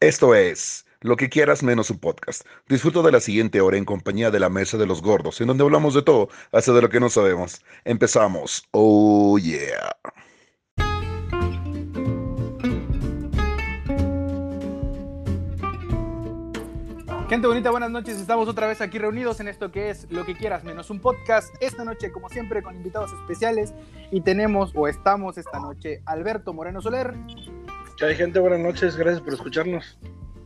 Esto es Lo que quieras menos un podcast. Disfruto de la siguiente hora en compañía de la Mesa de los Gordos, en donde hablamos de todo, hasta de lo que no sabemos. Empezamos. Oh yeah. Gente bonita, buenas noches. Estamos otra vez aquí reunidos en esto que es Lo que quieras menos un podcast. Esta noche, como siempre, con invitados especiales y tenemos o estamos esta noche Alberto Moreno Soler, ¿Qué hay gente? Buenas noches, gracias por escucharnos.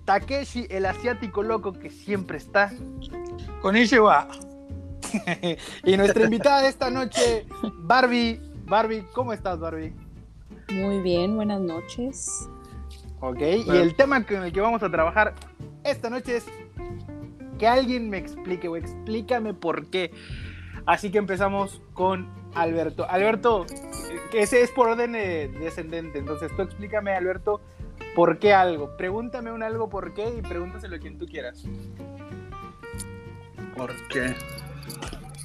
Takeshi el asiático loco que siempre está Konnichiwa. y nuestra invitada esta noche Barbie. Barbie, ¿cómo estás Barbie? Muy bien, buenas noches. Ok, y el tema con el que vamos a trabajar esta noche es que alguien me explique o explícame por qué. Así que empezamos con Alberto. Alberto, eh, que ese es por orden eh, descendente, entonces tú explícame, Alberto, por qué algo. Pregúntame un algo por qué y pregúntaselo a quien tú quieras. ¿Por qué?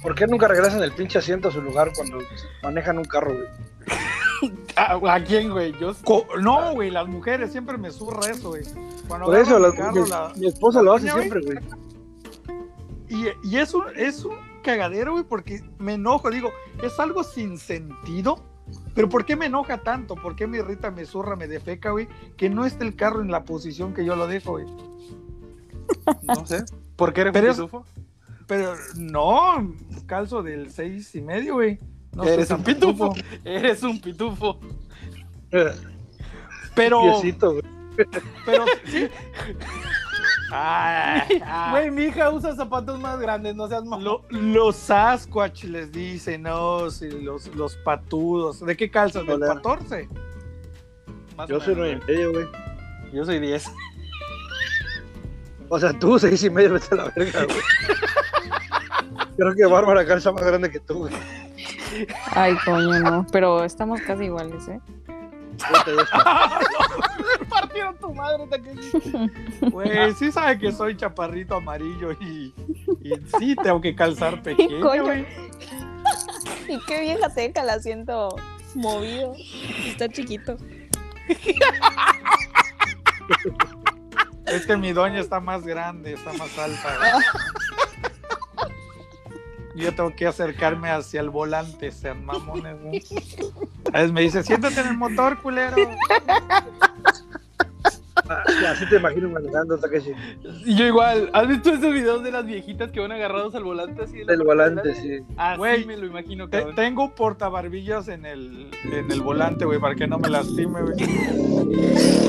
¿Por qué nunca regresan el pinche asiento a su lugar cuando manejan un carro, güey? ¿A, a quién, güey? Yo Co- no, güey, las mujeres siempre me zurra eso, güey. Cuando Por eso, agarran la- el carro, mi, la- mi esposa lo hace ¿Ya, güey? siempre, güey. Y, y es, un, es un cagadero, güey, porque me enojo. Digo, es algo sin sentido. Pero ¿por qué me enoja tanto? ¿Por qué me irrita, me zurra, me defeca, güey? Que no esté el carro en la posición que yo lo dejo, güey. no sé. ¿Por qué eres Pero un es- pitufo? Pero no, calzo del seis y medio, güey. No soy Eres tan un pitufo. Eres un pitufo. Pero, Piecito, güey. pero sí. Ay, ay. Güey, mi hija usa zapatos más grandes, no seas malo. Lo- los Sasquatch les dicen, no, sí, los, los patudos. ¿De qué calzas? ¿Del Hola. 14? Yo soy nueve y medio, güey. Yo soy 10. O sea, tú seis y medio, vete a la verga, güey. Creo que Bárbara calza más grande que tú, güey. Ay, coño, no. Pero estamos casi iguales, ¿eh? Vete, ya está. Partieron tu madre, Takeshi. Güey, Pues, sí sabe que soy chaparrito amarillo y, y sí tengo que calzar pequeño, Coño. güey. Y qué vieja seca, la siento movido. Está chiquito. Es que mi doña está más grande, está más alta. güey. Yo tengo que acercarme hacia el volante, sean mamones, ¿no? A veces me dice, siéntate en el motor, culero. Ah, Así te imagino manejando, Takeshi. Y yo igual. ¿Has visto esos videos de las viejitas que van agarrados al volante así? de la El volante, carretera? sí. Así Güey, me lo imagino, Te- cabrón. tengo un portabarbillas en el, en el volante, güey, para que no me lastime, güey.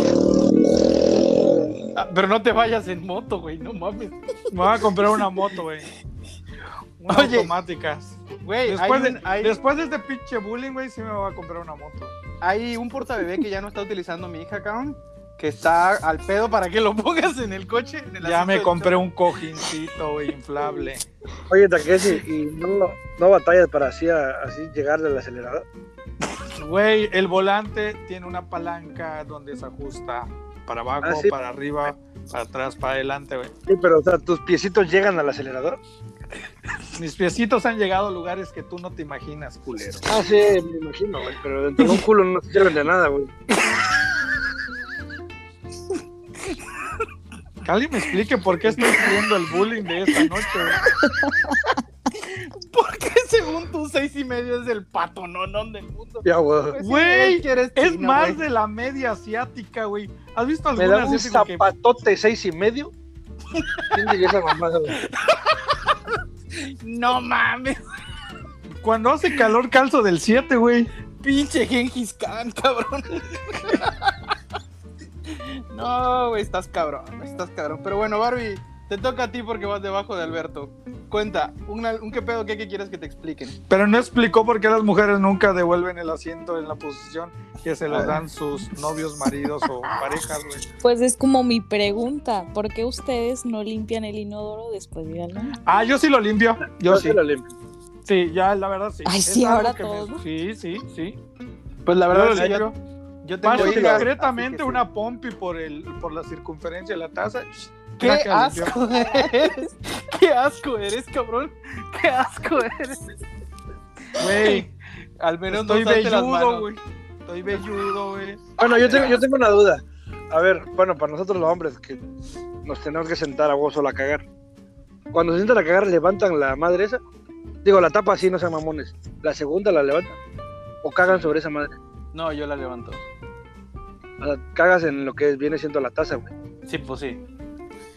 Ah, pero no te vayas en moto, güey, no mames. Me voy a comprar una moto, güey. Una Oye. automática. Güey, hay, Después, un- de, hay- después de este pinche bullying, güey, sí me voy a comprar una moto. hay un portabebé que ya no está utilizando mi hija, cabrón. Que está al pedo para que lo pongas en el coche. en el Ya asiento me del compré un cojincito, güey, inflable. Oye, Takeshi, ¿y no, no batallas para así, a- así llegarle al acelerador? Güey, el volante tiene una palanca donde se ajusta para abajo, Ah, sí. para arriba, para atrás, para adelante, güey. Sí, pero, o sea, ¿tus piecitos llegan al acelerador? Mis piecitos han llegado a lugares que tú no te imaginas, culero. Ah, sí, me imagino, güey, pero dentro de un culo no sirven de nada, güey. Que alguien me explique por qué estoy sufriendo el bullying de esta noche, güey. ¿Por qué según tú seis y medio es el pato no del mundo? Ya, güey. Pues, Güey, si que eres Es chino, más güey. de la media asiática, güey. ¿Has visto Me alguna da un asiática que- zapatote seis y medio. ¿Quién diría esa mamada, güey? No mames, cuando hace calor calzo del 7, güey? pinche Genghis Khan, cabrón. No, güey, estás cabrón, estás cabrón. Pero bueno, Barbie, te toca a ti porque vas debajo de Alberto. Cuenta, un, al- un qué pedo qué, qué quieres que te expliquen. Pero no explicó por qué las mujeres nunca devuelven el asiento en la posición que se Ah. los dan sus novios, maridos o parejas, güey. Pues es como mi pregunta. ¿Por qué ustedes no limpian el inodoro después de ir al baño? Ah, yo sí lo limpio. Yo sí. lo limpio. Sí, ya, la verdad sí. Ay, sí, algo ahora que me- todos, ¿no? Sí, sí, sí. Pues la Yo verdad, lo es que limpio. yo, yo tengo Paso Oye, hijas, así discretamente que sí. una pompi por, el, por la circunferencia de la taza. Shh, ¡Qué craca, limpio. asco eres! ¡Qué asco eres, cabrón! ¡Qué asco eres! Güey, Al menos estoy no usaste las velludo, manos. güey. Estoy velludo, güey. Bueno, yo tengo, yo tengo una duda. a ver, bueno, para nosotros los hombres que nos tenemos que sentar a vos o a cagar. Cuando se sientan a cagar, levantan la madre esa. Digo, la tapa así, no sean mamones. La segunda la levantan. O cagan sobre esa madre. No, yo la levanto. O sea, cagas en lo que viene siendo la taza, güey. Sí, pues sí.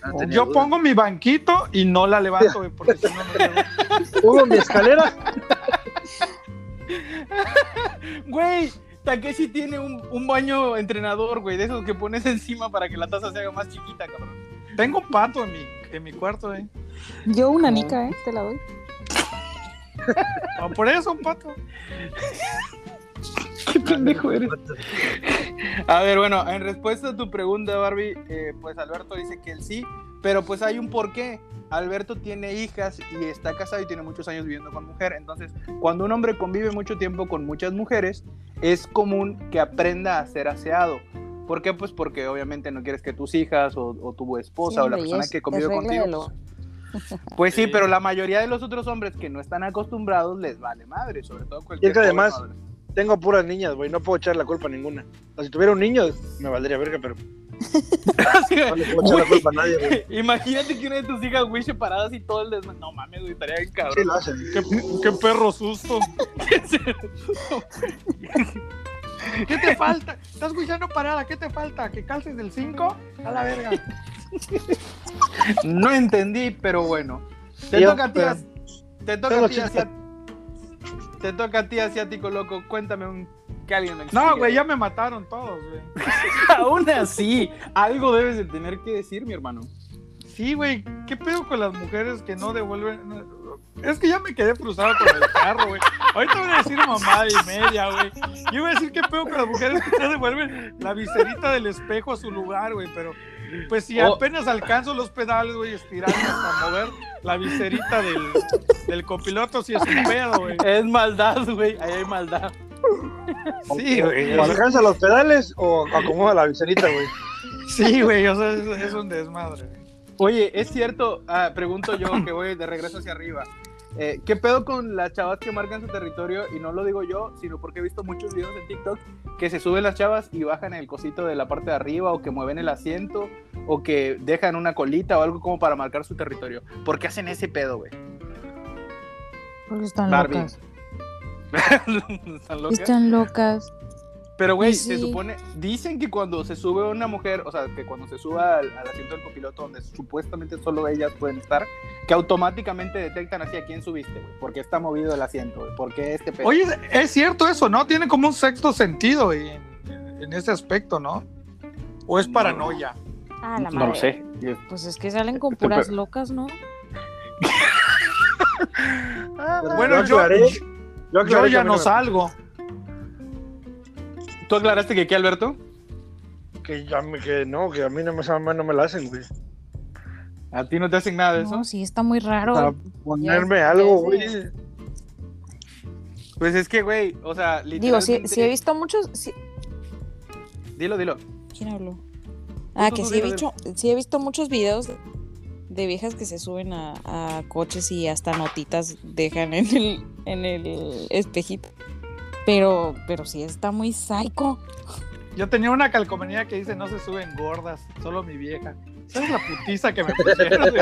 Ah, tenía Yo duda. pongo mi banquito y no la levanto, güey, porque si no, no me gusta. Pongo mi escalera. Güey, Takeshi tiene un, un baño entrenador, güey, de esos que pones encima para que la taza se haga más chiquita, cabrón. Tengo un pato en mi, en mi cuarto, eh. Yo una nica, ¿eh? Te la doy. Ah, por eso un pato. Qué pendejo eres. A ver, bueno, en respuesta a tu pregunta, Barbie, eh, pues Alberto dice que él sí, pero pues hay un porqué. Alberto tiene hijas y está casado y tiene muchos años viviendo con mujer. Entonces, cuando un hombre convive mucho tiempo con muchas mujeres, es común que aprenda a ser aseado. ¿Por qué? Pues porque obviamente no quieres que tus hijas o, o tu esposa o la persona que convive contigo. pues, Pues sí, Sí. pero la mayoría de los otros hombres que no están acostumbrados les vale madre, sobre todo Y cualquier es que joven además- adolescente. Tengo puras niñas, güey. No puedo echar la culpa a ninguna. O sea, si tuviera un niño, me valdría verga, pero Así de- no le puedo echar la culpa a nadie, güey. Imagínate que una de tus hijas huiche paradas y todo el desmadre. No mames, güey, estaría bien Sí, cabrón. lo hacen. Qué, qué perro susto. ¿Qué te falta? Estás guisando parada, ¿qué te falta? ¿Que calces del 5? A la verga. No entendí, pero bueno. Te Yo, toca a ti, pero- as- te toca Solo a ti, chiste. asiat- te toca a ti, asiático loco. Cuéntame un que alguien me No, explique. güey, ya me mataron todos, güey. aún así, algo debes de tener que decir, mi hermano. Sí, güey, ¿qué pedo con las mujeres que no devuelven? no- Es que ya me quedé frustrado con el carro, güey. Ahorita voy a decir mamada y media, güey. Yo iba a decir qué pedo con las mujeres que no devuelven la viserita del espejo a su lugar, güey, pero pues si Oh. apenas alcanzo los pedales, güey, estirando hasta mover la viserita del, del copiloto, si es un pedo, güey. Es maldad, güey. Ahí hay maldad. Sí, güey. O alcanza los pedales o acomoda la viserita, güey. Sí, güey, o sea, es, es un desmadre. güey. Oye, es cierto, ah, pregunto yo que voy de regreso hacia arriba. Eh, ¿Qué pedo con las chavas que marcan su territorio? Y no lo digo yo, sino porque he visto muchos videos en TikTok que se suben las chavas y bajan el cosito de la parte de arriba o que mueven el asiento o que dejan una colita o algo como para marcar su territorio. ¿Por qué hacen ese pedo, güey? Porque están Barbie. locas. ¿Están locas? Están locas. Pero, güey, Pues se sí. supone. Dicen que cuando se sube una mujer, o sea, que cuando se suba al, al asiento del copiloto, donde supuestamente solo ellas pueden estar, que automáticamente detectan así a quién subiste, güey. Porque está movido el asiento, güey. Porque este pedo. Oye, es cierto eso, ¿no? Tiene como un sexto sentido güey, en, en ese aspecto, ¿no? ¿O es No. paranoia? Ah, la madre. no lo sé. Pues es que salen con puras locas, ¿no? Bueno, yo, Ah, aclaré- yo, yo aclaré que a ya mí no me- salgo. ¿Tú aclaraste que qué, Alberto? Que, ya me- que no, que a mí no me, esa madre no me la hacen, güey. A ti no te hacen nada de eso. No, sí, está muy raro. Para ponerme algo, güey. ya Pues es que, güey, o sea, literalmente. Digo, si, si he visto muchos. sí- Dilo, dilo. ¿Quién habló? Ah, tú, que tú, sí he, dilo, visto, sí he visto muchos videos de viejas que se suben a, a coches y hasta notitas dejan en el, en el espejito. Pero, pero sí está muy psycho. Yo tenía una calcomanía que dice no se suben gordas, solo mi vieja. Esa es la putiza que me pusieron.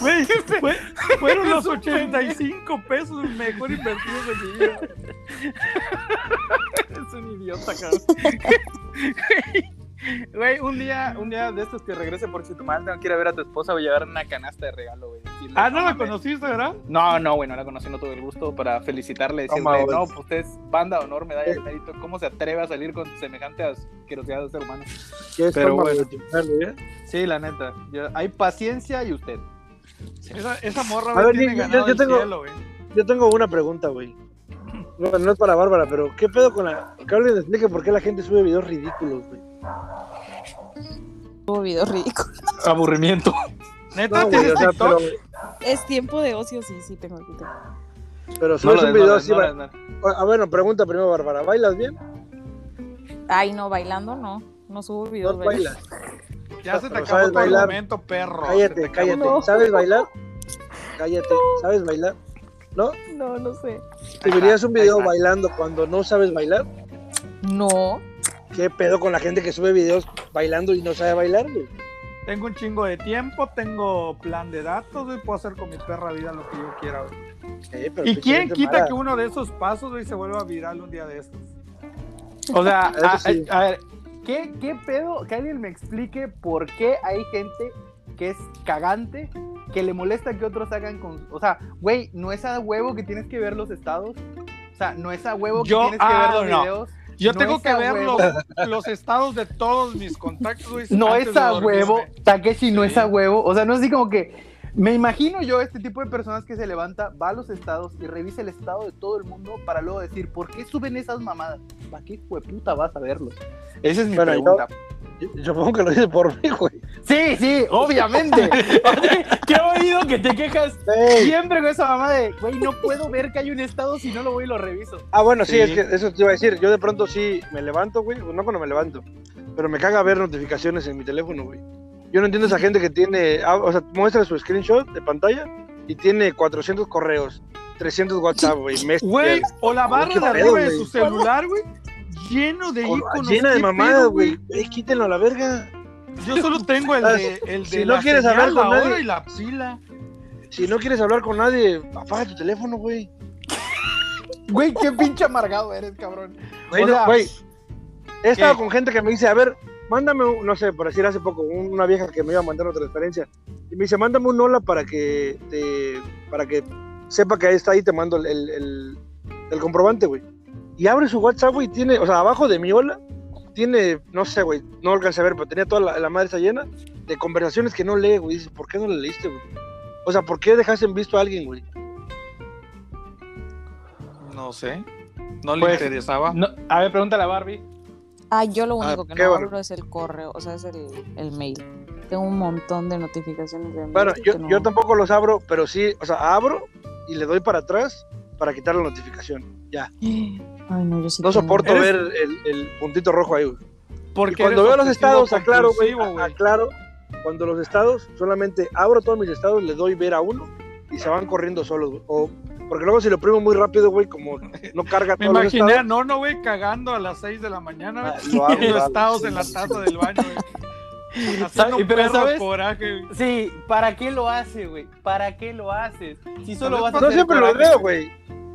güey. Güey, fue- fueron los 85 pesos mejor invertidos de mi vida. Es un idiota, cabrón. Güey, un día, un día de estos que regrese por Chitumal, tengo que ir a ver a tu esposa o llevar una canasta de regalo, güey. Decirle, Ah, no la mames". conociste, ¿verdad? No, no, güey, no la conocí, no tuve el gusto para felicitarle, decirle, Toma, güey. no, pues usted es banda de honor, medalla de mérito, ¿cómo se atreve a salir con semejante asquerosidad de ser humano? ¿Qué Pero forma de bueno. utilizarlo, eh? Sí, la neta, yo- hay paciencia y usted. Esa, esa morra A güey, ver, tiene yo- yo- ganado yo el tengo- cielo, güey. Yo tengo una pregunta, güey. Bueno, no es para Bárbara, pero ¿qué pedo con la. Que alguien me explique por qué la gente sube videos ridículos, güey. Tuvo videos ridículos. Aburrimiento. Neta, No, güey, ¿tienes o sea, TikTok? pero, Es tiempo de ocio, sí, sí, tengo que tener. pero subes un video así. va- Ah, bueno, pregunta primero, Bárbara. ¿Bailas bien? Ay, no, bailando no. No subo videos. No bailando. bailas. Ya se te Pero acabó sabes todo el bailar. momento, perro. Se te Cállate, acabó cállate. No. ¿Sabes bailar? Cállate. ¿Sabes bailar? ¿No? No, no sé. Si verías un video bailando cuando no sabes bailar, No. ¿Qué pedo con la gente que sube videos bailando y no sabe bailar, güey? Tengo un chingo de tiempo, tengo plan de datos, güey, puedo hacer con mi perra vida lo que yo quiera, güey. Eh, pero ¿Y pinche quién gente quita mala. que uno de esos pasos, güey, se vuelva viral un día de estos? O sea, Ah, Eso a, sí. Ah, a- a ver, ¿qué, ¿qué pedo? Que alguien me explique por qué hay gente que es cagante, que le molesta que otros hagan con... O sea, güey, no es a huevo que tienes que ver los estados. O sea, no es a huevo que Yo- tienes que ah, ver los no. videos. Yo No tengo es que a ver huevo. los, los estados de todos mis contactos, güey. No antes es de a dormirme. huevo, Takeshi no Sí. es a huevo. O sea, no es así como que. Me imagino yo este tipo de personas que se levanta, va a los estados y revisa el estado de todo el mundo para luego decir, ¿por qué suben esas mamadas? ¿Para qué hueputa vas a verlos? Esa es mi Bueno, yo- pregunta. Yo, yo supongo que lo dices por mí, güey. Sí, sí, obviamente. Qué oído que te quejas Ey. siempre con esa mamá de, güey, no puedo ver que hay un estado si no lo voy y lo reviso. Ah, bueno, sí, Sí. es que eso te iba a decir. Yo de pronto sí me levanto, güey. No cuando me levanto. Pero me caga ver notificaciones en mi teléfono, güey. Yo no entiendo esa gente que tiene. ah, O sea, muestra su screenshot de pantalla y tiene 400 correos, 300 WhatsApp, güey. Messenger. Güey, o la barra qué de arriba pedo, de güey. su celular, güey, lleno de O- iconos. Llena de ¿qué mamadas, pedo, güey. Ey, Quítenlo a la verga. Yo solo tengo el de, el de Si no la quieres señal, hablar con la hora nadie. y la pila. Si no quieres hablar con nadie, apaga tu teléfono, güey. Güey, qué pinche amargado eres, cabrón. Güey, O no, sea, güey, he estado ¿qué? con gente que me dice, a ver, mándame, un- no sé, por decir hace poco, un- una vieja que me iba a mandar una transferencia. Y me dice, mándame un hola para que te, para que sepa que ahí está ahí, te mando el, el- el- el comprobante, güey. Y abre su WhatsApp, güey, y tiene, o sea, abajo de mi hola, tiene, no sé, güey, no alcancé a ver, pero tenía toda la, la madre está llena de conversaciones que no lee, güey. Dices, ¿por qué no la leíste, güey? O sea, ¿por qué dejaste en visto a alguien, güey? No sé. No le Pues, interesaba. No, a ver, pregúntale a Barbie. Ah, yo lo Ah, único que qué no bueno. abro es el correo, o sea, es el, el mail. Tengo un montón de notificaciones de mail Bueno, que yo, no- yo tampoco los abro, pero sí, o sea, abro y le doy para atrás para quitar la notificación. Ay, no, yo sí No tengo. soporto Eres- ver el, el puntito rojo ahí, güey. Y Porque cuando eres veo los obsesivo estados, aclaro, güey, compulsivo, güey. aclaro, cuando los estados, solamente abro todos mis estados, le doy ver a uno y se van corriendo solos, güey. O, porque luego si lo primo muy rápido, güey, como no carga Me todos los imaginé a estados, Nono, güey, cagando a las 6 de la mañana, güey. ah, lo abro, en lo los abro. estados en la taza del baño, güey. Haciendo ¿Sabes? Pero, perro ¿sabes? coraje, güey. Sí, ¿para qué lo hace, güey? ¿Para qué lo haces? Si solo No, vas a No hacer siempre los coraje. veo, güey.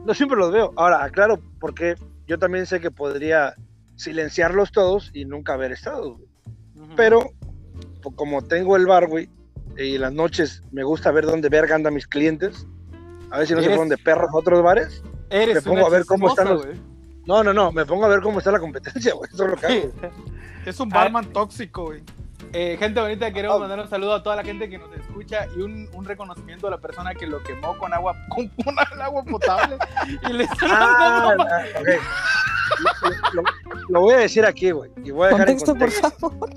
No siempre los veo. Ahora, aclaro, porque yo también sé que podría silenciarlos todos y nunca haber estado, güey. Ujú. pero po- como tengo el bar, güey, y las noches me gusta ver dónde verga andan mis clientes, a ver si no se Eres- fueron de perros a otros bares. Eres me pongo una a ver cómo chismosa, están los- güey. No, no, no, me pongo a ver cómo está la competencia, güey, eso es lo que hago. Es un barman tóxico, güey. Ah, Eh, gente bonita, queremos Ah. mandar un saludo a toda la gente que nos escucha y un, un reconocimiento a la persona que lo quemó con agua, con una- el agua potable y le está dando Ah, mamá. ah, ok. Lo, lo- lo voy a decir aquí, güey, y voy a dejar en Contexto, contexto. por favor.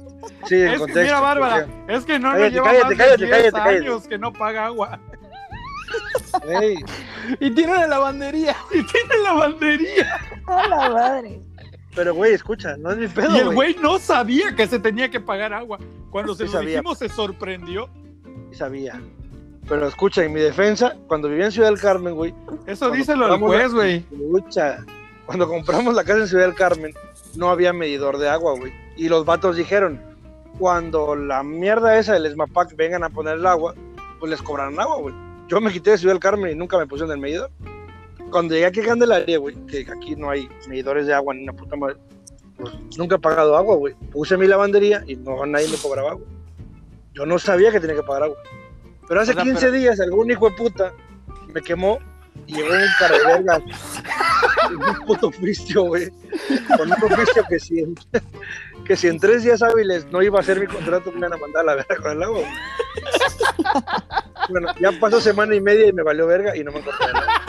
Sí, en Es que, contexto, mira, Bárbara, porque, es que Nono Cállate, lleva cállate, más de cállate, 10 cállate, cállate. años que no paga agua. güey, y tiene una lavandería. Y tiene lavandería. A la madre. pero, güey, escucha, no es mi Y el pedo, güey. güey no sabía que se tenía que pagar agua. Cuando se Sí lo sabía. dijimos, se sorprendió. Sabía. Pero escucha, en mi defensa, cuando vivía en Ciudad del Carmen, güey, Eso Cuando díselo al compramos la- juez, güey. Mucha. Cuando compramos la casa en Ciudad del Carmen, no había medidor de agua, güey. Y los vatos dijeron, cuando la mierda esa del Esmapac vengan a poner el agua, pues les cobrarán agua, güey. Yo me quité de Ciudad del Carmen y nunca me pusieron el medidor. Cuando llegué aquí a Candelaria, güey, que aquí no hay medidores de agua ni una puta madre, pues nunca he pagado agua, güey. Puse mi lavandería y no, nadie me cobraba agua. Yo no sabía que tenía que pagar agua. Pero hace O sea, 15 pero- días algún hijo de puta me quemó y llegó un carreverga un puto oficio, güey. Con un oficio que si, en, que si en tres días hábiles no iba a ser mi contrato, me iban a mandar a la verga con el agua. güey. Bueno, ya pasó semana y media y me valió verga y no me acordé. de nada.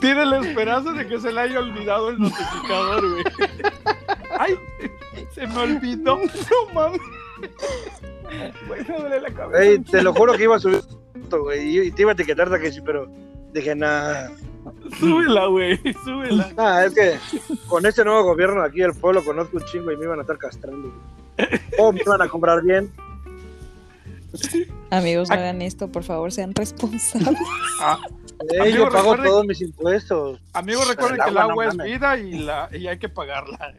Tiene la esperanza de que se le haya olvidado el notificador, güey. Ay, se me olvidó. No mames. Güey, me duele la cabeza. Güey, te lo juro que iba a subir esto, güey, y te iba a etiquetar de que sí, pero dije, nada. Súbela, güey. Súbela. Nada, es que con este nuevo gobierno aquí el pueblo conozco un chingo y me iban a estar castrando. güey. O me iban a comprar bien. Amigos, no hagan esto, por favor, sean responsables. Eh, Amigo, yo pago recuerde- todos mis impuestos. Amigos, recuerden Pero el que el agua agua no es mames. vida y, la, y hay que pagarla.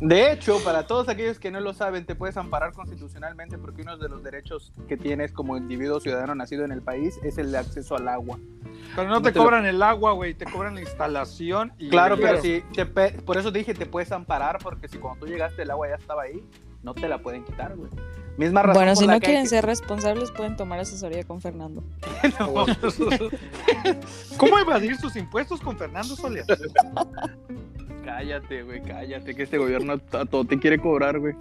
De hecho, para todos aquellos que no lo saben, te puedes amparar constitucionalmente porque uno de los derechos que tienes como individuo ciudadano nacido en el país es el de acceso al agua. Pero no No te te lo- cobran el agua, güey, te cobran la instalación. Y Claro, pero Claro. si te pe- por eso dije, te puedes amparar porque si cuando tú llegaste el agua ya estaba ahí, no te la pueden quitar, güey. Misma razón. Bueno, por si la no que quieren hay ser responsables, pueden tomar asesoría con Fernando. ¿Cómo evadir sus impuestos con Fernando Soler? que- Cállate, güey, cállate, que este gobierno a todo te quiere cobrar, güey.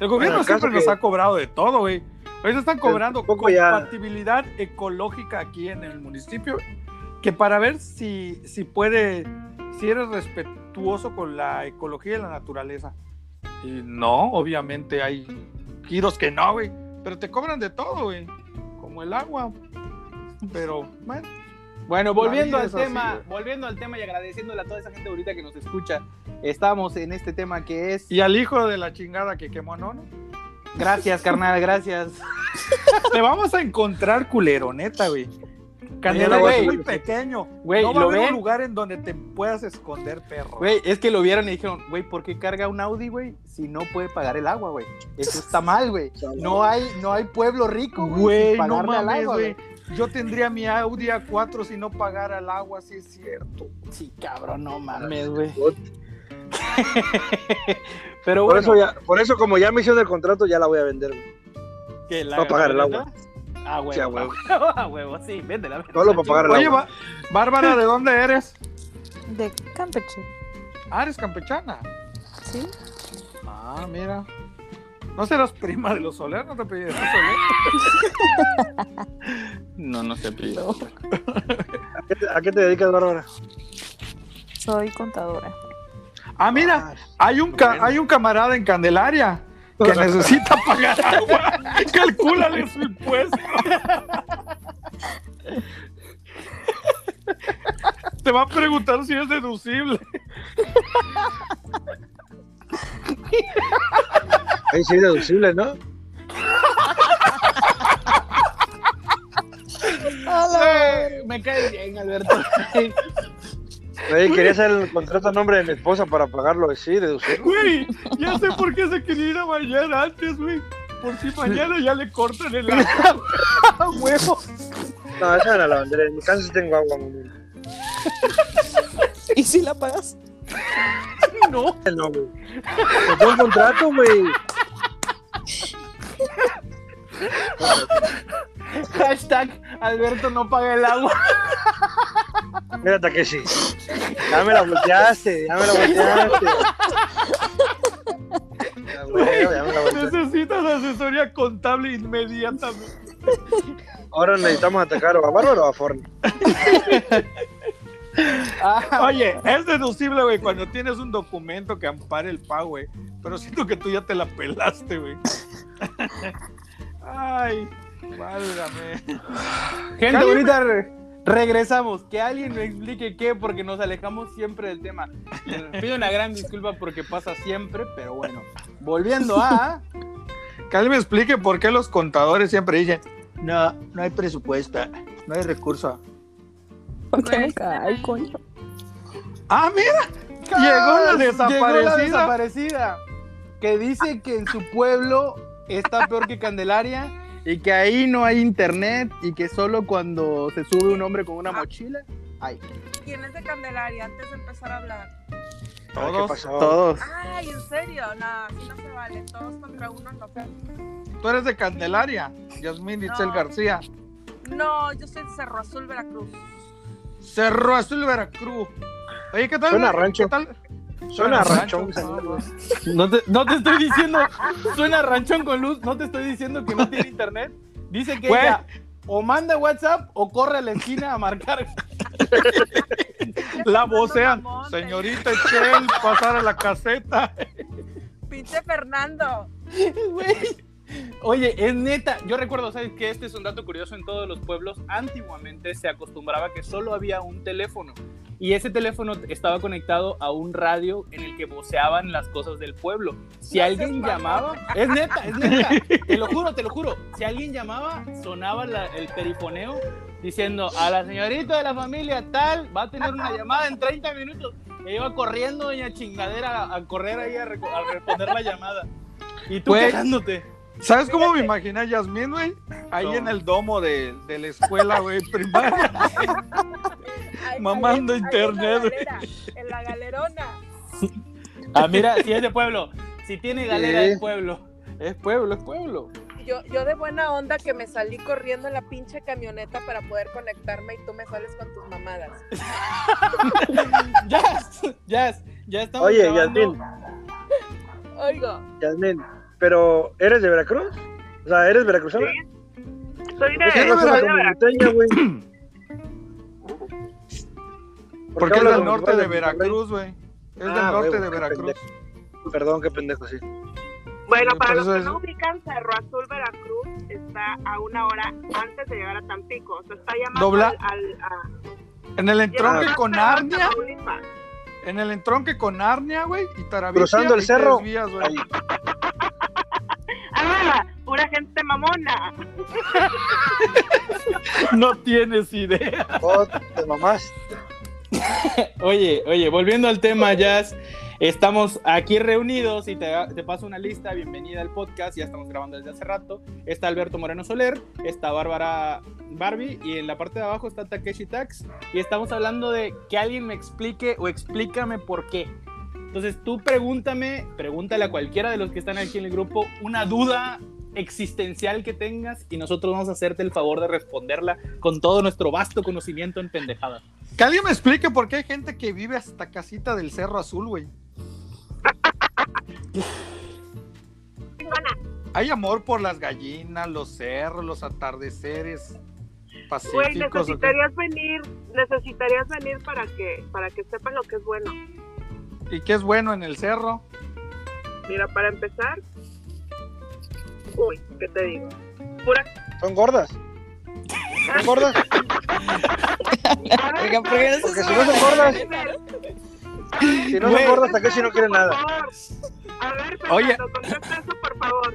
El gobierno Bueno, el caso siempre nos que- ha cobrado de todo, güey. Hoy se están cobrando poco ya- compatibilidad ecológica aquí en el municipio, que para ver si, si puede, si eres respetuoso con la ecología y la naturaleza. Y no, obviamente hay giros que no, güey, pero te cobran de todo, güey, como el agua. Pero, bueno, Bueno, volviendo La al vida es así, tema, güey. volviendo al tema y agradeciéndole a toda esa gente bonita que nos escucha. Estamos en este tema que es y al hijo de la chingada que quemó, no, no. Gracias, carnal, gracias. Te vamos a encontrar culero, neta, güey. Canela Güey, es güey. muy pequeño. Güey, no va a ¿lo haber ven? un lugar en donde te puedas esconder, perro. Güey, es que lo vieron y dijeron, güey, ¿por qué carga un Audi, güey? Si no puede pagar el agua, güey. Eso está mal, güey. No hay, no hay pueblo rico, Güey, güey. sin no pagarle al mames, agua, güey. Yo tendría mi Audi A4 si no pagara el agua, sí es cierto. Sí, cabrón, no mames, güey. Por Pero Por bueno, eso, ya, por eso, como ya me hicieron el contrato, ya la voy a vender. güey. que la para pagar el camioneta- agua. Ah, huevo. Sí, a a huevo. huevo. sí, véndela. véndela, Solo para pagar el Oye, agua. Ba- Bárbara, ¿de dónde eres? De Campeche, Ah, eres campechana. ¿sí? Ah, mira. ¿No serás prima de los Soler? ¿No te pedí Soler? No, no se pide. ¿A qué te- ¿A qué te dedicas, Bárbara? Soy contadora. Ah, mira, hay un, ca- hay un camarada en Candelaria que necesita pagar agua. Calcúlale su impuesto. Te va a preguntar si es deducible. Ahí sí es deducible, ¿no? Me cae bien, Alberto. Oye, quería hacer el contrato a nombre de mi esposa para pagarlo. Sí, deducible. Güey, ya sé por qué se quería ir a bañar antes, güey. Por si mañana ya le cortan el agua. ¡Ah, huevo! No, esa era la bandera. En mi casa sí tengo agua, mamá. ¿Y si la pagas? No, No, güey. Me tengo un contrato, güey. Hashtag Alberto no paga el agua. Mira, Takeshi. Ya me la volteaste, ya me la volteaste. Ya, güey, ya me la volteaste. necesitas asesoría contable inmediatamente. Ahora necesitamos atacar o a Bárbara o a Forni. Ah, Oye, es deducible, güey, cuando tienes un documento que ampare el pago, güey. Pero siento que tú ya te la pelaste, güey. Ay, válgame. Gente Cállenme. bonita, re- regresamos. Que alguien me explique qué, porque nos alejamos siempre del tema. Les Pido una gran disculpa porque pasa siempre, pero bueno. Volviendo a. Que alguien me explique por qué los contadores siempre dicen: No, no hay presupuesto, no hay recurso. ¿Por qué nunca? Ay, coño. Ah, mira, llegó la Llegó la desaparecida. desaparecida, Que dice que en su pueblo está peor que Candelaria y que ahí no hay internet y que solo cuando se sube un hombre con una Ah, mochila. hay. ¿Quién es de Candelaria? Antes de empezar a hablar. Todos. ¿Qué pasó? Todos. Ay, en serio, nada, así no se vale. Todos contra uno no. Tú eres de Candelaria, Yasmín Itzel No. García. No, yo soy de Cerro Azul, Veracruz. Cerro Azul Veracruz. Oye, ¿qué tal? Suena a ¿Qué rancho. tal? Suena a ranchón. rancho, señor, no, güey. no. No te, no te estoy diciendo, suena ranchón con luz, no te estoy diciendo que no tiene internet. Dice que Güey. ella o manda WhatsApp o corre a la esquina a marcar. La vocea, vocean. Señorita Itzel, pasar a la caseta. Pinche Fernando. Güey. Oye, es neta. Yo recuerdo, ¿sabes que Este es un dato curioso. En todos los pueblos, antiguamente se acostumbraba que solo había un teléfono. Y ese teléfono estaba conectado a un radio en el que voceaban las cosas del pueblo. Si No seas alguien mamón. llamaba, es neta, es neta. Te lo juro, te lo juro. Si alguien llamaba, sonaba la- el perifoneo diciendo a la señorita de la familia tal va a tener una llamada en 30 minutos. Y iba corriendo doña chingadera a, a correr ahí a, reco- a responder la llamada. Y tú Güey. quejándote. ¿Sabes cómo me imaginé a Yasmín, güey? Ahí No. en el domo de, de la escuela, güey, primaria. Ay, Mamando ahí en- internet, ahí En la, galera, en la galerona. Ah, mira, si es de pueblo. Si tiene galera Sí. es pueblo. Es pueblo, es pueblo. Yo, yo de buena onda que me salí corriendo en la pinche camioneta para poder conectarme y tú me sales con tus mamadas. Ya, ya, ya estamos. Oye, grabando. Yasmín, Oigo, Yasmín, pero ¿eres de Veracruz? O sea, ¿eres veracruzana? Soy de, ¿Por qué no soy de hablas como Veracruz. norteña, güey? ¿Por Porque qué es hablas como del si norte fueras de Veracruz, güey. Es del Ah, norte huevo, de qué Veracruz. Monterrey? Perdón, qué pendejo, sí. Bueno, Sí, para por los que eso no es- ubican, Cerro Azul, Veracruz está a una hora antes de llegar a Tampico. O sea, está llamando Dobla- al... al- a- En el llamando entronque Ah. a con Cerro Arnia, Tamaulipas. en el entronque con Arnia, güey, y Taravilla. Cruzando el y cerro. tres vías, güey. Ahí. ¡Ah! ¡Pura gente mamona! No tienes idea. Oh, te mamás. Oye, oye, volviendo al tema, Jazz. Estamos aquí reunidos y te, te paso una lista. Bienvenida al podcast. Ya estamos grabando desde hace rato. Está Alberto Moreno Soler, está Bárbara Barbie y en la parte de abajo está Takeshi Tax. Y estamos hablando de que alguien me explique o explícame por qué. Entonces tú pregúntame, pregúntale a cualquiera de los que están aquí en el grupo una duda existencial que tengas y nosotros vamos a hacerte el favor de responderla con todo nuestro vasto conocimiento en pendejadas. Que alguien me explique por qué hay gente que vive hasta casita del Cerro Azul, güey. Hay amor por las gallinas, los cerros, los atardeceres Güey, pacíficos. ¿o qué? necesitarías venir, necesitarías venir para que, para que sepan lo que es bueno. ¿Y qué es bueno en el cerro? Mira, para empezar... Uy, ¿qué te digo? Pura... Son gordas. Son gordas. Oigan, ¿por qué no se Porque si no suben? son gordas, si no son Güey. gordas, Takeshi no quiere nada. A ver, Oye. Fernando, contesta eso, por favor.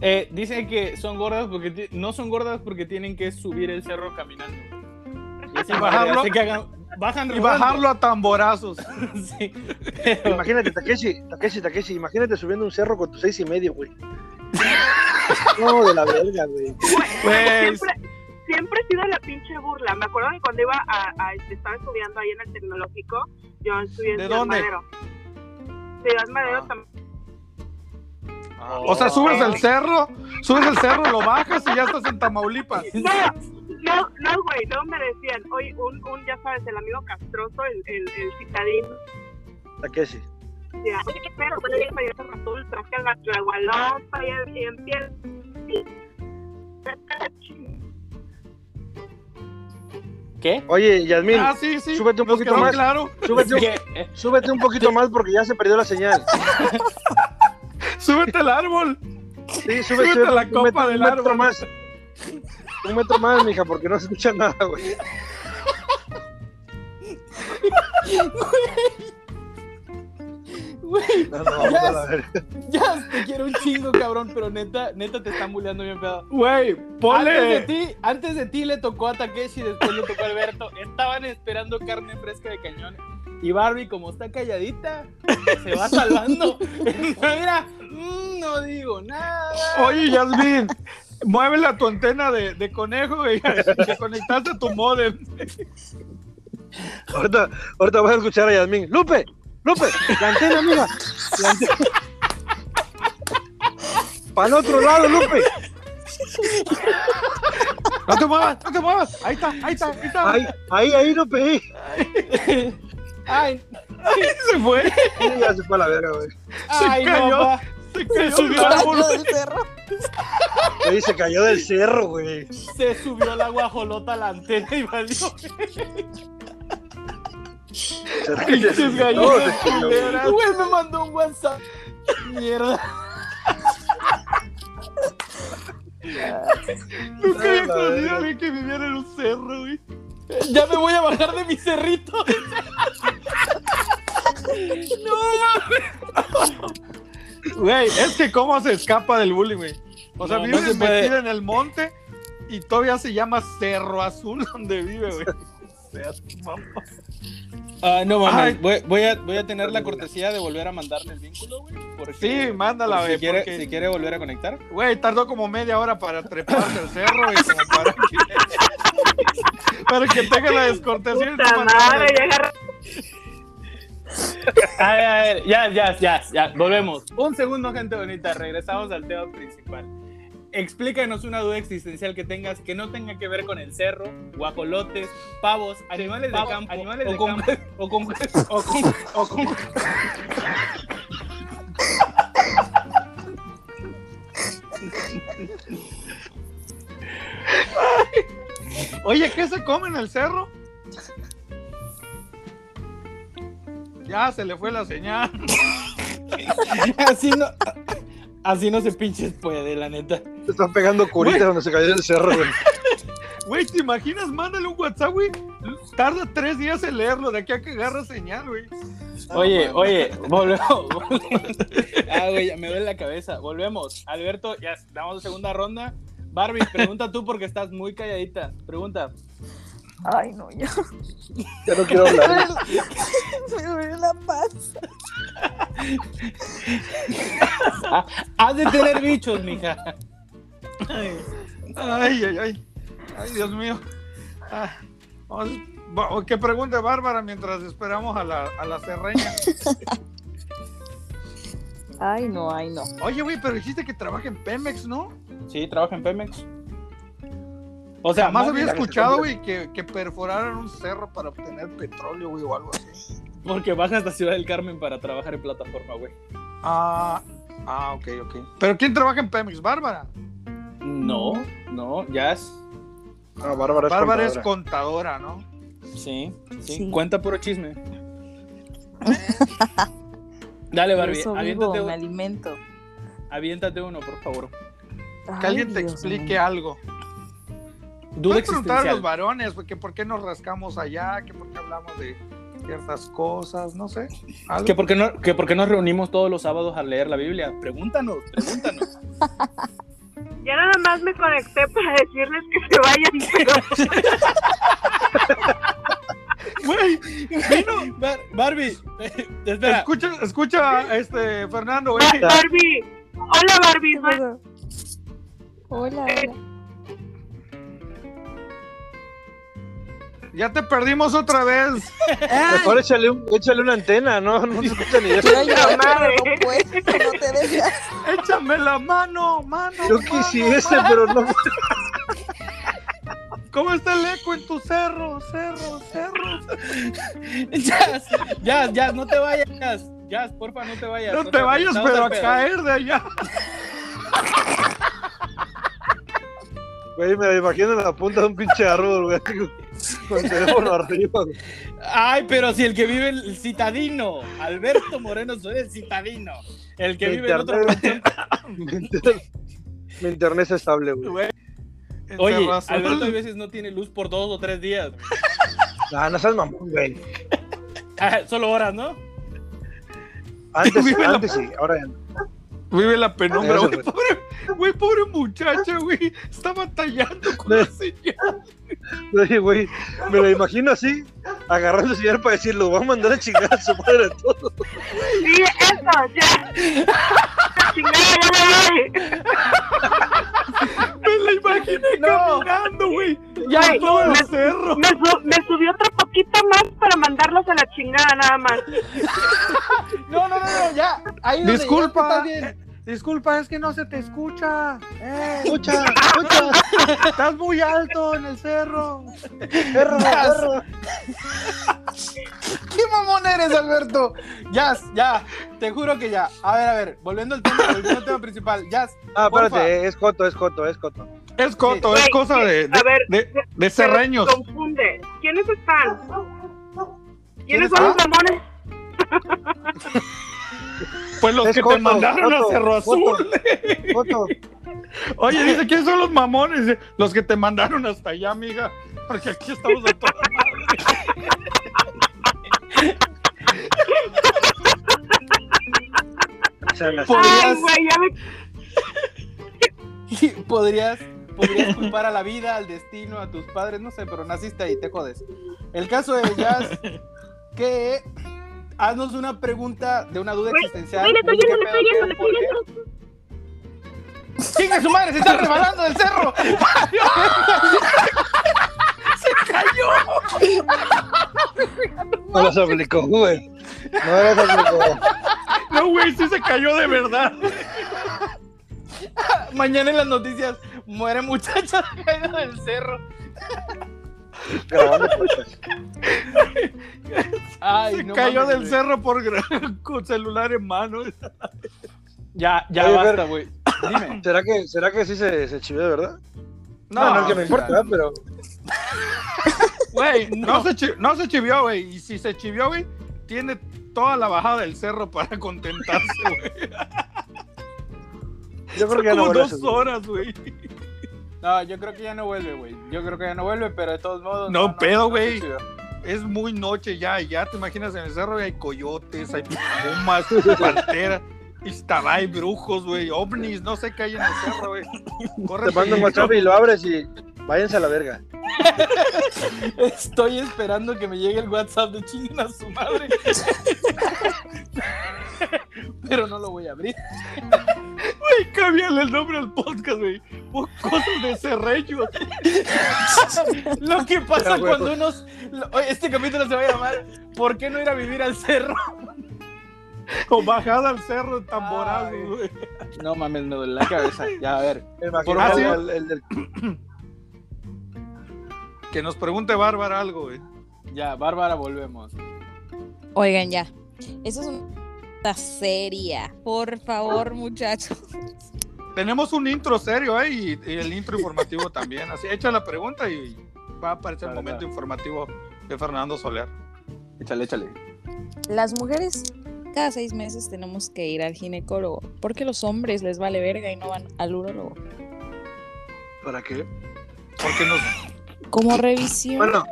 Eh, dicen que son gordas porque ti- no son gordas porque tienen que subir el cerro caminando. Y esa madre bajarlo. hace que hagan- bajan Y rodando. bajarlo a tamborazos. Sí, pero- Imagínate, Takeshi, Takeshi, Takeshi, imagínate subiendo un cerro con tus seis y medio, güey. No, de la verga, güey. Pues, Siempre, siempre he sido la pinche burla. Me acuerdo que cuando iba a, a- este, estaba estudiando ahí en el tecnológico, yo estudié en ¿De Ciudad dónde? Madero. Ciudad Madero Ah. también. o sea, subes Oh. al cerro, subes al cerro, lo bajas y ya estás en Tamaulipas. No, no, güey, no me decían, oye, un, un, ya sabes, el amigo castroso, el, el, el citadín, Ah, Takeshi. decía, oye, qué perro, cuando llegas a llegar a Ratul, traje a la Tlahualopa y, y empieza... ¿Qué? Oye, Yasmín, Ah, sí, sí. súbete un nos poquito quedó más. claro. súbete, un- ¿Qué? Eh, súbete un poquito más porque ya se perdió la señal. Súbete al árbol. Sí, sube, Súbete sube a la un copa metro- del un metro árbol. más. Un metro más, mija, porque no se escucha nada, güey. Güey, No, no, vamos a la verga. ya te quiero un chingo, cabrón, pero neta, neta te están bulleando bien pedo. Güey, Antes de ponle. ti, antes de ti le tocó a Takeshi, después le tocó a Alberto. Estaban esperando carne fresca de cañón. Y Barbie, como está calladita, se va salvando. Mira, mm, no digo nada. Oye, Yasmin, muévele a tu antena de, de conejo, güey. Que conectaste a tu modem. Ahorita, ahorita vas a escuchar a Yasmín. ¡Lupe! ¡Lupe! ¡La antena, mija! ¡La antena! ¡Para el otro lado, Lupe! No te muevas, no te muevas. Ahí está, ahí está, ahí está. ¡Ahí, ahí, ahí, Lupe! ahí. Ay, se fue. Sí, ya se fue a la verga, güey. ay, no, cayó. pa. Se cayó subió al árbol. Del cerro. Ahí se cayó del cerro, güey. Se subió la guajolota a la antena y valió. Se Pinches se- gallinas se cayó, güey. culeras. Güey, me mandó un WhatsApp. Mierda. Nunca había la conocido verga. a alguien que viviera en un cerro, güey. Ya me voy a bajar de mi cerrito. Güey, es que cómo se escapa del bullying, güey. O sea, No, vive no se puede. metida en el monte, y todavía se llama Cerro Azul donde vive, güey. O sea, mamá. Ah, no mames, Ay. voy, voy a, voy a tener la cortesía de volver a mandarle el vínculo, güey. porque- Sí, mándala, por güey, Pues Si quiere, porque- si quiere volver a conectar. Güey, tardó como media hora para treparse al cerro y como para que, para que tenga la descortesía. en su Puta pantalla. madre, ya agarra- A ver, a ver, ya, ya, ya, ya, volvemos. Un segundo, gente bonita, regresamos al tema principal. Explícanos una duda existencial que tengas que no tenga que ver con el cerro, guajolotes, pavos, animales de campo, animales o, con, o con o con o con Oye, ¿qué se come en el cerro? Ya se le fue la señal. así no así no se pinches puede, la neta. Te están pegando curitas Güey. donde se cayó el cerro, güey. Güey, ¿te imaginas? Mándale un WhatsApp, güey. Tarda tres días en leerlo. De aquí a que agarra señal, güey. Oye, oye, volvemos. ah, güey, ya me duele la cabeza. Volvemos. Alberto, ya damos segunda ronda. Barbie, pregunta tú porque estás muy calladita. Pregunta. Ay, no, ya. Ya no quiero Me hablar. duele la- Me duele la paz. Has de tener bichos, mija. Ay, ay, ay. Ay, Dios mío. Ah, vamos, va- que pregunte Bárbara mientras esperamos a la, a la serreña. Ay, no, ay, no. Oye, güey, pero dijiste que trabaja en Pemex, ¿no? Sí, trabaja en Pemex. O sea, Jamás más había bien escuchado, güey, que, que perforaran un cerro para obtener petróleo, güey, o algo así. porque baja hasta Ciudad del Carmen para trabajar en plataforma, güey. Ah, ah, ok, ok. ¿Pero quién trabaja en Pemex? Bárbara. No, no, ya es. No, Bárbara es Bárbara es contadora. contadora, ¿no? Sí, sí, Sí. Cuenta puro chisme. Dale, Por Barbie, eso vivo, aviéntate, me un- alimento. aviéntate uno, por favor. Ay, Que alguien te Dios explique mío. algo. Duda Puedes preguntar a los existencial. varones, güey, que por qué nos rascamos allá, que por qué hablamos de ciertas cosas, no sé. algo. Que por, qué no, que por qué nos reunimos todos los sábados a leer la Biblia. Pregúntanos, pregúntanos. Ya nada más me conecté para decirles que se vayan, pero Güey, vino. Bar- Barbie, espera. Escucha, escucha a este Fernando, güey. Bar- Barbie. Hola Barbie, ¿Qué soy pasó? Hola, hola. Ya te perdimos otra vez. Mejor échale, un- échale una antena, ¿no? No se escucha ni eso. Quiero llorar, madre. pero no puedo, no te dejas. Échame la mano, mano. Yo mano, quisiese, mano. pero no. ¿Cómo está el eco en tu cerro, cerro, cerro? Jazz, Jazz, Jazz, no te vayas, Jazz. Jazz, porfa, no te vayas. No te Porfa, vayas, pues, estamos pero eh. al a pedo. caer de allá. Güey, me imagino en la punta de un pinche árbol, güey. Con el teléfono arriba, güey. Ay, pero si el que vive el citadino, Alberto Moreno soy el citadino. El que Mi vive en otro internet- mi inter- Mi internet es estable, güey. Güey. En Oye, Cerro Azul. Alberto a veces no tiene luz por dos o tres días. Ah, no seas mamón, güey. Ah, Solo horas, ¿no? Antes, Vive la- antes sí, ahora ya no. Vive la penumbra, Eso, güey. güey. Pobre, güey, pobre muchacha, güey. Está batallando con la señal. Oye, güey, me lo imagino así, agarrando al señor para decirlo, va a mandar a chingar a su madre a todo. Sí, eso, ya. La chingada, ya me voy. Me la imaginé caminando, güey. Ya Güey, todo el me- cerro. Me, su- me subí otra poquita más para mandarlos a la chingada, nada más. No, no, no, no, Eh, ya. Ahí donde Disculpa, llegaste está bien. eh, disculpa, es que no se te escucha. Eh, Escucha, escucha, estás muy alto en el cerro. perro, perro. ¿Qué mamón eres, Alberto? Jazz, ya. Te juro que ya. A ver, a ver. Volviendo al tema, volviendo al tema principal. Jazz, Ah, Porfa. espérate, es coto, es coto, es coto. Es coto, es Güey, cosa de, A de, ver, de- de cerreños. se confunde. ¿Quiénes están? ¿Quiénes ¿Quiénes son los están? mamones? Pues los Es que te coto, mandaron a coto, Cerro coto. Azul. Coto, Oye, dice, ¿quiénes son los mamones? Dice, Los que te mandaron hasta allá, amiga. Porque aquí estamos a toda madre. o sea, las- Podrías- Ah, Ay, güey, ya me ¿podrías podrías culpar a la vida, al destino, a tus padres, no sé, pero naciste ahí, te jodes. El caso de Jazz, que haznos una pregunta de una duda Güey, existencial. Güey, le estoy ¿Qué yendo, le pedo, estoy qué, yendo, le por estoy qué? yendo. ¡Chinga su madre! ¡Se está resbalando del cerro! No las aplicó, güey. No las aplicó. No, güey, sí se cayó de verdad. Mañana en las noticias muere muchacha caída del cerro. Grabando pues. podcast. Ay, se no cayó mames, del güey. cerro por gra- con celular en mano. Ya, ya Oye, basta, Fer. güey. Dime. ¿Será que, ¿Será que sí se, se chivió de verdad? No, No, no es que me importa, ¿verdad? pero. Güey, no. No. se chi- no se chivió, güey. Y si se chivió, güey, tiene toda la bajada del cerro para contentarse, güey. Yo creo Son que ya no como vuelve a dos subir. horas, güey. No, yo creo que ya no vuelve, güey. Yo creo que ya no vuelve, pero de todos modos. No, pedo, sé, güey. chido. Es muy noche ya, ya te imaginas en el cerro güey, hay coyotes, hay pumas, panteras, Iztabay, brujos, güey, ovnis, no sé qué hay en el cerro, güey. Corre Te mando un peligro. WhatsApp y lo abres y váyanse a la verga. Estoy esperando que me llegue el WhatsApp de chinga a su madre. Pero no lo voy a abrir. Güey, cámbiale el nombre al podcast, güey. Pon Cosas de cerreños. Lo que pasa Ya, güey, cuando unos. lo- oye, Este capítulo se va a llamar ¿Por qué no ir a vivir al cerro? O bajada al cerro en tamborazo, Ay. güey. No mames, me duele la cabeza. Ya, a ver. Me imagino Ah, sí. el, el del- Que nos pregunte Bárbara algo, güey. Ya, Bárbara, volvemos. Oigan, ya. Eso es una pregunta seria. Por favor, muchachos. Tenemos un intro serio, ¿eh? Y, y el intro informativo también. Así, echa la pregunta y va a aparecer el Claro, momento claro. informativo de Fernando Soler. Échale, échale. Las mujeres cada seis meses tenemos que ir al ginecólogo. Porque los hombres les vale verga y no van al urólogo. ¿Para qué? Porque nos... Como revisión. Bueno,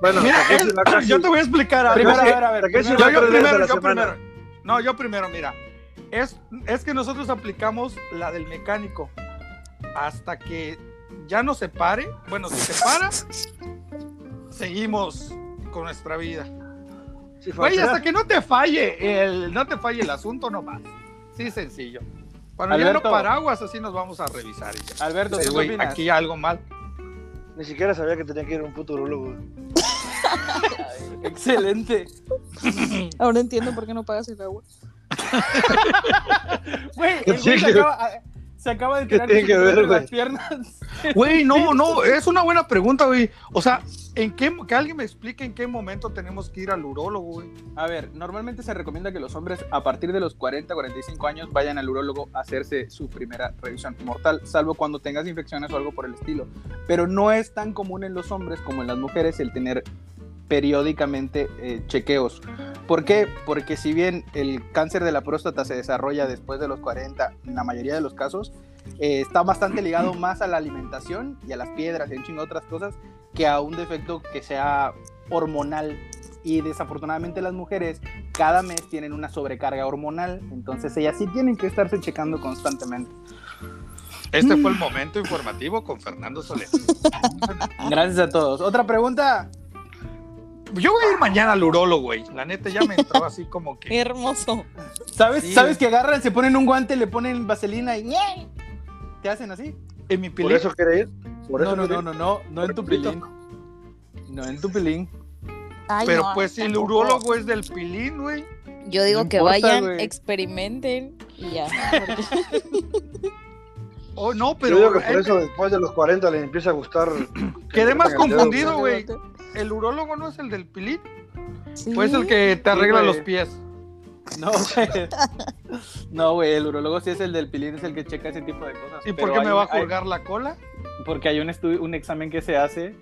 bueno, Mira, Takeshi él- va casi- yo te voy a explicar algo. Primero, a Yo- ver, a ver. Takeshi primero- va yo, tres veces a primero, la yo semana. primero. No, yo primero, mira. Es, es que nosotros aplicamos la del mecánico. Hasta que ya no se pare. Bueno, si se para, seguimos con nuestra vida. Sí, fue Güey, atrás. hasta que no te falle el, no te falle el asunto nomás. Sí, sencillo. Cuando ya Alberto. no paraguas, así nos vamos a revisar. y ya. Alberto, Sí, ¿tú qué güey, opinas? aquí algo mal. Ni siquiera sabía que tenía que ir a un puto urologo. Excelente. Ahora entiendo por qué no pagas el agua. Güey, el güey Sí, se que- acaba, se acaba de ¿Qué tirar tiene que ver, de güey? las piernas. Güey, no, no, es una buena pregunta, güey. O sea, ¿en qué, que alguien me explique en qué momento tenemos que ir al urólogo, güey. A ver, normalmente se recomienda que los hombres a partir de los 40, 45 años vayan al urólogo a hacerse su primera revisión mortal, salvo cuando tengas infecciones o algo por el estilo. Pero no es tan común en los hombres como en las mujeres el tener periódicamente eh, chequeos. ¿Por qué? Porque si bien el cáncer de la próstata se desarrolla después de los 40, en la mayoría de los casos, eh, está bastante ligado más a la alimentación y a las piedras y a un chingo de otras cosas que a un defecto que sea hormonal y desafortunadamente las mujeres cada mes tienen una sobrecarga hormonal, entonces ellas sí tienen que estarse checando constantemente. Este fue el momento informativo con Fernando Soler. Gracias a todos. Otra pregunta. Yo voy a ir mañana al urólogo, güey. La neta ya me entró así como Qué que. hermoso. ¿Sabes, Sí. ¿Sabes que agarran, se ponen un guante, le ponen vaselina y ¡ñe! te hacen así? En mi ¿Por pilín. eso quiere ir? ¿Por No, eso no, quiere no, ir? no, no, no en tu pilín. No en tu pilín. Ay, Pero no, pues si el tampoco. urólogo es del pilín, güey. Yo digo No que importa, vayan, güey. experimenten y ya. Oh, no, Pero Yo pero. digo que por eh, eso después de los 40 les empieza a gustar. Quedé más Yo- confundido, güey. El urólogo no es el del pilín. Sí. Pues el que te arregla Sí, güey. los pies. No, güey. No, güey, el urologo sí es el del pilín, es el que checa ese tipo de cosas. ¿Y pero por qué hay me un- va a hay- colgar la cola? Porque hay un, estu- un examen que se hace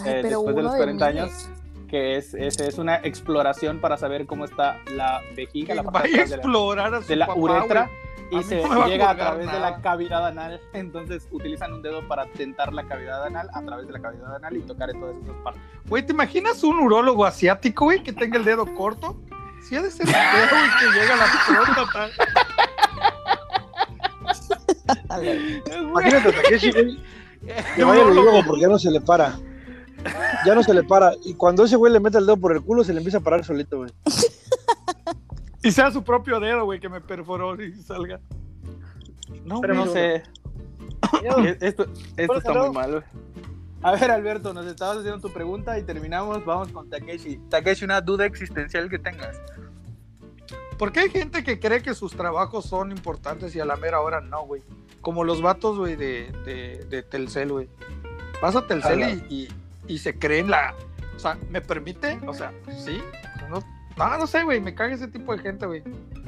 Ay, eh, pero después de uno los 40 años. miles. que es, es, es una exploración para saber cómo está la vejiga, Que la parte vaya a de atrás de la, explorar a su de la papá, uretra güey. A y mí se no me va a llega a colgar través de nada. la cavidad anal. Entonces utilizan un dedo para tentar la cavidad anal a través de la cavidad anal y tocar en todas esas partes. Güey, ¿te imaginas un urólogo asiático, güey, que tenga el dedo corto? Si ha de ser un dedo, güey, que llega a la próstata. Imagínate, Takeshi, güey, Que vaya el huevo porque ya no se le para. Ya no se le para. Y cuando ese güey le mete el dedo por el culo, se le empieza a parar solito, güey. Y sea su propio dedo, güey, que me perforó y salga. No, Pero no no. sé. E- Esto, esto está muy mal, güey. A ver, Alberto, nos estabas haciendo tu pregunta y terminamos. Vamos con Takeshi. Takeshi, una duda existencial que tengas. ¿Por qué hay gente que cree que sus trabajos son importantes y a la mera hora no, güey? Como los vatos, güey, de, de, de Telcel, güey. Vas a Telcel y, y- y se creen la... O sea, ¿me permite? O sea, ¿sí? No, no, no sé, güey, me caga ese tipo de gente, güey.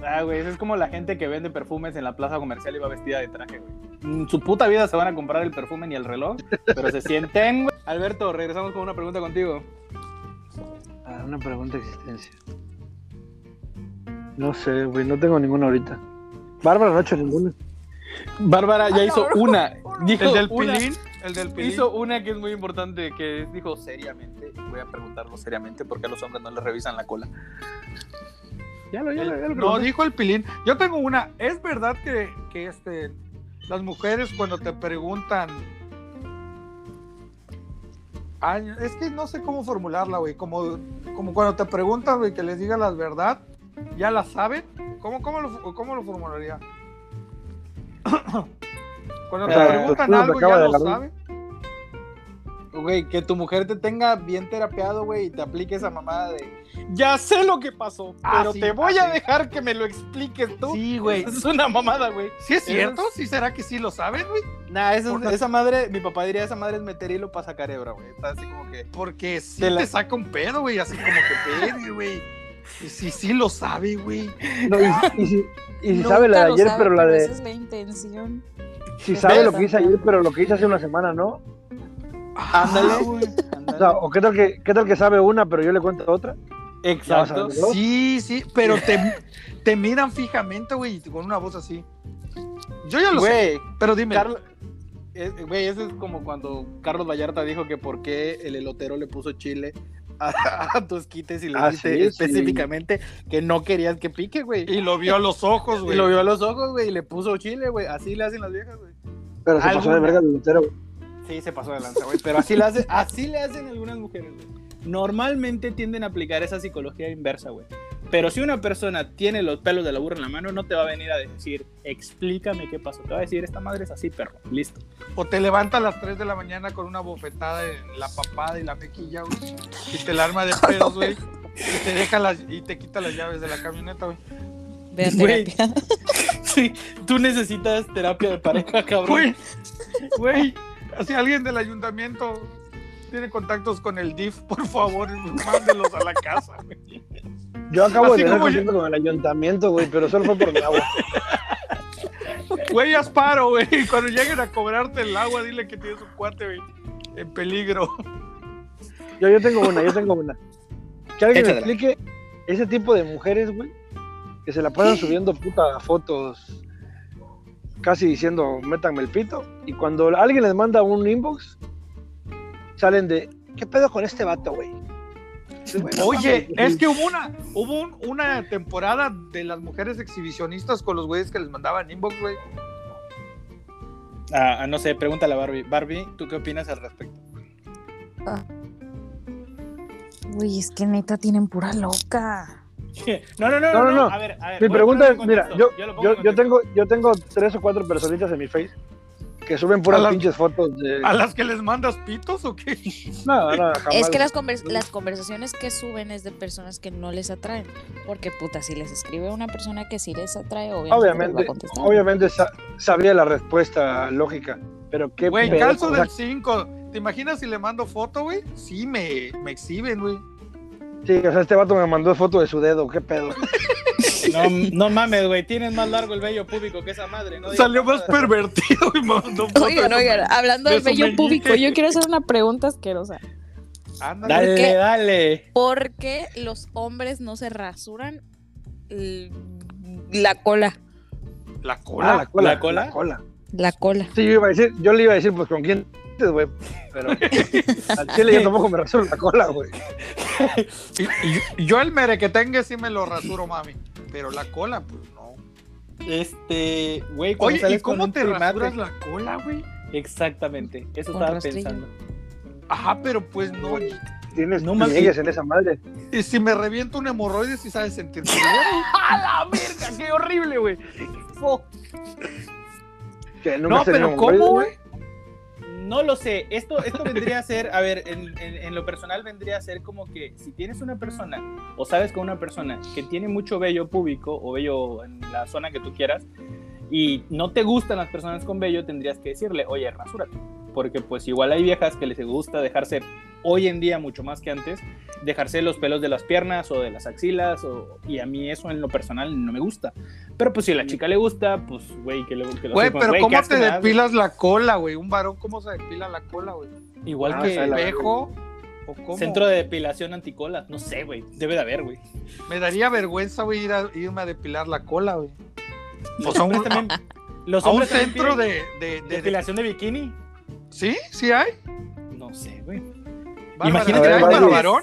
Ah, güey, eso es como la gente que vende perfumes en la plaza comercial y va vestida de traje, güey. En Mm, su puta vida se van a comprar el perfume ni el reloj, pero se sienten, güey. Alberto, regresamos con una pregunta contigo. Ah, una pregunta de existencia. No sé, güey, no tengo ninguna ahorita. Bárbara no ha hecho ninguna. Bárbara ya hizo una. Dijo El del una, pilín, el del pilín. Hizo una que es muy importante, que dijo seriamente, y voy a preguntarlo seriamente, porque a los hombres no les revisan la cola. Ya Eh, lo, ya lo, ya lo No, pregunté. dijo el pilín. Yo tengo una. ¿Es verdad que, que, este, las mujeres cuando te preguntan... Ay, es que no sé cómo formularla, güey. Como, como cuando te preguntan, güey, que les digas la verdad, ya la saben. ¿Cómo, cómo, lo, cómo lo formularía? cuando te Ah, preguntan tú nos algo, pues, acaba ya de lo agarrar. saben. Güey, que tu mujer te tenga bien terapeado, güey, y te aplique esa mamada de. Ya sé lo que pasó, Ah, pero sí, te voy ah, a sí. dejar que me lo expliques tú. Sí, güey. Es una mamada, güey. ¿Sí es cierto? ¿Sí será que sí lo saben, güey? Nah, esa, Porque- esa madre, mi papá diría, esa madre es meter hilo para sacar hebra, güey. Está así como que. Porque si Te te, la- saca un pedo, güey, así como que pedo, güey. Y si sí lo sabe, güey. No, y, y si, y si Nunca sabe la de lo ayer, sabe, pero la Esa de. es la intención. Si sabe lo que Esa. hice ayer, pero lo que hice hace una semana, ¿no? Ándale, Ah, güey. O sea, o qué tal que, qué tal que sabe una, pero yo le cuento otra. Ya Exacto. vas a ver. Sí, sí, pero te, te miran fijamente, güey, y con una voz así. Yo ya lo sé, Güey, pero dime. Carlos. eh, Güey, eso es como cuando Carlos Vallarta dijo que por qué el elotero le puso chile a, a tus quites y le Ah, dijiste sí, sí. específicamente que no querías que pique, güey. Y lo vio a los ojos, Y güey. lo vio a los ojos, güey, y le puso chile, güey. Así le hacen las viejas, güey. Pero se pasó de Alguna. verga el entero. Sí, se pasó de lanza, güey. Pero así, le hace- así le hacen algunas mujeres, güey. Normalmente tienden a aplicar esa psicología inversa, güey. Pero si una persona tiene los pelos de la burra en la mano, no te va a venir a decir, explícame qué pasó. Te va a decir, esta madre es así, perro. Listo. O te levanta a las 3 de la mañana con una bofetada en la papada y la mequilla, güey. Y te la arma de pedos, Ah, güey. Y te deja las, y te quita las llaves de la camioneta, güey. Ve a Güey. terapia. Sí, tú necesitas terapia de pareja, cabrón. Güey, güey, si alguien del ayuntamiento tiene contactos con el DIF, por favor, mándelos a la casa. güey. Yo acabo Así de tener como yo- contacto con el ayuntamiento, güey, pero solo fue por mi agua. Güey, haz paro, güey. Cuando lleguen a cobrarte el agua, dile que tienes un cuate, güey. En peligro. Yo, yo tengo una, yo tengo una. Que alguien Échatela. me explique ese tipo de mujeres, güey, que se la pasan subiendo puta fotos, casi diciendo, métanme el pito. Y cuando alguien les manda un inbox, salen de, ¿qué pedo con este vato, güey? Dices, güey, no Oye, mames, es que hubo una, hubo un- una temporada de las mujeres exhibicionistas con los güeyes que les mandaban inbox, güey. Ah, ah, no sé, pregúntale a Barbie. Barbie, ¿tú qué opinas al respecto? Uy, es que neta tienen pura loca. No, no, no, No, no, no. ver, a ver, Mi voy a poner pregunta es, en mira, yo, contexto. lo pongo yo, en yo contexto. tengo, yo tengo tres o cuatro personitas en mi face que suben puras A las- pinches fotos de... ¿A las que les mandas pitos o qué? No, no, jamás. Es que las, convers- las conversaciones que suben es de personas que no les atraen. Porque, puta, si les escribe una persona que sí les atrae, obviamente, les va Obviamente, a contestar. obviamente sa- sabía la respuesta lógica, pero qué Güey, pedo, calzo o sea, del 5. ¿Te imaginas si le mando foto, güey? Sí, me, me exhiben, güey. Sí, o sea, este vato me mandó foto de su dedo, qué pedo. No, no mames, güey, tienes más largo el vello púbico que esa madre. No digas Salió más mamadas. pervertido y me mandó foto. Oigan, de- oigan, hablando del de su bello meñique. público, yo quiero hacer una pregunta asquerosa. Ándale. Dale, ¿Por qué? dale. ¿Por qué los hombres no se rasuran l- la cola? La cola, Hola, la la cola. ¿la cola? La cola. Sí, yo iba a decir, yo le iba a decir, pues con quién te, güey. Pero al chile yo tampoco me rasuro la cola, güey. Y- y- y yo el mere que tenga sí me lo rasuro, mami. Pero la cola, pues no. Este, güey, cuando Oye, ¿y sales con cómo un te primate- rasuras la cola, güey? Exactamente, eso Con estaba rastrillo. pensando. Ajá, pero pues no. Tienes No no mames. en esa madre. Y si me reviento un hemorroide, si sabes sentir. ¡A la verga! ¡Qué horrible, güey! Fo. Que nunca No, has tenido pero ¿cómo, hemorroides, güey? No lo sé. Esto, esto vendría a ser, a ver, en, en- en lo personal vendría a ser como que si tienes una persona o sabes con una persona que tiene mucho vello púbico o vello en la zona que tú quieras y no te gustan las personas con vello, tendrías que decirle, oye, rasúrate. Porque pues igual hay viejas que les gusta dejarse hoy en día mucho más que antes, dejarse los pelos de las piernas o de las axilas o- y a mí eso en lo personal no me gusta. Pero pues si a la chica le gusta, pues güey, que, le, que lo Güey, sepa. pero Güey, qué ¿cómo asco te me das, güey. depilas la cola, güey? Un varón, ¿cómo se depila la cola, güey? Igual Ah, que o sea, la- ¿Espejo? ¿O cómo? centro de depilación anticola. No sé, güey. Debe de haber, güey. Me daría vergüenza, güey, ir a, irme a depilar la cola, güey. Los hombres también. Los Pues A un hombres también centro piden de, de, de- depilación de bikini. ¿Sí? ¿Sí hay? No sé, güey. Bárbara, Imagínate ¿sí que hay vayas. para varón?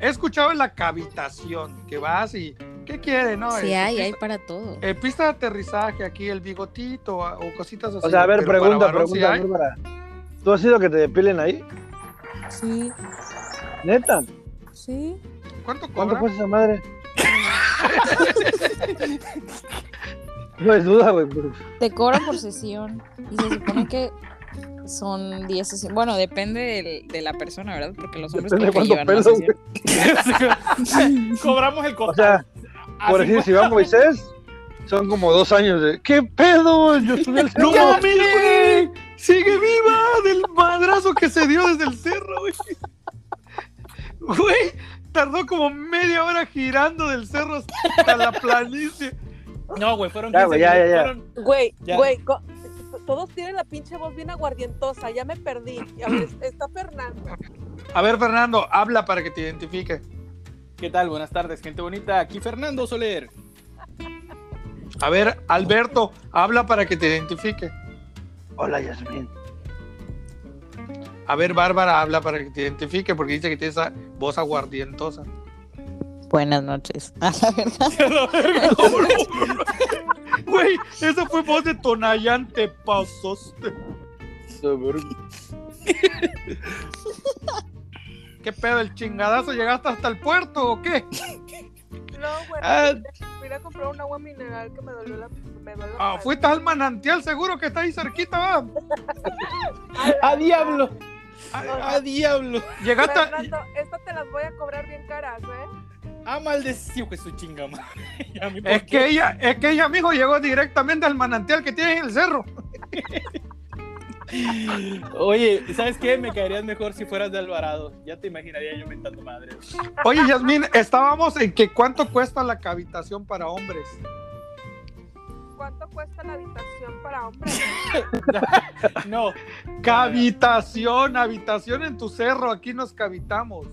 He escuchado en la cavitación que vas y. ¿Qué quiere, no? Sí, Eh, hay, hay pista- para todo. eh, pista de aterrizaje, aquí el bigotito a- o cositas así. O sea, a ver, pero para pregunta, varón sí pregunta, hay. Bárbara. ¿Tú has sido que te depilen ahí? Sí, ¿Neta? sí. ¿Cuánto ¿Cuánto cobra? cuesta esa madre? no es duda, güey. pues, pero- Te cobran por sesión. Y se supone que son 10 sesiones. Bueno, depende del- de la persona, ¿verdad? Porque los hombres Depende creo que de llevan más cuánto pelo, sesiones. Cobramos el O costo. sea, Así por decir, fue. si va Moisés, son como dos años de. ¿Qué pedo? Yo subí al ¡No cerro". mames, güey! ¡Sigue viva del madrazo que se dio desde el cerro, güey! Güey, tardó como media hora girando del cerro hasta la planicie. No, güey, fueron Ya, 15 güey, ya, ya, ya. fueron- Güey, Ya. güey, co- todos tienen la pinche voz bien aguardientosa, ya me perdí. A ver, está Fernando. A ver, Fernando, habla para que te identifique. ¿Qué tal? Buenas tardes, gente bonita. Aquí Fernando Soler. A ver, Alberto, habla para que te identifique. Hola, Yasmin. A ver, Bárbara, habla para que te identifique porque dice que tiene esa voz aguardientosa. Buenas noches. A la verdad. Güey, esa fue voz de Tonayán, te pasaste. ¿Qué pedo, el chingadazo? ¿Llegaste hasta el puerto o qué? No, güey, Ah. fui a comprar un agua mineral que me dolió la. Me dolió la Ah, fuiste al manantial seguro que está ahí cerquita, va. ¡A diablo! Ah, ¡A diablo! madre. Llegaste. a- Fernando, estas te las voy a cobrar bien caras, ¿eh? ¡A maldecido que su chingama! Es que ella, es que ella, mijo, llegó directamente al manantial que tienes en el cerro. Oye, ¿sabes qué? Me caerías mejor si fueras de Alvarado. Ya te imaginaría yo mentando madre. Oye, Yasmin, estábamos en que cuánto cuesta la cavitación para hombres. ¿Cuánto cuesta la habitación para hombres? No, Cavitación, habitación en tu cerro, aquí nos cavitamos.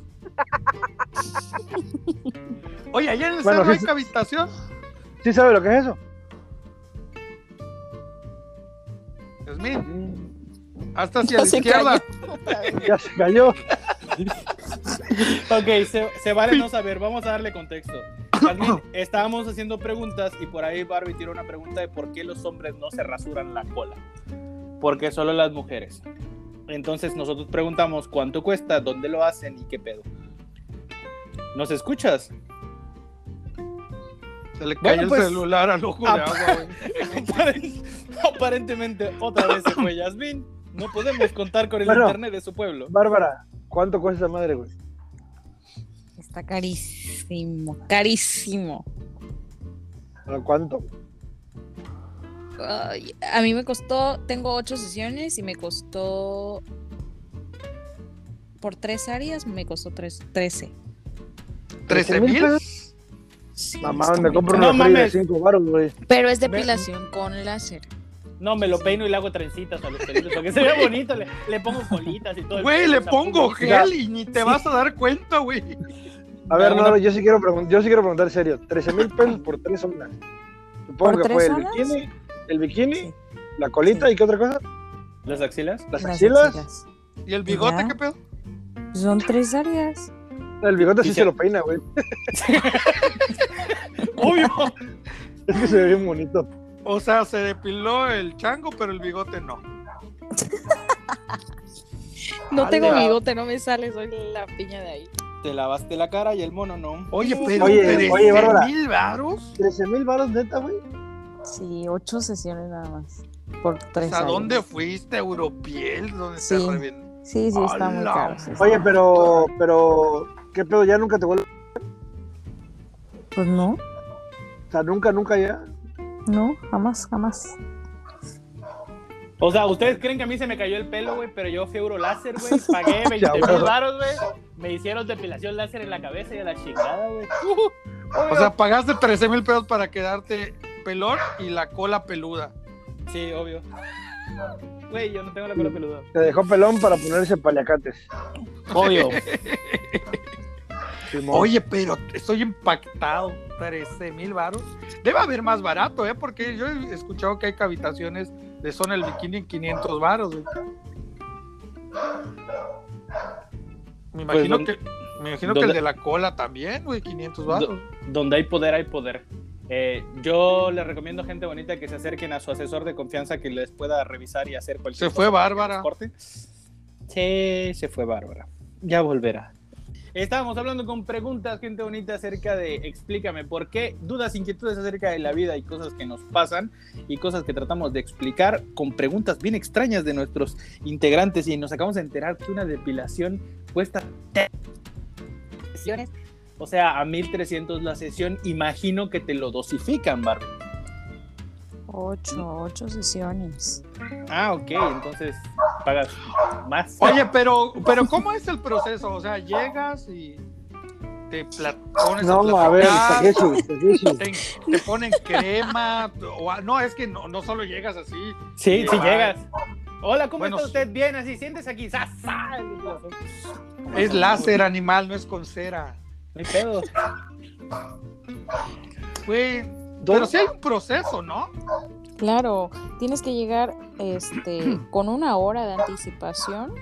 Oye, allá en el Bueno, cerro hay sí- cavitación. ¿Sí sabe lo que es eso? Yasmin, Mm, hasta hacia la Se izquierda. Ya se cayó. Ok, se, se vale no saber, vamos a darle contexto. Jasmine, estábamos haciendo preguntas y por ahí Barbie tiró una pregunta de por qué los hombres no se rasuran la cola. Porque solo las mujeres. Entonces nosotros preguntamos cuánto cuesta, dónde lo hacen y qué pedo. ¿Nos escuchas? Se le Bueno, cayó el pues- celular al ojo de Ah, agua, güey. Aparent- Aparentemente otra vez se fue Yasmin. No podemos contar con el Bueno. internet de su pueblo. Bárbara, ¿cuánto cuesta esa madre, güey? Está carísimo, carísimo. ¿Pero cuánto? Ay, a mí me costó, tengo ocho sesiones y me costó por tres áreas, me costó tres, trece. 13 mil. pesos? Sí, Mamá, está me muy compro caro. una No fría de mames. 5 baros, güey. Pero es depilación con láser. No, me lo peino y le hago trencitas a los pelitos para que se vea bonito. Le, le pongo colitas y todo. el Güey, pedo, le o sea, pongo puro- gel y ni te vas a dar cuenta, güey. A ver, Pero no, una- yo sí quiero preguntar, yo sí quiero preguntar serio. 13 mil pesos por tres ondas. Supongo ¿Por que tres fue el ondas? bikini, el bikini, Sí. la colita Sí. y qué otra cosa? ¿Las axilas? Las Las axilas. axilas. ¿Y el bigote Ya. qué pedo? Son tres áreas. El bigote sí Y se se- lo peina, güey. Obvio. Es que se ve bien bonito. O sea, se depiló el chango, pero el bigote no. Ah, No tengo Ala. bigote, no me sale, soy la piña de ahí. Te lavaste la cara y el mono no. Oye, pero Oye, ¿trece oye, Bárbara. mil varos? 13 mil baros neta, güey. Sí, ocho sesiones nada más. Por ¿Pues tres. ¿A años. dónde fuiste, Europiel? ¿Dónde Sí. se reventó? Sí, sí, está muy Ala. caro. sí, está Oye, muy- pero, pero, ¿qué pedo? Ya nunca te vuelvo. Pues no, O sea, nunca, nunca ya. no, jamás, jamás. O sea, ustedes creen que a mí se me cayó el pelo, güey, pero yo fui a Euroláser, güey. Pagué 20 mil bueno. baros, güey. Me hicieron depilación láser en la cabeza y a la chingada, güey. O sea, pagaste 13 mil pesos para quedarte pelón y la cola peluda. Sí, obvio. Güey, yo no tengo la cola peluda. Te dejó pelón para ponerse paliacates. Obvio. Simón. Oye, pero estoy impactado. 13 mil varos. Debe haber más barato, ¿eh? Porque yo he escuchado que hay cavitaciones de zona del bikini en 500 varos. güey. Me Pues imagino ¿dónde- que me imagino que dónde- el de la cola también, güey, 500 varos. Do- donde hay poder, hay poder. Eh, yo les recomiendo gente bonita que se acerquen a su asesor de confianza que les pueda revisar y hacer cualquier Se fue cosa que Bárbara. les corte. Sí, se fue Bárbara. Ya volverá. Estábamos hablando con preguntas, gente bonita, acerca de explícame por qué, dudas, inquietudes acerca de la vida y cosas que nos pasan y cosas que tratamos de explicar con preguntas bien extrañas de nuestros integrantes y nos acabamos de enterar que una depilación cuesta sesiones. O sea, a 1300 la sesión, imagino que te lo dosifican, Barbie. Ocho, ocho sesiones. Ah, ok, entonces pagas más. Oye, pero, pero ¿cómo es el proceso? O sea, llegas y te pla- pones a no, a ver, platicar, Takeshi, Takeshi. te, te ponen crema, o a- no, es que no, no solo llegas así. sí, sí Ay. llegas. Hola, ¿cómo Bueno, está sí. usted? Bien, así, siéntese aquí. ¡Za, za! Es láser animal, no es con cera. No hay pedo. Güey, pero sí hay un proceso, ¿no? Claro, tienes que llegar este, con una hora de anticipación,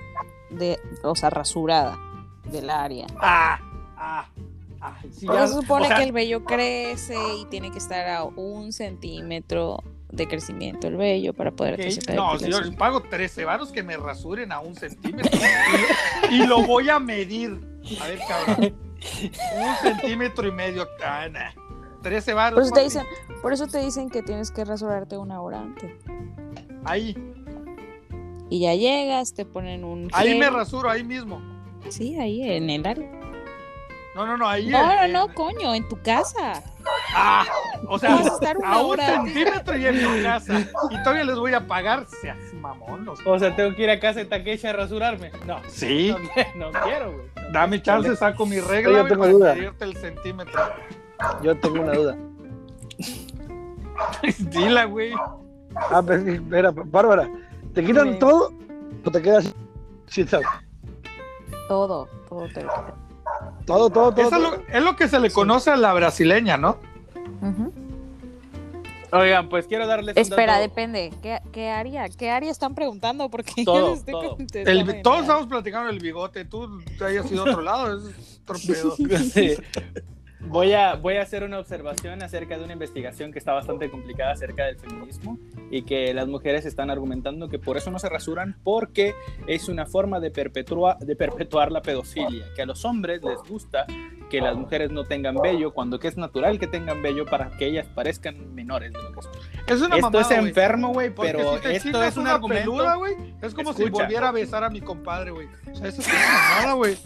de, o sea, rasurada del área. Ah, ah, ah. sí, Porque ya- se supone o sea, que el vello crece y tiene que estar a un centímetro de crecimiento el vello para poder Ok, hacerse la No, si yo depilación. pago 13 varos que me rasuren a un centímetro y, y lo voy a medir. A ver, cabrón. Un centímetro y medio. Ah, nah. 13 varos. por, eso te papi. Pues dicen, por eso te dicen que tienes que rasurarte una hora antes. Ahí, Y ya llegas, te ponen un ahí gel. me rasuro, ahí mismo. Sí, ahí en el área. No, no, no, ahí. No, no, en- no, en- coño, en tu casa. Ah, o sea, Vas a estar una a un hora. centímetro y en mi casa. Y todavía les voy a pagar. Seas mamón. o sea. O sea, tengo que ir a casa de Takeshi a rasurarme. No, Sí. no, no quiero, güey. No Dame quiero. chance, saco mi regla Yo güey, tengo para duda. pedirte el centímetro. Yo tengo una duda. Dila, güey. Ah, pero, espera, Bárbara, ¿te quitan Sí. todo o te quedas sin sal? Todo, todo te lo quitan. Todo, todo, todo. Eso es lo, es lo que se le conoce a la brasileña, ¿no? Ujú. Oigan, pues quiero darles. un Espera, dato- depende. ¿Qué, qué área? ¿Qué área están preguntando? Porque yo Todo, les estoy todo. contestando El- en todos general. estamos platicando del bigote, tú te hayas ido a otro lado, es otro pedo. Sí. Voy a, voy a hacer una observación acerca de una investigación que está bastante complicada acerca del feminismo y que las mujeres están argumentando que por eso no se rasuran porque es una forma de, perpetua- de perpetuar la pedofilia, que a los hombres les gusta que las mujeres no tengan vello cuando que es natural que tengan vello para que ellas parezcan menores de lo que son. Es una Esto mamada, es güey, enfermo, güey, porque pero si te esto chingas es un una argumento. peluda, güey, es como si Escucha. volviera a besar a mi compadre, güey. O sea, eso es una mamada, güey.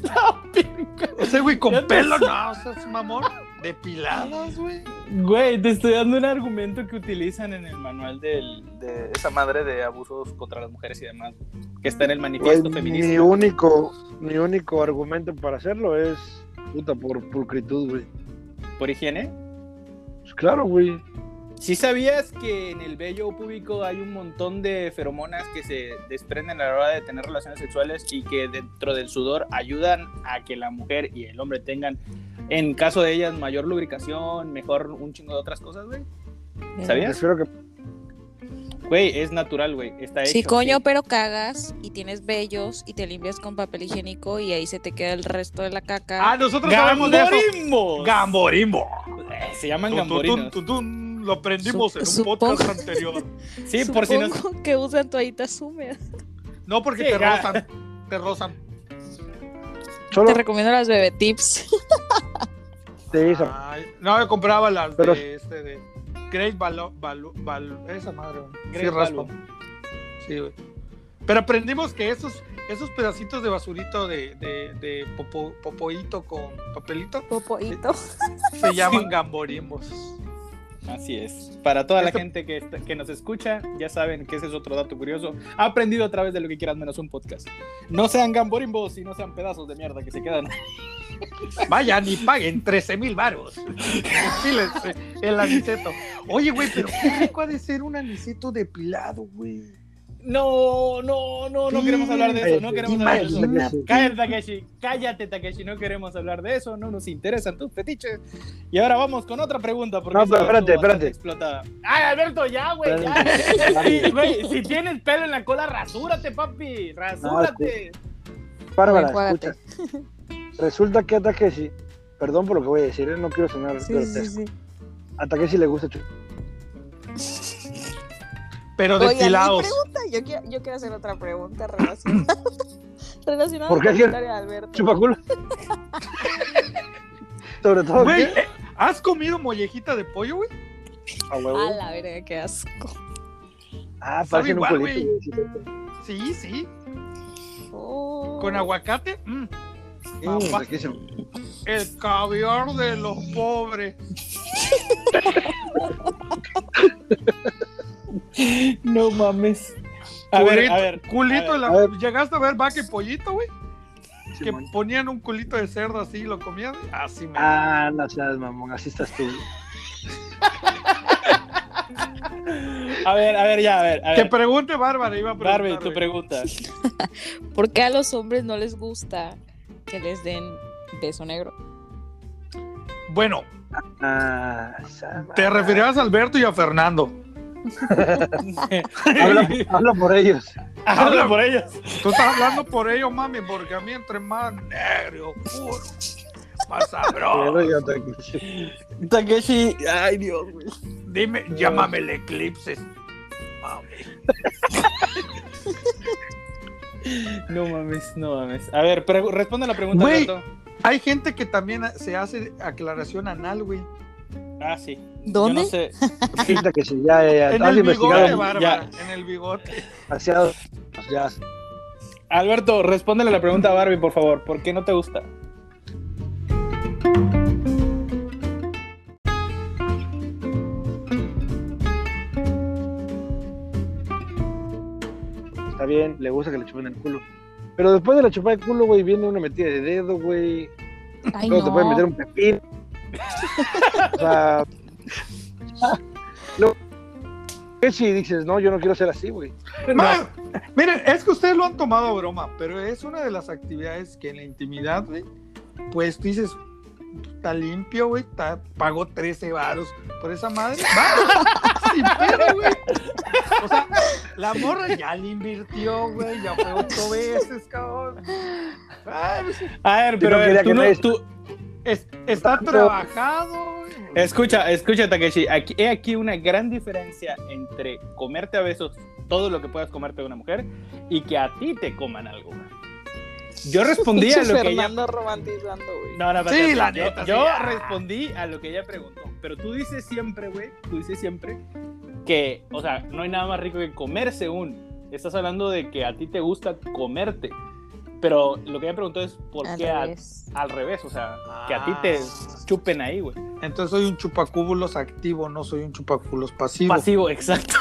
Ese güey con pelo, no, o sea, es mamón. Depiladas, güey. Güey, te estoy dando un argumento que utilizan en el manual del- de esa madre de abusos contra las mujeres y demás, que está en el Güey, manifiesto mi feminista. único, mi único argumento para hacerlo es puta por pulcritud, güey. ¿Por higiene? Pues claro, güey. ¿Sí sabías que en el vello público hay un montón de feromonas que se desprenden a la hora de tener relaciones sexuales y que dentro del sudor ayudan a que la mujer y el hombre tengan, en caso de ellas, mayor lubricación, mejor un chingo de otras cosas, güey? ¿Sabías? Prefiero que Güey, es natural, güey. Está hecho. Sí, coño, pero cagas y tienes vellos y te limpias con papel higiénico y ahí se te queda el resto de la caca. Ah, nosotros sabemos de eso. ¡Gamborimbo! Gamborimbo. Eh, Se llaman Tun, tun, gamborinos. tun, tun, Lo prendimos Sup- en un supongo- podcast anterior. Sí, por si no. Supongo que usan toallitas húmedas. No, porque Sí, te ya. rozan. Te rozan. Solo Te recomiendo las bebé tips. de esa. Ay, no, yo compraba las Pero- de este de Great Balloon. esa madre. güey. Great sí, raspa. Balloon. Sí, güey. Pero aprendimos que esos, esos pedacitos de basurito de, de, de popo- popoito con papelito Popoito. se llaman gamborimbos. Así es. Para toda la Esto- gente que, está- que nos escucha, ya saben que ese es otro dato curioso. Aprendido a través de lo que quieras menos un podcast. No sean gamborimbos y no sean pedazos de mierda que se quedan. Vayan y paguen 13 mil varos. Desfílense el aniceto. Oye, güey, pero qué rico ha de ser un aniceto depilado, güey. No, no, no, no queremos hablar de eso. No queremos hablar de eso. Imagínate. Cállate, Takeshi. Cállate, Takeshi. No queremos hablar de eso. No nos interesan tus fetiches. Y ahora vamos con otra pregunta. Porque No, esa pero espérate, estuvo bastante espérate. Explotada. Ay, Alberto, ya, güey. ya. Sí, güey, si tienes pelo en la cola, rasúrate, papi. Rasúrate. Bárbara, Enjuágate. escucha. Resulta que a Takeshi, perdón por lo que voy a decir, ¿eh? no quiero sonar Sí, sí, grotesco. sí. A Takeshi le gusta chu- Pero Oigan, mi depilados. pregunta, yo quiero, yo quiero hacer otra pregunta relacionada, relacionada ¿Por qué al hacer- comentario de Alberto. chupaculo. Sobre todo, Güey, ¿qué? ¿eh? ¿has comido mollejita de pollo, güey? A huevo. A la verga, qué asco. Ah, Sabe parecen un igual, culito. güey. güey, sí, sí. Sí, sí. Oh. Con aguacate. mm. Mm, Papá. riquísimo. El caviar de los pobres. No mames. A Culito, ver, a ver. culito a de la- a ver. ¿Llegaste a ver vaca y pollito, güey? Que Simón. ponían un culito de cerdo así y lo comían. Así me. Ah, no seas mamón, así estás tú. A ver, a ver, ya, a ver. A que ver. pregunte Bárbara, iba a preguntar. Barbie, tu güey. pregunta. ¿Por qué a los hombres no les gusta que les den beso negro? Bueno, Ah, esa madre. te referías a Alberto y a Fernando. Habla, habla por ellos. Habla por ellas. Tú estás hablando por ello, mami, porque a mí entre más negro, oscuro, más sabroso. Pero yo, Takeshi. Takeshi, ay Dios, güey. Dime, llámame el eclipse. Mami. No mames, no mames. A ver, pregu- responde la pregunta, Güey. Alberto. Hay gente que también se hace aclaración anal, güey. Ah, sí. Yo ¿Dónde? no sé. Sí, Takeshi, ya, ya, ya. En Has el bigote, investigado Bárbara. En el bigote. demasiado. Ya. Alberto, respóndele la pregunta a Barbie, por favor. ¿Por qué no te gusta? está bien, le gusta que le chupen el culo. Pero después de la chupada de culo, güey, viene una metida de dedo, güey. Ay, Luego te pueden meter no. un pepín. o sea. luego, ¿Qué si dices, no, yo no quiero ser así, güey? Man, miren, es que ustedes lo han tomado a broma, pero es una de las actividades que en la intimidad, güey, pues tú dices, está limpio, güey, está- pago 13 varos por esa madre. Va, sin pedo, güey. O sea, la morra ya le invirtió, güey, ya fue ocho veces, cabrón. Ah, pues, A ver, Yo pero no a quería ver, tú que no- nadie- tú- es- está trabajado, güey. Escucha, escucha, Takeshi. Aquí, he aquí una gran diferencia entre comerte a besos todo lo que puedas comerte de una mujer y que a ti te coman algo. güey. Yo respondí a Pinche lo que ella Fernando romantizando, güey. No, no, Sí, espérate, la yo, neta, sí. yo Ah. respondí a lo que ella preguntó. Pero tú dices siempre, güey, tú dices siempre que, o sea, no hay nada más rico que comerse un. Estás hablando de que a ti te gusta comerte. Pero lo que ella preguntó es por Al qué a- revés. al revés, o sea, que a ti te Ah. chupen ahí, güey. Entonces soy un chupacúbulos activo, no soy un chupacúbulos pasivo. Pasivo, exacto.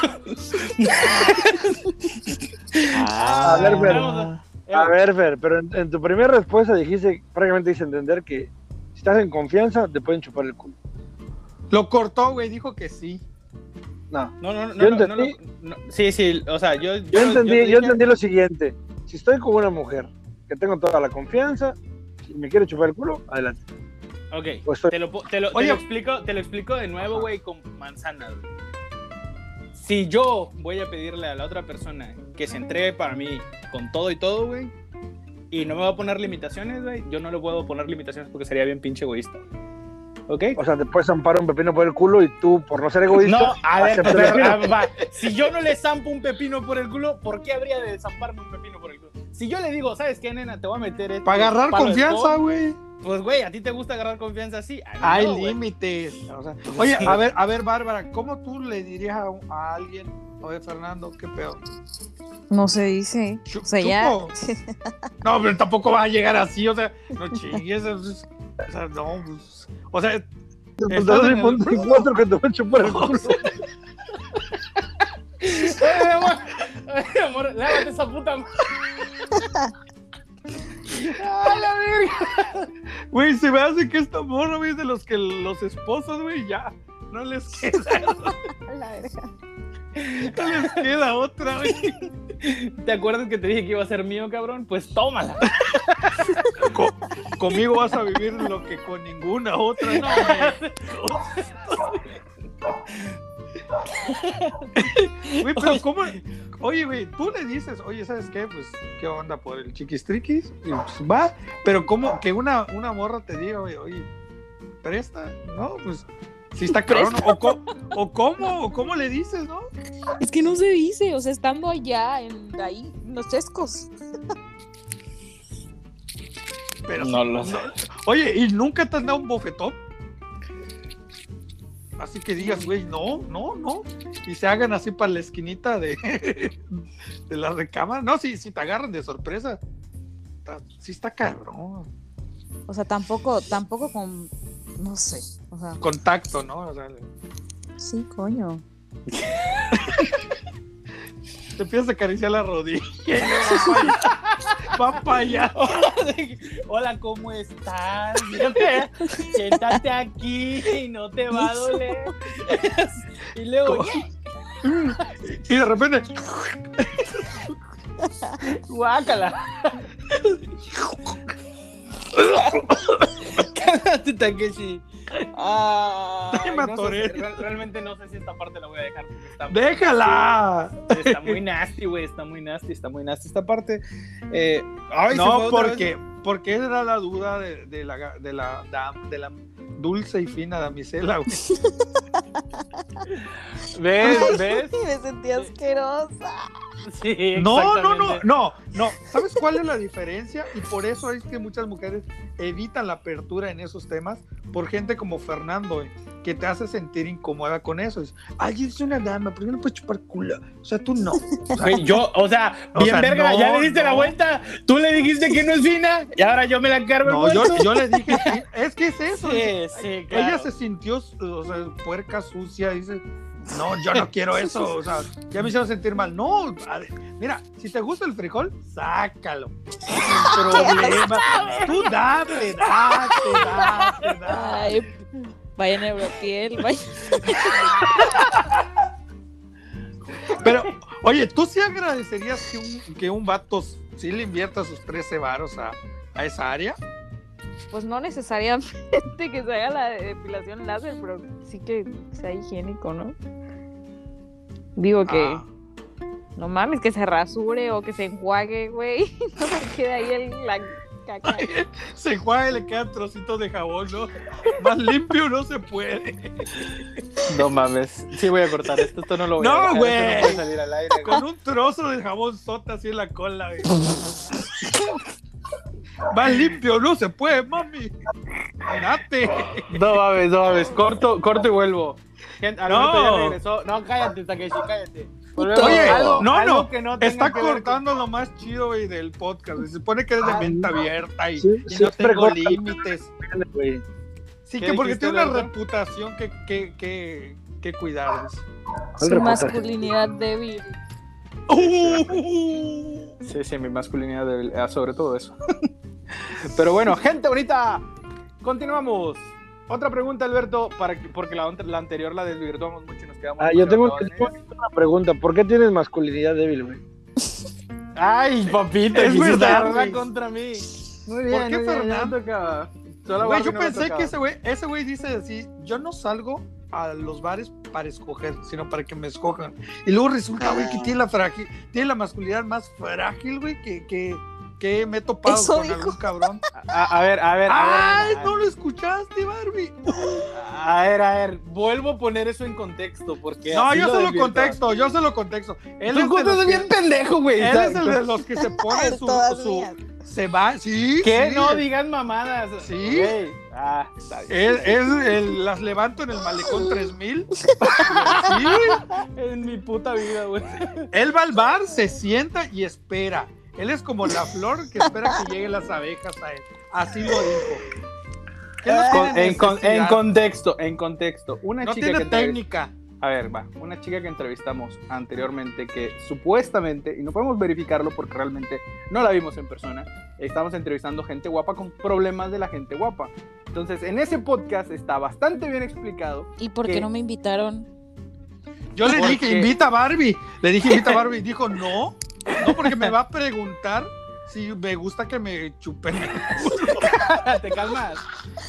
Ah, A Ah. ver, Fer. Vamos eh, A ver, Fer, pero en, en tu primera respuesta dijiste, prácticamente dice entender que si estás en confianza, te pueden chupar el culo. Lo cortó, güey, dijo que sí. No. No, no, no, Yo no, no, entendí. no, no. Sí, sí, o sea, yo, Yo, entendí, yo, te dije- entendí lo siguiente. Si estoy con una mujer que tengo toda la confianza, si me quiere chupar el culo, adelante. Ok, O estoy- te lo, po- te lo- te Oye. lo explico, te lo explico de nuevo, Ajá. güey, con manzanas. güey. Si yo voy a pedirle a la otra persona que se entregue para mí con todo y todo, güey, y no me va a poner limitaciones, güey, yo no le puedo poner limitaciones porque sería bien pinche egoísta. güey. ¿ok? O sea, después amparo un pepino por el culo y tú, por no ser egoísta, No, a ver, acepta el pero, pepino. a ver, va. si yo no le zampo un pepino por el culo, ¿por qué habría de zamparme un pepino por el culo? Si yo le digo, ¿sabes qué, nena? Te voy a meter este Para agarrar palo de confianza, escoba", güey. Pues, güey, ¿a ti te gusta agarrar confianza así? A mí Hay no, güey. Pues límites. o sea, oye, a ver, a ver, Bárbara, ¿cómo tú le dirías a, un- a alguien, oye, Fernando, qué pedo? No se dice. Chu- O sea, ya. chupo. No, pero tampoco vas a llegar así, o sea, no chingues. o sea, no. pues, O sea, Pues te das Estás en el punto el- encuentro que te voy a chupar el culo. Oye, amor, oye, amor, lávate esa puta. ma- Ay, la verga. güey, se me hace que esta morra, güey, es de los que los esposos, güey, ya. No les queda, no les queda otra, güey. ¿Te acuerdas que te dije que iba a ser mío, cabrón? Pues tómala. Co- conmigo vas a vivir lo que con ninguna otra. No, güey. Güey, pero ¿cómo? Oye, güey, tú le dices, oye, ¿sabes qué? Pues, ¿qué onda por el chiquis triquis? Y pues va, pero ¿cómo que una, una morra te diga, oye, oye, presta? No, pues, si está cabrón, o, co- o cómo, o cómo le dices, ¿no? Es que no se dice, o sea, estando allá, en, ahí, en los chescos. Pero, No lo sé. Oye, ¿y nunca te han dado un bofetón? Así que digas, güey, no, no, no. Y se hagan así para la esquinita de, de la recámara. No, si, si te agarran de sorpresa. Está- sí está cabrón. O sea, tampoco, tampoco con. No sé. O sea, Contacto, ¿no? O sea, sí, coño. te empiezas a acariciar la rodilla. y luego Va para allá. Hola, ¿cómo estás? Siéntate, siéntate aquí y no te va a doler. Y luego, Y de repente, guácala. Cállate, Takeshi. Ah, Ya me no sé, atoré. re- realmente no sé si esta parte la voy a dejar. porque está- ¡déjala! Está muy nasty, güey. Está muy nasty, está muy nasty esta parte. Eh, ay, se fue no, otra porque, porque esa era la duda de, de la, ga- de, la, dam- de la dulce y fina damisela, güey. vez. ¿Ves? ¿Ves? Me sentí asquerosa. Sí, No, no, no, exactamente. no, no. ¿Sabes cuál es la diferencia? Y por eso es que muchas mujeres evitan la apertura en esos temas por gente como Fernando, güey, que te hace sentir incómoda con eso. Es, Ay, es una dama, ¿por qué no puedes chupar culo? O sea, tú no. O sea, Güey, yo, o sea, O bien sea, verga, no, ya le diste la no. vuelta. Tú le dijiste que no es fina y ahora yo me la cargo. no, el yo, bolso. yo le dije, sí, es que es eso. es- Sí, sí, claro. Ella se sintió, o sea, puerca, sucia, dice, no, yo no quiero eso, o sea, ya me hicieron sentir mal. No, a ver, mira, si te gusta el frijol, sácalo. Sin problema. Tú date, date, date, date. Ay, vayan a Europiel, vayan. Pero, oye, ¿tú sí agradecerías que un, que un vato sí le invierta sus 13 varos a, a esa área? Pues no necesariamente que se haga la depilación láser, pero sí que sea higiénico, ¿no? Digo que. Ah, No mames, que se rasure o que se enjuague, güey. No me quede ahí el, la caca. se juega y le quedan trocitos de jabón, ¿no? Más limpio no se puede. No mames. Sí, voy a cortar esto. Esto no lo voy No, a dejar, güey. esto no puede salir al aire, güey. Con un trozo de jabón sota así en la cola, güey. Más limpio, no se puede, mami. Date. No mames, no mames. Corto, corto y vuelvo. Gente, Alberto No. ya regresó. No, cállate, Takeshi, cállate. Oye, Algo- no, algo no, que no tenga Está que ver cortando lo más chido, güey, del podcast. güey. Se supone que eres de Ah, mente abierta y, sí, y no siempre tengo corta. límites. güey. Sí, ¿Qué que porque dijiste, tiene una Alberto? reputación que, que, que, que cuidar. güey. ¿Cuál Su reportaje? masculinidad débil. Uh, con- Sí, sí, mi masculinidad débil, ah, sobre todo eso. Pero bueno, gente bonita, continuamos. Otra pregunta, Alberto, para que- porque la, la anterior la desvirtuamos mucho y nos quedamos. ¿eh? Ah, yo tengo, clavados en tengo ella. una pregunta. ¿Por qué tienes masculinidad débil, güey? Ay, papito, Es es verdad, verdad güey. contra mí. Muy bien, muy bien, Güey, yo pensé que ese se... güey, ese güey dice así, yo no salgo a los bares para escoger, sino para que me escojan. Y luego resulta, güey, que tiene la frágil, tiene la masculinidad más frágil, güey, que, que, que me he topado Eso con dijo. algún cabrón. A, a ver, a ver, a ver, ¡Ay, a ver, no lo escuchaste, Barbie! a ver, a ver, vuelvo a poner eso en contexto porque No, así yo se lo desviento. contexto, yo se lo contexto. Él Tú es de los estás bien que, pendejo, güey. él O sea, es el de los que se pone su, Todas su- mías. se va, sí, ¿Qué? sí. No digas mamadas. Sí. Güey. Ah, está bien. Es, es el- las levanto en el malecón 3000. En mi puta vida, güey. Sí, él va al bar, se sienta y espera. Él es como la flor que espera que lleguen las abejas a él. Así lo dijo. Él no Con- tiene en, con- en necesidad, contexto, en contexto. Una no chica tiene que entrevist- técnica. A ver, va. Una chica que entrevistamos anteriormente que supuestamente, y no podemos verificarlo porque realmente no la vimos en persona, estamos entrevistando gente guapa con problemas de la gente guapa. Entonces, en ese podcast está bastante bien explicado. ¿Y por qué ¿Qué? no me invitaron? Yo le ¿Por dije, qué? invita a Barbie. Le dije, invita a Barbie. Y dijo, no, no, porque me va a preguntar si me gusta que me chupen. Te calmas.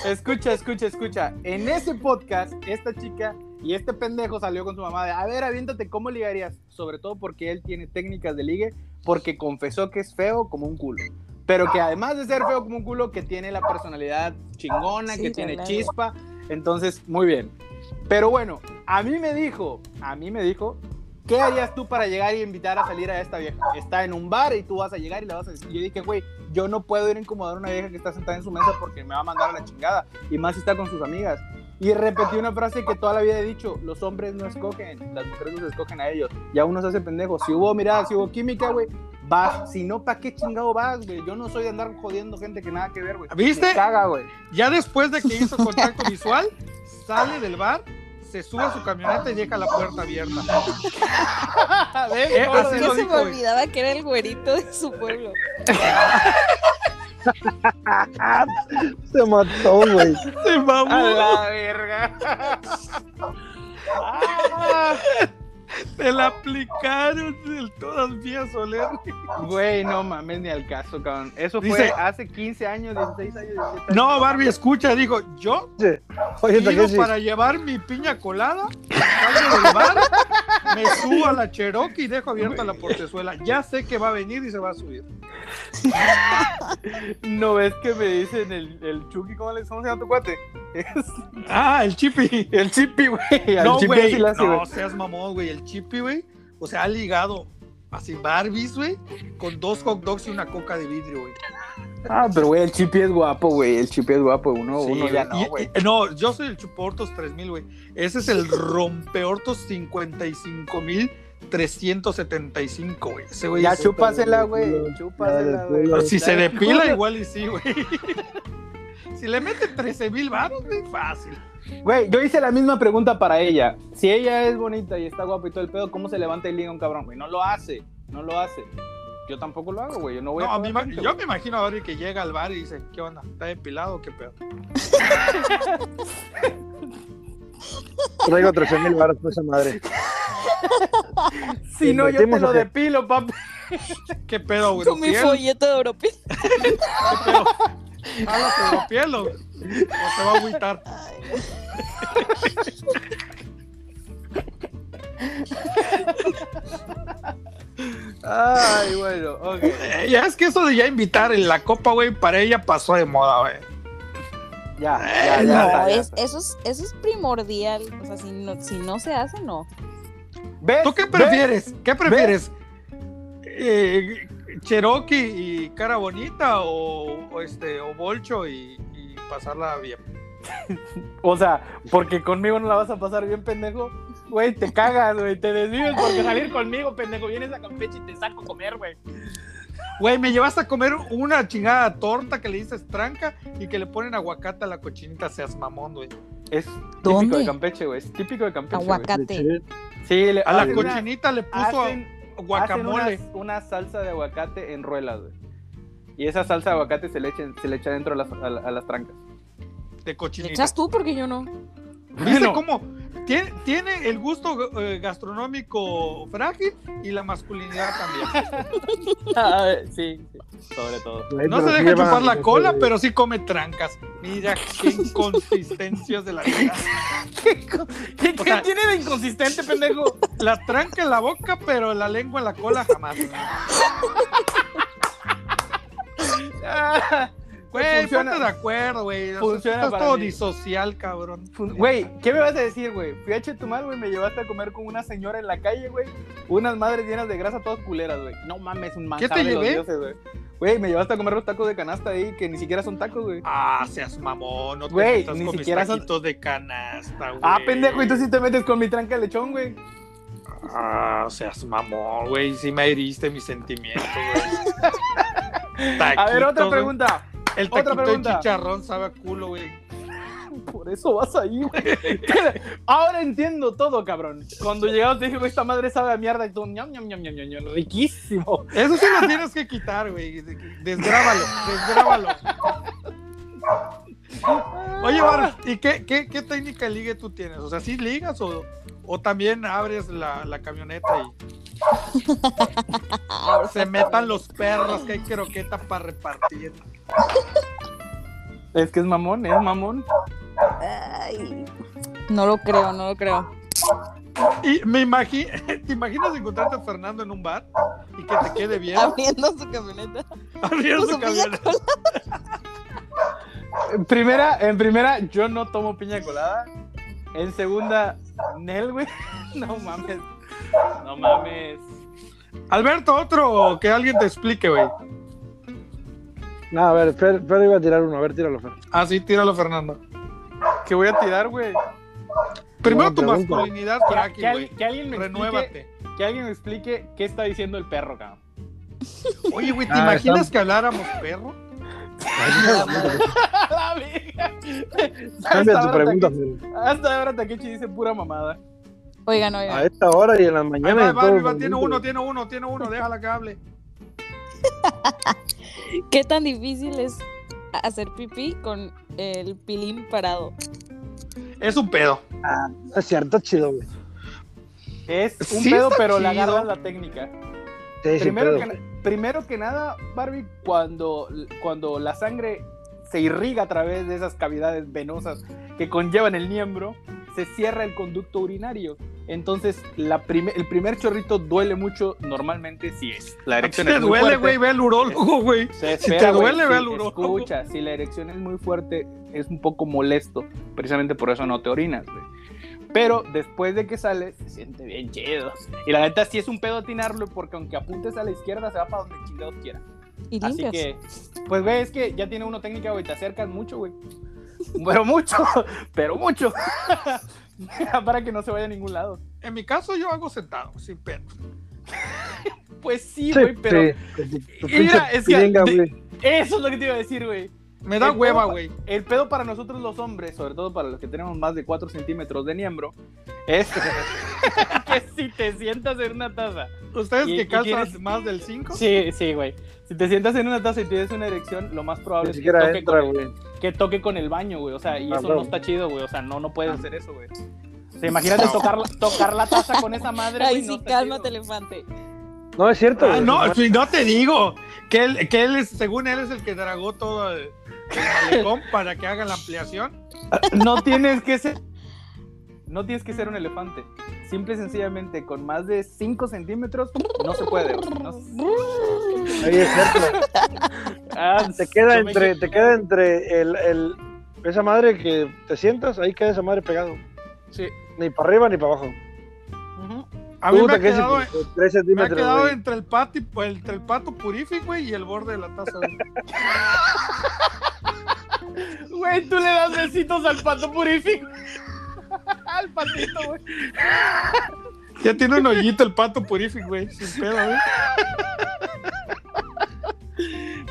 Escucha, escucha, escucha. En ese podcast, esta chica y este pendejo salió con su mamá de, a ver, aviéntate, ¿cómo ligarías? Sobre todo porque él tiene técnicas de ligue, porque confesó que es feo como un culo. Pero que además de ser feo como un culo, que tiene la personalidad chingona, Sí, que la tiene verdad. chispa. Entonces, muy bien. Pero bueno, a mí me dijo, a mí me dijo, ¿qué harías tú para llegar y invitar a salir a esta vieja? Está en un bar y tú vas a llegar y le vas a decir. Yo dije, güey, yo no puedo ir a incomodar a una vieja que está sentada en su mesa porque me va a mandar a la chingada. Y más si está con sus amigas. Y repetí una frase que toda la vida he dicho: los hombres no escogen, las mujeres los escogen a ellos. Y a uno se hace pendejo. Si hubo mirada, si hubo química, güey, vas. Si no, ¿para qué chingado vas, güey? Yo no soy de andar jodiendo gente que nada que ver, güey. ¿Viste? Me caga, güey. Ya después de que hizo contacto visual, sale del bar, se sube a su camioneta y deja la puerta abierta. Ven, Eh, ¿cómo lo así ves? Yo lo se dijo, me güey. olvidaba que era el güerito de su pueblo. Se mató, güey. Se mamó. A la verga. Ah, Se la aplicaron el todas vías Soler. Güey, no mames ni al caso, cabrón. Eso fue Dice- hace 15 años, 16 años. 17 años. No, Barbie, escucha, dijo, yo Oye, pido Takeshi, para llevar mi piña colada, salgo del bar, me subo a la Cherokee y dejo abierta la portezuela. Ya sé que va a venir y se va a subir. ¿No ves que me dicen el, el Chucky? ¿Cómo le estamos llamando tu cuate? Ah, el chipi. el Chippy, güey. al No, Chippy güey, sí le hace, no güey. seas mamón, güey. El chipi, güey. O sea, ha ligado así Barbies, güey, con dos hot dogs y una coca de vidrio, güey. Ah, pero güey, el Chippy es guapo, güey. El Chippy es guapo. Uno, Sí, uno ya güey. no, Y- güey. y- no, yo soy el Chuportos 3000, güey. Ese es el Rompeortos 55375, güey. Ese güey Ya es- chúpasela, güey. Chúpasela, güey. Pero si se depila, igual y sí, güey. Si le mete 13.000 baros, güey, fácil. Güey, yo hice la misma pregunta para ella. Si ella es bonita y está guapa y todo el pedo, ¿cómo se levanta y liga a un cabrón, güey? No lo hace, no lo hace. Yo tampoco lo hago, güey. Yo no voy No, a. a mí joder ma- gente, yo me imagino a Barry que llega al bar y dice, ¿qué onda? ¿Está depilado o qué pedo? traigo 13 mil baros por esa madre. güey. Si no, yo te invertimos, lo ¿o qué? depilo, papi. ¿Qué pedo, güey? Con mi folleto de Europa. ¿Hablas europiel o, o se va a agüitar? Ay, bueno, ok. Eh, ya es que eso de ya invitar en la copa, güey, para ella pasó de moda, güey. Ya, ya, ya. No, está, ya es, está. eso, es, eso es primordial. O sea, si no, si no se hace, no. ¿Ves? ¿Tú qué ¿Ves? prefieres? ¿Qué prefieres? Eh, ¿Cherokee y cara bonita o, o este o bolcho y, y pasarla bien? O sea, porque conmigo no la vas a pasar bien, pendejo. Güey, te cagas, güey. Te desvives porque salir conmigo, pendejo. Vienes a Campeche y te saco a comer, güey. Güey, me llevaste a comer una chingada torta que le dices tranca y que le ponen aguacate a la cochinita, seas mamón, güey. Es típico ¿Dónde? de Campeche, güey. Es típico de Campeche. güey. Aguacate. Sí, le- A la hacen una- cochinita le puso hacen- guacamole. Hacen una, una salsa de aguacate en ruelas, güey. Y esa salsa de aguacate se le, echen- se le echa dentro a las, a, la- a las trancas. de ¿Le cochinita. echas tú? Porque yo no. ¿Viste Bueno. cómo tiene, tiene el gusto eh, gastronómico frágil y la masculinidad también? Ah, eh, sí, sí, sobre todo. Güey, No pero se sí deja lleva- chupar este la cola, sí, pero sí come trancas. Mira qué inconsistencias de la vida. ¿Qué, O sea- tiene de inconsistente, pendejo? Este La tranca en la boca, pero la lengua en la cola jamás. Ah, Güey, funciona. ponte de acuerdo, güey. O sea, Funciona Estás para todo mí. disocial, cabrón. Fun- Güey, ¿qué me vas a decir, güey? Fui a Chetumal, güey, me llevaste a comer con una señora en la calle, güey. Unas madres llenas de grasa, todas culeras, güey. No mames, un manjar ¿Qué te de los llevé? dioses, güey. Güey, me llevaste a comer los tacos de canasta ahí, que ni siquiera son tacos, güey. Ah, seas mamón, no te Güey, metas ni con siquiera mis son- taquitos de canasta, güey. Ah, pendejo, y tú sí te metes con mi tranca de lechón, güey. Ah, seas mamón, güey. Sí me heriste mis sentimientos, A ver, güey. Taquitos, otra güey. pregunta. El otra taquito pregunta. de chicharrón sabe a culo, güey. Por eso vas ahí, güey. Ahora entiendo todo, cabrón. Cuando llegamos te dije, güey, esta madre sabe a mierda. Y tú, ñam, ñam, ñam, ñam, ñam, ñam, riquísimo. Eso sí lo tienes que quitar, güey. Desgrábalo, desgrábalo. Oye, Bar, ¿y qué, qué, qué técnica de ligue tú tienes? O sea, ¿sí ligas o, o también abres la, la camioneta y se metan los perros que hay croqueta para repartir? Es que es mamón, es mamón. Ay, no lo creo, no lo creo. Y me imagino, ¿te imaginas encontrarte a Fernando en un bar y que te quede bien Abriendo su camioneta. abriendo Puso su piña camioneta? colada. En primera, en primera, yo no tomo piña colada. En segunda, Nel, güey. No mames. No mames. Alberto, otro, que alguien te explique, güey. No, a ver, Fer, Fer iba a tirar uno. A ver, tíralo, Fer. Así Ah, tíralo, Fernando. ¿Qué voy a tirar, güey? Primero Buena tu pregunta. masculinidad, Que, Jackie, que al- güey. que alguien me explique, Renuévate. que alguien me explique qué está diciendo el perro, cabrón. Oye, güey, ¿te Ah, imaginas está- que habláramos perro? A la verga. Cambia Hasta tu ahora pregunta, Takechi- Fer. Hasta ahora Takechi dice pura mamada. Oigan, A oigan. esta hora y en las Ahí mañanas. y va, ahí en va, todo ahí va, tiene momento, uno, güey. tiene uno, tiene uno, déjala que hable. ¿Qué tan difícil es hacer pipí con el pilín parado? Es un pedo. No Es cierto, chido, güey. Es un Sí pedo, está pero le chido. agarras la técnica. Sí, sin primero, pedo. que, na- primero que nada, Barbie, cuando, cuando la sangre se irriga a través de esas cavidades venosas que conllevan el miembro, se cierra el conducto urinario. Entonces, la prime- el primer chorrito duele mucho normalmente si es. La Si erección te es muy duele, fuerte. güey, ve al urólogo, güey. Se Si espera, te güey, duele, ve sí, al urólogo. Escucha, si la erección es muy fuerte, es un poco molesto. Precisamente por eso no te orinas, güey. Pero después de que sales, se siente bien chido. Y la neta sí es un pedo atinarlo, porque aunque apuntes a la izquierda, se va para donde chingados quiera. Y Así limpias. que, pues güey, es que ya tiene uno técnica, güey, te acercas mucho, güey. Pero mucho, pero mucho. para que no se vaya a ningún lado. En mi caso, yo hago sentado, sin pedo. Pues sí, Sí, güey, pero sí, con tu- tu Mira, pinche es que- piringa, de- güey. eso es lo que te iba a decir, güey. Me da El hueva, pedo- güey. El pedo para nosotros los hombres, sobre todo para los que tenemos más de 4 centímetros de miembro, es que si te sientas en una taza. Ustedes ¿Y- que y calzan quieres- más del 5, Sí, sí, güey. Si te sientas en una taza y tienes una erección, lo más probable Ni es que toque, siquiera entra, con el, güey. que toque con el baño, güey. O sea, y Ah, eso no bravo. está chido, güey. O sea, no, no puedes hacer eso, güey. O sea, imagínate tocar, la- tocar la taza con esa madre. Ay, güey, no sí, está cálmate, chido. elefante. No, es cierto, Ah, pues, güey. no, si no te digo. Que él, que él es, según él, es el que dragó todo el, el malecón para que haga la ampliación. No tienes que ser. No tienes que ser un elefante. Simple y sencillamente, con más de 5 centímetros, no se puede. güey. No se- Ahí es cierto. Ah, Te queda yo me- entre, te queda entre el, el- esa madre que te sientas, ahí queda esa madre pegado. Sí. Ni para arriba ni para abajo. Ujú. A mí Tú me te ha quedas quedado, con- con tres me ha centímetros. quedado güey. entre el, pati, entre el pato purífico, güey, y el borde de la taza. güey. Güey, tú le das besitos al pato purifico. al patito, güey. Ya tiene un hoyito el pato purific, güey. Sin pedo, güey.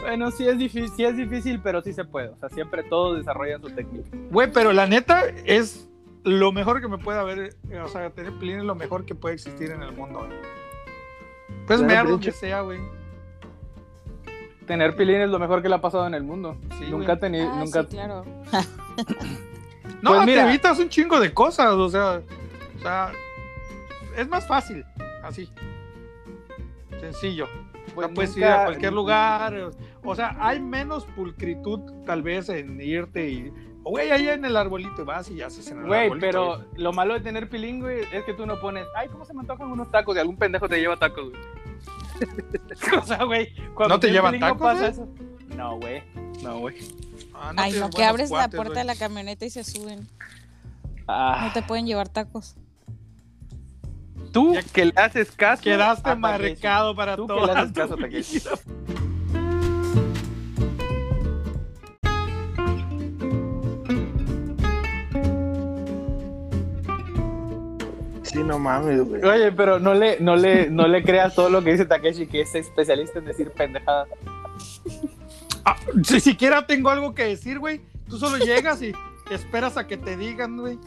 Bueno, sí es difícil, sí es difícil, pero sí se puede. O sea, siempre todos desarrollan su técnica. Güey, pero la neta es lo mejor que me puede haber. eh, O sea, tener pilín es lo mejor que puede existir en el mundo, güey. Pues Claro, mear de donde hecho. sea, güey. Tener pilín es lo mejor que le ha pasado en el mundo. Sí, nunca güey. ha tenido, Ah, Eh, nunca. sí, claro. No, Pues mira. te evitas un chingo de cosas, o sea. O sea. Es más fácil, así. Sencillo. pues, Ya puedes ir nunca- a cualquier lugar. o- O sea, hay menos pulcritud, tal vez, en irte y. o, Güey, allá en el arbolito y vas y haces en el Güey, arbolito. pero güey. lo malo de tener pilín, güey, es que tú no pones, ay, ¿cómo se me antojan unos tacos? Y algún pendejo te lleva tacos, güey. o sea, güey, cuando ¿No te tienes llevan pilín tacos, pasa güey? eso. no, güey. No, güey. Ah, Ay, tienes no, que buenos abres la cuates, puerta de güey. la camioneta y se suben. Ah, No te pueden llevar tacos. tú que le haces caso. Quedaste a Takeshi. marcado para Tú que toda le haces tu caso a vida. Takeshi. Sí, no mames, güey. Oye, pero no le, no, le, no le creas todo lo que dice Takeshi, que es especialista en decir pendejadas. Ah, si siquiera tengo algo que decir, güey. Tú solo llegas y esperas a que te digan, güey.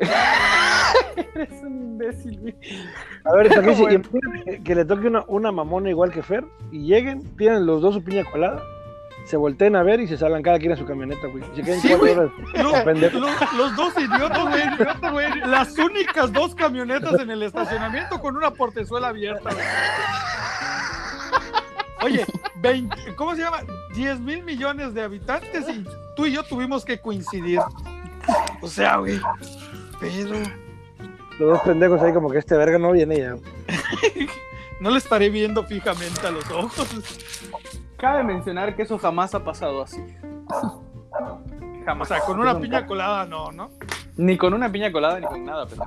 Eres un imbécil, güey. A ver, Takeshi, Bueno. y imagínate que, que le toque una, una mamona igual que Fer y lleguen, piden los dos su piña colada, se volteen a ver y se salgan cada quien a su camioneta, güey. Y Se queden Sí, cuatro güey. horas. Lo- Pendejo. lo- los dos idiotas, güey, güey. Las únicas dos camionetas en el estacionamiento con una portezuela abierta, güey. Oye, 20 ¿cómo se llama? 10 mil millones de habitantes y tú y yo tuvimos que coincidir. O sea, güey. Pero Los dos pendejos ahí como que este verga no viene ya. no le estaré viendo fijamente a los ojos. Cabe mencionar que eso jamás ha pasado así. O Jamás. sea, con una piña colada, no, ¿no? Ni con una piña colada ni con nada, pero.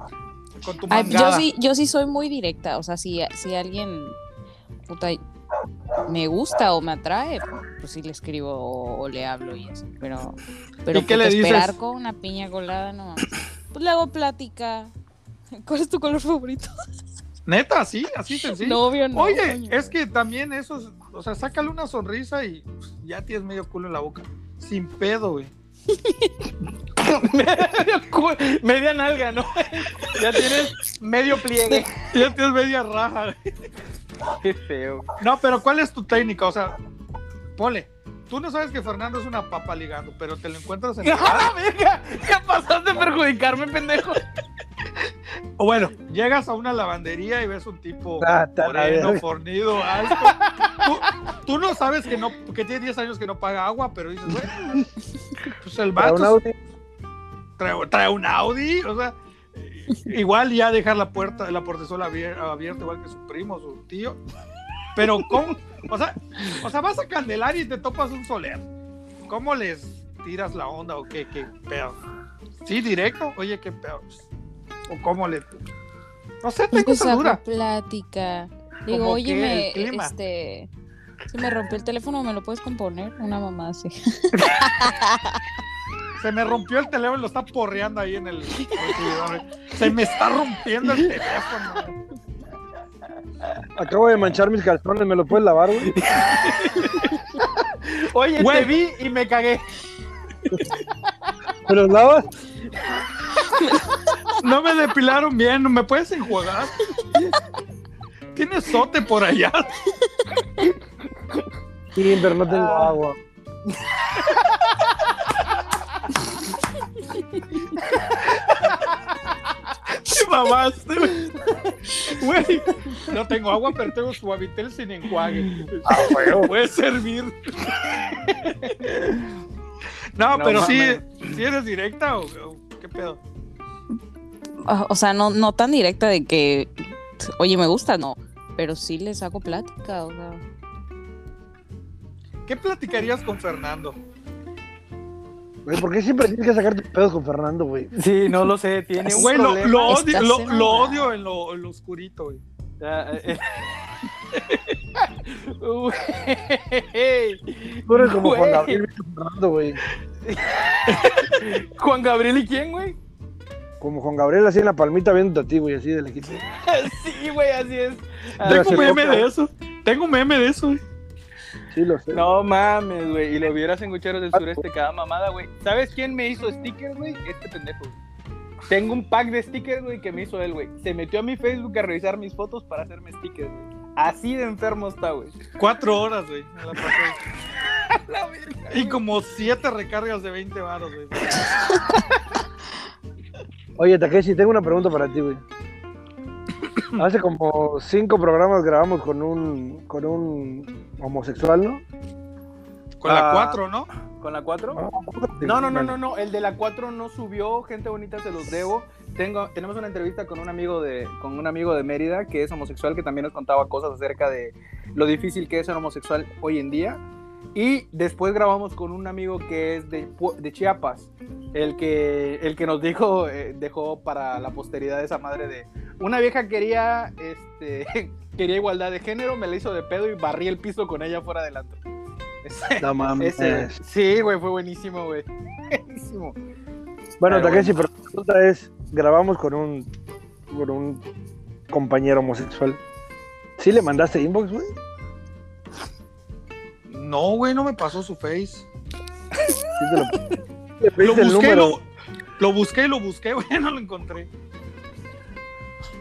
Con tu Ay, Ah, yo mangada. sí, yo sí soy muy directa. O sea, si, si alguien puta, me gusta o me atrae, pues sí le escribo o, o le hablo y eso. Pero, pero ¿Y qué le puta, dices? esperar con una piña colada no. mames. Pues le hago plática. ¿Cuál es tu color favorito? Neta, así, así sencillo. No, obvio no. Oye, coño. es que también eso, es- o sea, sácale una sonrisa y pues, ya tienes medio culo en la boca. Sin pedo, güey. Media nalga, ¿no? ya tienes medio pliegue. Ya tienes media raja. güey. Qué feo. No, pero ¿cuál es tu técnica? O sea, ponle, tú no sabes que Fernando es una papa ligando, pero te lo encuentras en el bar. verga! Ya pasaste a perjudicarme, pendejo. O bueno, llegas a una lavandería y ves un tipo Ah, está la moreno, verga. fornido, alto. Tú, tú no sabes que no que tiene 10 años que no paga agua, pero dices, bueno, pues el Para vato un Audi, trae, trae un Audi, o sea, eh, igual ya dejar la puerta, la portezuela abier- abierta, igual que su primo, su tío. Pero, ¿cómo? O sea, o sea, vas a Candelaria y te topas un soler. ¿Cómo les tiras la onda o qué, qué pedo? ¿Sí, directo? Oye, qué pedo. ¿O cómo le.? No sé, te Pues cosa hago dura. plática. Digo, Como oye, que me, el clima. este, se me rompió el teléfono, ¿me lo puedes componer? Una mamá así. Se me rompió el teléfono, lo está porreando ahí en el. recibidor. Se me está rompiendo el teléfono. acabo de manchar mis calzones, ¿me lo puedes lavar, güey? Oye, Güey. te vi y me cagué. ¿Me los lavas? No me depilaron bien, ¿me puedes enjuagar? Tienes sote por allá. Sí, pero no tengo Ah. agua. Te mamaste, güey. Güey, no tengo agua, pero tengo suavitel sin enjuague. Puede servir. No, No pero sí, mames. sí eres directa o, o qué pedo. Ah, O o sea, no, no tan directa de que, oye, me gusta, no. Pero sí les hago plática, o sea. ¿Qué platicarías con Fernando? Güey, ¿por qué siempre tienes que sacar tus pedos con Fernando, güey? Sí, no lo sé. Tiene un Güey, lo, problema. lo odio, Estás lo, enamorado. lo odio en lo, en lo oscurito, güey. Ya, eh, eh. Güey. Tú eres como Juan Güey. Gabriel con Fernando, güey. Juan Gabriel y quién, güey. Como Juan Gabriel así en la palmita viendo a ti, güey, así de lejito. Ah, Sí, güey, así es. Tengo un hacer meme otra. de eso. Tengo un meme de eso, güey. Sí, lo sé. No mames, güey. Y lo vieras en Cucheros del Sureste, cada mamada, güey. ¿Sabes quién me hizo sticker, güey? Este pendejo. güey. Tengo un pack de stickers, güey, que me hizo él, güey. Se metió a mi Facebook a revisar mis fotos para hacerme stickers, güey. Así de enfermo está, güey. Cuatro horas, güey. me la pasé. Y como siete recargas de 20 varos, güey. Oye, Takeshi, tengo una pregunta para ti, güey. Hace como cinco programas grabamos con un, con un homosexual, ¿no? Con la Ah. cuatro, ¿no? ¿Con la 4? No, no, no, no, no. El de la 4 no subió. Gente bonita, se los debo. Tengo, tenemos una entrevista con un amigo de, con un amigo de Mérida que es homosexual, que también nos contaba cosas acerca de lo difícil que es ser homosexual hoy en día. Y después grabamos con un amigo que es de, Pu- de Chiapas, el que, el que nos dijo, eh, dejó para la posteridad esa madre de una vieja quería, este, quería igualdad de género, me la hizo de pedo y barrí el piso con ella fuera adelante. No mames. Ese, sí, güey, fue buenísimo, güey. Buenísimo. Bueno, Pero Takeshi, pero la pregunta es, grabamos con un, con un compañero homosexual. ¿Sí le mandaste inbox, güey? No, güey, no me pasó su face. ¿Sí te lo- le Lo pediste el busqué, número? lo, lo busqué, lo busqué, güey, no lo encontré.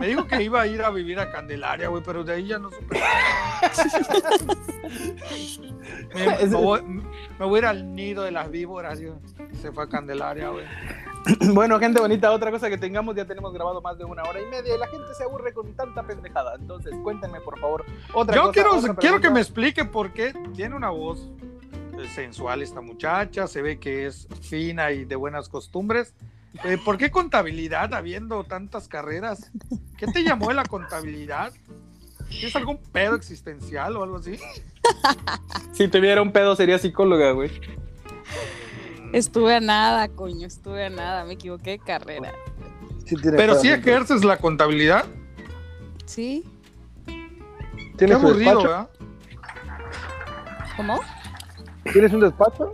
Me dijo que iba a ir a vivir a Candelaria, güey, pero de ahí ya no supe. me, me voy, me voy a ir al nido de las víboras, yo. Se fue a Candelaria, güey. Bueno, gente bonita, otra cosa que tengamos, ya tenemos grabado más de una hora y media y la gente se aburre con tanta pendejada. Entonces, cuéntenme, por favor, otra Yo cosa, quiero, otra quiero que me pregunta. explique por qué tiene una voz eh, sensual esta muchacha, se ve que es fina y de buenas costumbres. Eh, ¿Por qué contabilidad habiendo tantas carreras? ¿Qué te llamó de la contabilidad? ¿Tienes algún pedo existencial o algo así? Si tuviera un pedo sería psicóloga, güey. Estuve a nada, coño, estuve a nada, me equivoqué de carrera. Sí tiene pedo, Pero sí sí. ejerces la contabilidad. ¿Sí? Qué ¿Tienes un aburrido, despacho? ¿verdad? ¿Cómo? ¿eh? ¿Tienes un despacho?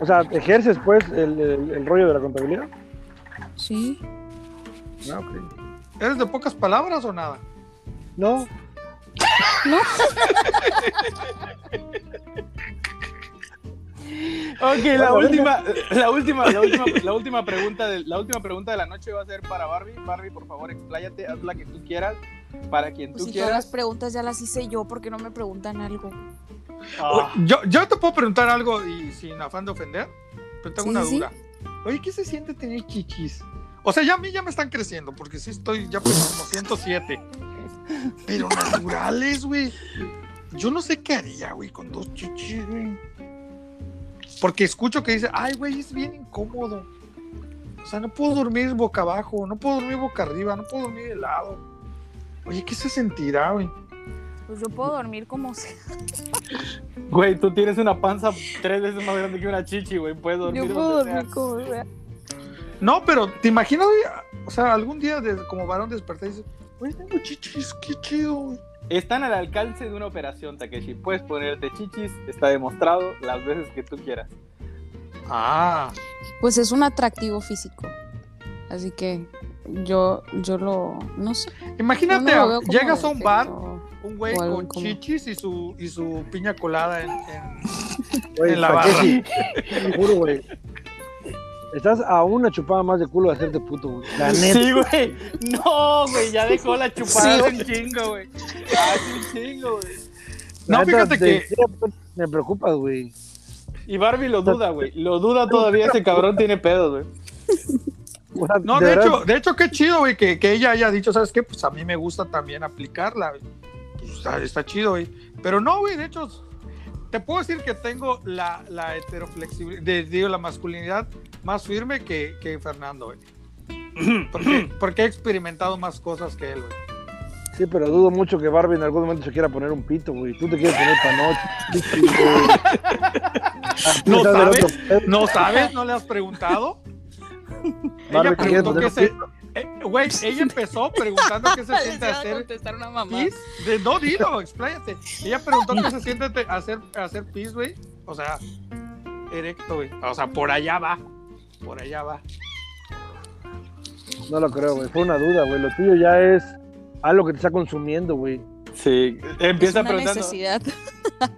O sea, ¿ejerces, pues, el, el- el rollo de la contabilidad? Sí. No, ok. ¿Eres de pocas palabras o nada? No, Ok, la Bueno, última, la última, la última, la última pregunta de la última pregunta de la noche va a ser para Barbie. Barbie, por favor, expláyate, haz la que tú quieras, para quien tú Pues si todas las quieras. preguntas ya las hice yo, porque no me preguntan algo? Ah, Yo, yo te puedo preguntar algo y sin afán de ofender, pero tengo Sí, una sí, sí. duda. Oye, ¿qué se siente tener chiquis? O sea, ya a mí ya me están creciendo, porque sí estoy ya pues, como 107. Pero naturales, güey. Yo no sé qué haría, güey, con dos chichis, güey. Porque escucho que dice, ay, güey, es bien incómodo. O sea, no puedo dormir boca abajo, no puedo dormir boca arriba, no puedo dormir de lado. Oye, ¿qué se sentirá, güey? Pues yo puedo dormir como sea. Güey, tú tienes una panza tres veces más grande que una chichi, güey. Puedes dormir. Yo puedo donde sea. dormir como sea. No, pero te imagino, güey, o sea, algún día de- como varón desperté y dices, güey, tengo chichis, qué chido, güey. Están al alcance de una operación, Takeshi. Puedes ponerte chichis, está demostrado las veces que tú quieras. Ah, Pues es un atractivo físico. Así que yo, yo lo, no sé. yo imagínate, no lo veo como llegas a un bar, defecto. un güey o algo con como- chichis y su, y su piña colada en, en- güey, En la ¿para qué barra. sí? Te juro, güey. Estás a una chupada más de culo de hacerte puto, güey. La neta. Sí, güey. No, güey, ya dejó la Sí, chupada güey. un chingo, güey. Hace un chingo, güey. No, La neta, fíjate te- pues, que- Me preocupas, güey. Y Barbie lo duda, güey. Lo duda todavía, ese cabrón tiene pedos, güey. O sea, No, de, verdad, hecho, de hecho, qué chido, güey, que, que ella haya dicho, ¿sabes qué? Pues a mí me gusta también aplicarla, güey. Pues, está, está chido, güey. Pero no, güey, de hecho, te puedo decir que tengo la, la heteroflexibilidad, digo, la masculinidad más firme que, que Fernando, güey. Porque, porque he experimentado más cosas que él, güey. Sí, pero dudo mucho que Barbie en algún momento se quiera poner un pito, güey. Tú te quieres poner panoche. Sí, güey. No Estás del sabes, otro pedo. ¿No sabes? ¿No le has preguntado? Barbie, Ella ¿te quieres preguntó poner qué un se... eh, Güey, ella empezó preguntando qué se Les siente iba a hacer contestar una mamá. pis? De, no, dilo, expláyate. Ella preguntó qué se siente te- hacer, hacer pis, güey. O sea, erecto, güey. O sea, por allá va. Por allá va. No lo creo, güey. Fue una duda, güey. Lo tuyo ya es algo que te está consumiendo, güey. Sí, Es empieza una preguntando. necesidad.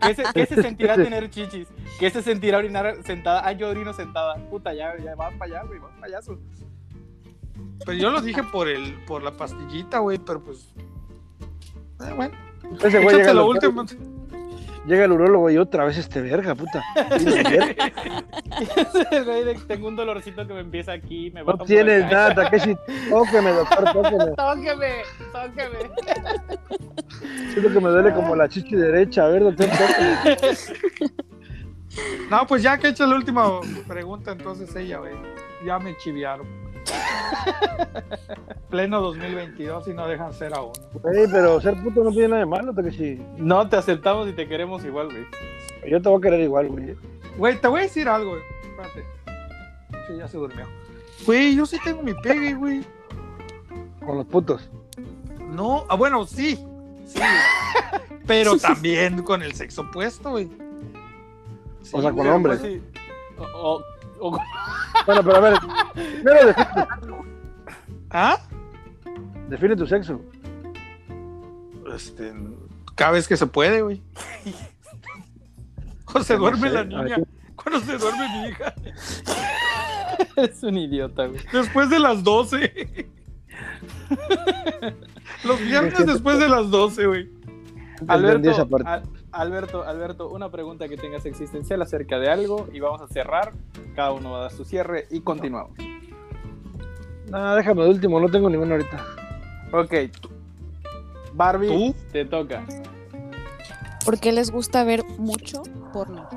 ¿Qué se, qué se sentirá tener chichis? ¿Qué se sentirá orinar sentada? Ah, yo orino sentada. Puta, ya, ya vas para allá, güey, vas payaso. Pero Pues yo lo dije por el, por la pastillita, güey, pero pues. eh, bueno, Ese güey échate llega a lo los- último. Llega el urólogo y otra vez este verga, puta. El güey de que tengo un dolorcito que me empieza aquí, me va No tienes nada, Takeshi. Tóqueme, doctor, tóqueme. Tóqueme, tóqueme. Siento que me duele como la chichi derecha. A ver, doctor, tóqueme. No, pues ya que he hecho la última pregunta, entonces ella, güey. Ya me chiviaron. Pleno 2022 y no dejan ser a uno. Ey, pero ser puto no tiene nada de malo, Takeshi. No, te aceptamos y te queremos igual, güey. Yo te voy a querer igual, güey. Güey, te voy a decir algo, güey. Espérate. Sí, ya se durmió. Güey, yo sí tengo mi pegue, güey. Con los putos. No, ah, bueno, sí. Sí. Pero también con el sexo opuesto, güey. O sea, con hombres. Pues sí. O- o- o- Bueno, pero a ver. Primero define, ¿Ah? define tu sexo. Este, cada vez que se puede, güey. Cuando se duerme sé, la a niña. ver. Cuando se duerme mi hija. eres un idiota, güey. Después de las 12. Los viernes después de las 12, güey. Entendí esa Alberto, parte. Al- Alberto, Alberto, una pregunta que tengas existencial acerca de algo y vamos a cerrar. Cada uno va a dar su cierre y continuamos. ah, No, déjame de último, no tengo ninguno ahorita. Ok. Barbie, ¿Tú? te toca. ¿Por qué les gusta ver mucho porno?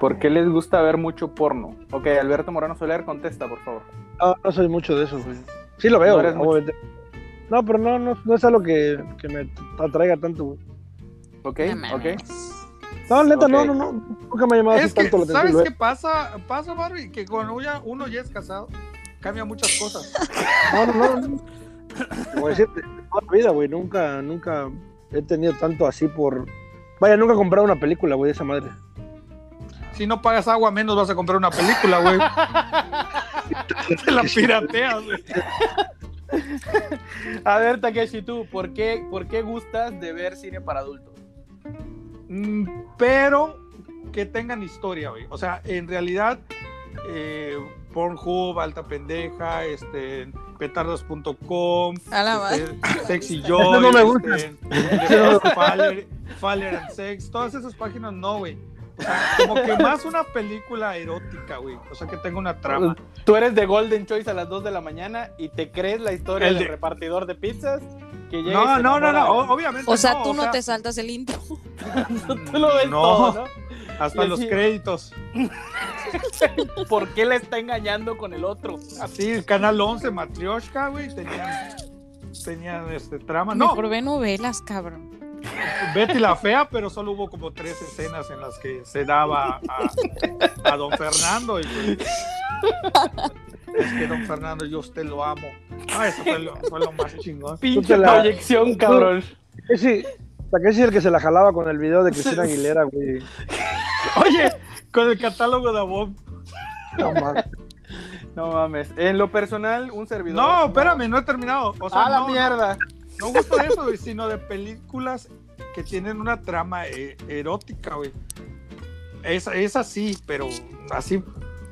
¿Por qué les gusta ver mucho porno? Ok, Alberto Moreno Soler, contesta, por favor. No, no soy mucho de eso, güey. Sí lo veo, No eres güey, obviamente. No, pero no, no, no es algo que, que me atraiga tanto, güey. Ok, No mames. ok. No, neta, no, Ok. no, no. Nunca me ha llamado Es así que, tanto la atención. ¿sabes lo qué veo. pasa? Pasa, Barbie, que cuando ya uno ya es casado, cambia muchas cosas. No, no, no. no. Como decirte, toda la vida, güey. Nunca, nunca he tenido tanto así por. Vaya, nunca he comprado una película, güey, de esa madre. Si no pagas agua, menos vas a comprar una película, güey. Te la pirateas, güey. A ver, Takeshi, tú, ¿por qué, ¿por qué gustas de ver cine para adultos? Mm, pero que tengan historia, güey. O sea, en realidad, eh, Pornhub, Alta Pendeja, este, petardos.com, A la madre. este, Sexy Eso Joy, no me gusta. este, The Best Faller, Faller and Sex, todas esas páginas no, güey. O sea, como que más una película erótica, güey. O sea, que tenga una trama. Tú eres de Golden Choice a las 2 de la mañana y te crees la historia El del de- repartidor de pizzas que llega y No, se no, no, oh, enamora no, de- o- obviamente. O sea, tú no te saltas el intro. Tú lo ves oh. no, todo, ¿no? Hasta Y los así- créditos. ¿Por qué le está engañando con el otro? Así, el canal 11, Matrioshka, güey, tenían, tenían este, trama. No, Mejor ve novelas, cabrón. Betty la Fea, pero solo hubo como tres escenas en las que se daba a, a don Fernando. Y pues, es que don Fernando, yo a usted lo amo. Ah, eso fue lo, fue lo más chingón. Pinche la- proyección, cabrón. Ese, Takeshi es el que se la jalaba con el video de Cristina Aguilera, güey. Oye, con el catálogo de Bob. No, mames. No mames. En lo personal, un servidor. No, espérame, no he terminado. O sea, a la no, mierda. no gusto de eso, güey, sino de películas que tienen una trama eh, erótica, güey. Es, es así, pero así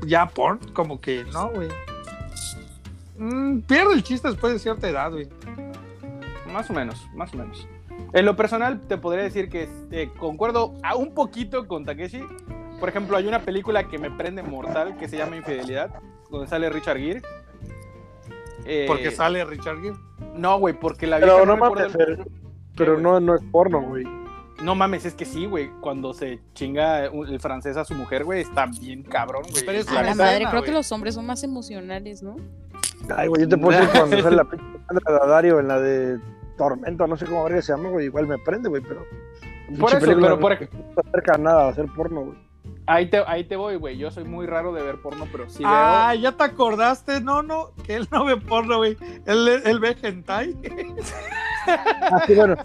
ya porn, como que no, güey. Mm, pierde el chiste después de cierta edad, güey. Más o menos, más o menos. En lo personal, te podría decir que este, concuerdo a un poquito con Takeshi. Por ejemplo, hay una película que me prende mortal que se llama Infidelidad, donde sale Richard Gere. Eh, Porque sale Richard Gere. No, güey, porque la vieja Pero no recuerda mames, el- pero, pero no, no es porno, güey. No mames, es que sí, güey. Cuando se chinga un- el francés a su mujer, güey, está bien cabrón, güey. Pero es A la escena, madre, creo güey. que los hombres son más emocionales, ¿no? Ay, güey, yo te puedo decir cuando sale la pinche Sandra Daddario en la de Tormento, no sé cómo verga se llama, güey. Igual me prende, güey, pero. Por pinche eso, película pero por no se acerca a nada a hacer porno, güey. Ahí te, ahí te voy, güey. Yo soy muy raro de ver porno, pero sí Ah, ya te acordaste, no, no, que él no ve porno, güey. Él, él ve hentai. Así, Ah, bueno,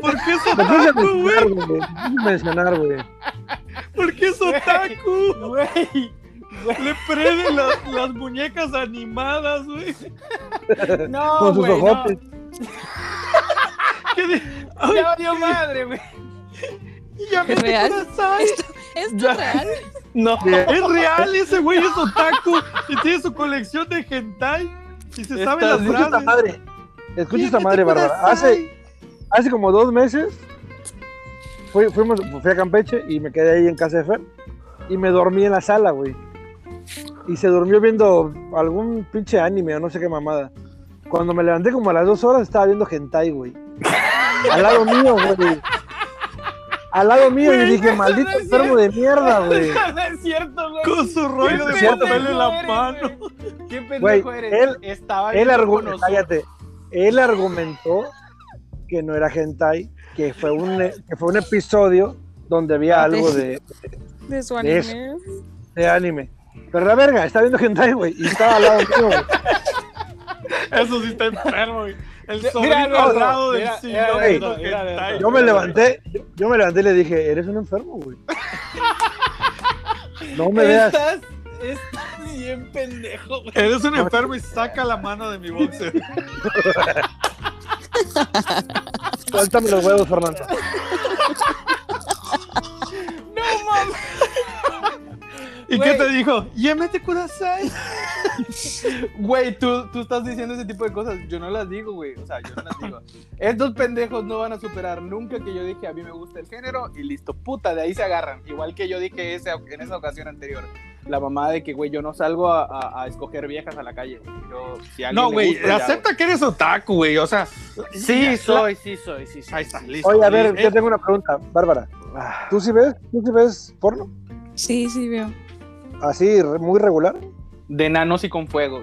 ¿Por qué Pues es lo quise otaku, güey? mencionar, güey. lo quise mencionar, güey. ¿Por qué es veo. otaku? Güey. Le prende las, las muñecas animadas, güey. No, Con sus güey. No. ojotes. ¿Qué de- Ay, Ya valió madre, güey. ya me ¿Real? disfrazai. Esto, esto Ya. es real. No. Es real, ese güey es otaku y tiene su colección de hentai y se sabe Estás las Escucha esta frases. madre. Escucha esta madre, Bárbara. Hace, hace como dos meses fui, fuimos, fui a Campeche y me quedé ahí en casa de Fer y me dormí en la sala, güey. Y se durmió viendo algún pinche anime o no sé qué mamada. Cuando me levanté como a las dos horas estaba viendo hentai, güey. Al lado mío, güey. Al lado mío y dije, maldito enfermo de mierda, güey. no es cierto, güey. Con su rollo de pendejo papel en la eres, mano. güey. Qué pendejo Güey, eres. él- Estaba Él, viendo argu- Konosuba. cállate. Él argumentó que no era hentai, que fue un, que fue un episodio donde había algo de, De su De anime. eso. de anime. Pero la verga, está viendo hentai, güey, y estaba al lado mío, güey. Eso sí está enfermo, güey. El Mira, sobrino Alberto, al lado del mira, sillón mira, de Alberto, los mira, Alberto. hentai. Yo me levanté, yo me levanté y le dije, eres un enfermo, güey. No me veas. Estás, estás bien pendejo, güey. Eres un enfermo y saca la mano de mi boxer. Suéltame los huevos, Fernando. ¿Y Güey. qué te dijo? Yemete kudasai. Güey, tú, tú estás diciendo ese tipo de cosas. Yo no las digo, güey. O sea, yo no las digo. Estos pendejos no van a superar nunca que yo dije a mí me gusta el género y listo, puta, de ahí se agarran. Igual que yo dije ese, en esa ocasión anterior. La mamá de que, güey, yo no salgo a, a- a escoger viejas a la calle, güey. Yo, si a alguien No, le güey, gusto, ya, acepta que eres otaku, güey. O sea, güey. Sí, ya, soy, sí, soy, sí, soy. Ahí está, listo. Oye, a ver, Eh, yo tengo una pregunta, Bárbara. ¿Tú sí ves? ¿Tú sí ves porno? Sí, sí, veo. Así, re- muy regular. De nanos y con fuego.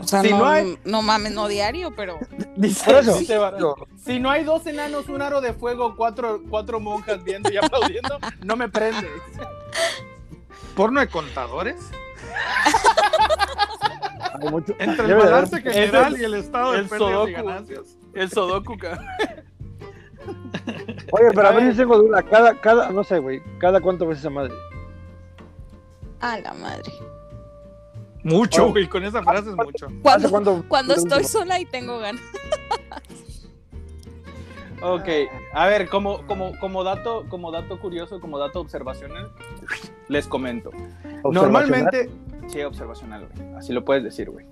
O sea, Si no, no hay- no mames, no diario, pero. Dice, Por eso. dice Bar- Yo- Si no hay dos enanos, un aro de fuego, cuatro, cuatro monjas viendo y aplaudiendo, no me prende. ¿Porno de contadores? hay mucho- Entre el debe de haber- balance general Ese- y el estado de el pérdidas Sudoku. y ganancias. El Sudoku, cabrón. Oye, pero a ver, yo tengo duda. Cada, cada, no sé, güey. ¿Cada cuánto ves esa madre? A la madre. Mucho, Oye. güey, con esa frase es mucho. ¿Hace Cuando, cuánto? cuando estoy sola y tengo ganas. Ok, a ver, como, como, como, dato, como dato curioso, como dato observacional, les comento. Normalmente, sí, observacional, güey. Así lo puedes decir, güey.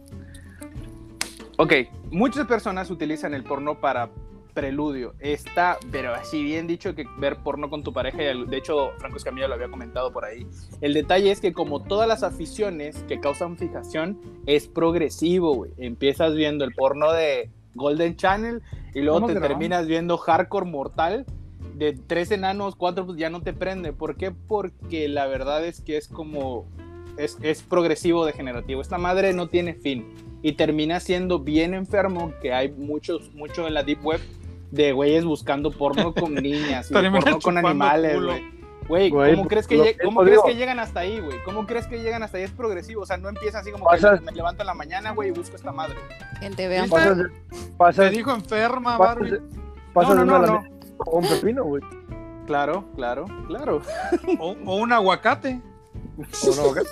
Ok, muchas personas utilizan el porno para preludio. Está, pero así bien dicho que ver porno con tu pareja, y el- de hecho, Franco Escamilla lo había comentado por ahí. El detalle es que como todas las aficiones que causan fijación, es progresivo, güey. Empiezas viendo el porno de Golden Channel y luego ¿Cómo te grabamos? terminas viendo Hardcore Mortal de tres enanos, cuatro, pues ya no te prende. ¿Por qué? Porque la verdad es que es como es, es progresivo degenerativo. Esta madre no tiene fin y termina siendo bien enfermo que hay muchos, mucho en la deep web de güeyes buscando porno con niñas, y Termina porno con chupando animales, culo. güey. Güey, Güey, pues, ¿cómo crees, que, lo lle- mismo cómo crees digo. que llegan hasta ahí, güey? ¿Cómo crees que llegan hasta ahí? Es progresivo, o sea, no empieza así como Pasas- que me levanto en la mañana, güey, y busco esta madre. Gente, vean. ¿Viste? Pasas, de- pasas, Te dijo enferma, pasas, Barbie. pasas no, de no, una no, lamenta a un pepino, güey. Claro, claro, claro. O, o un aguacate. ¿O no, güey?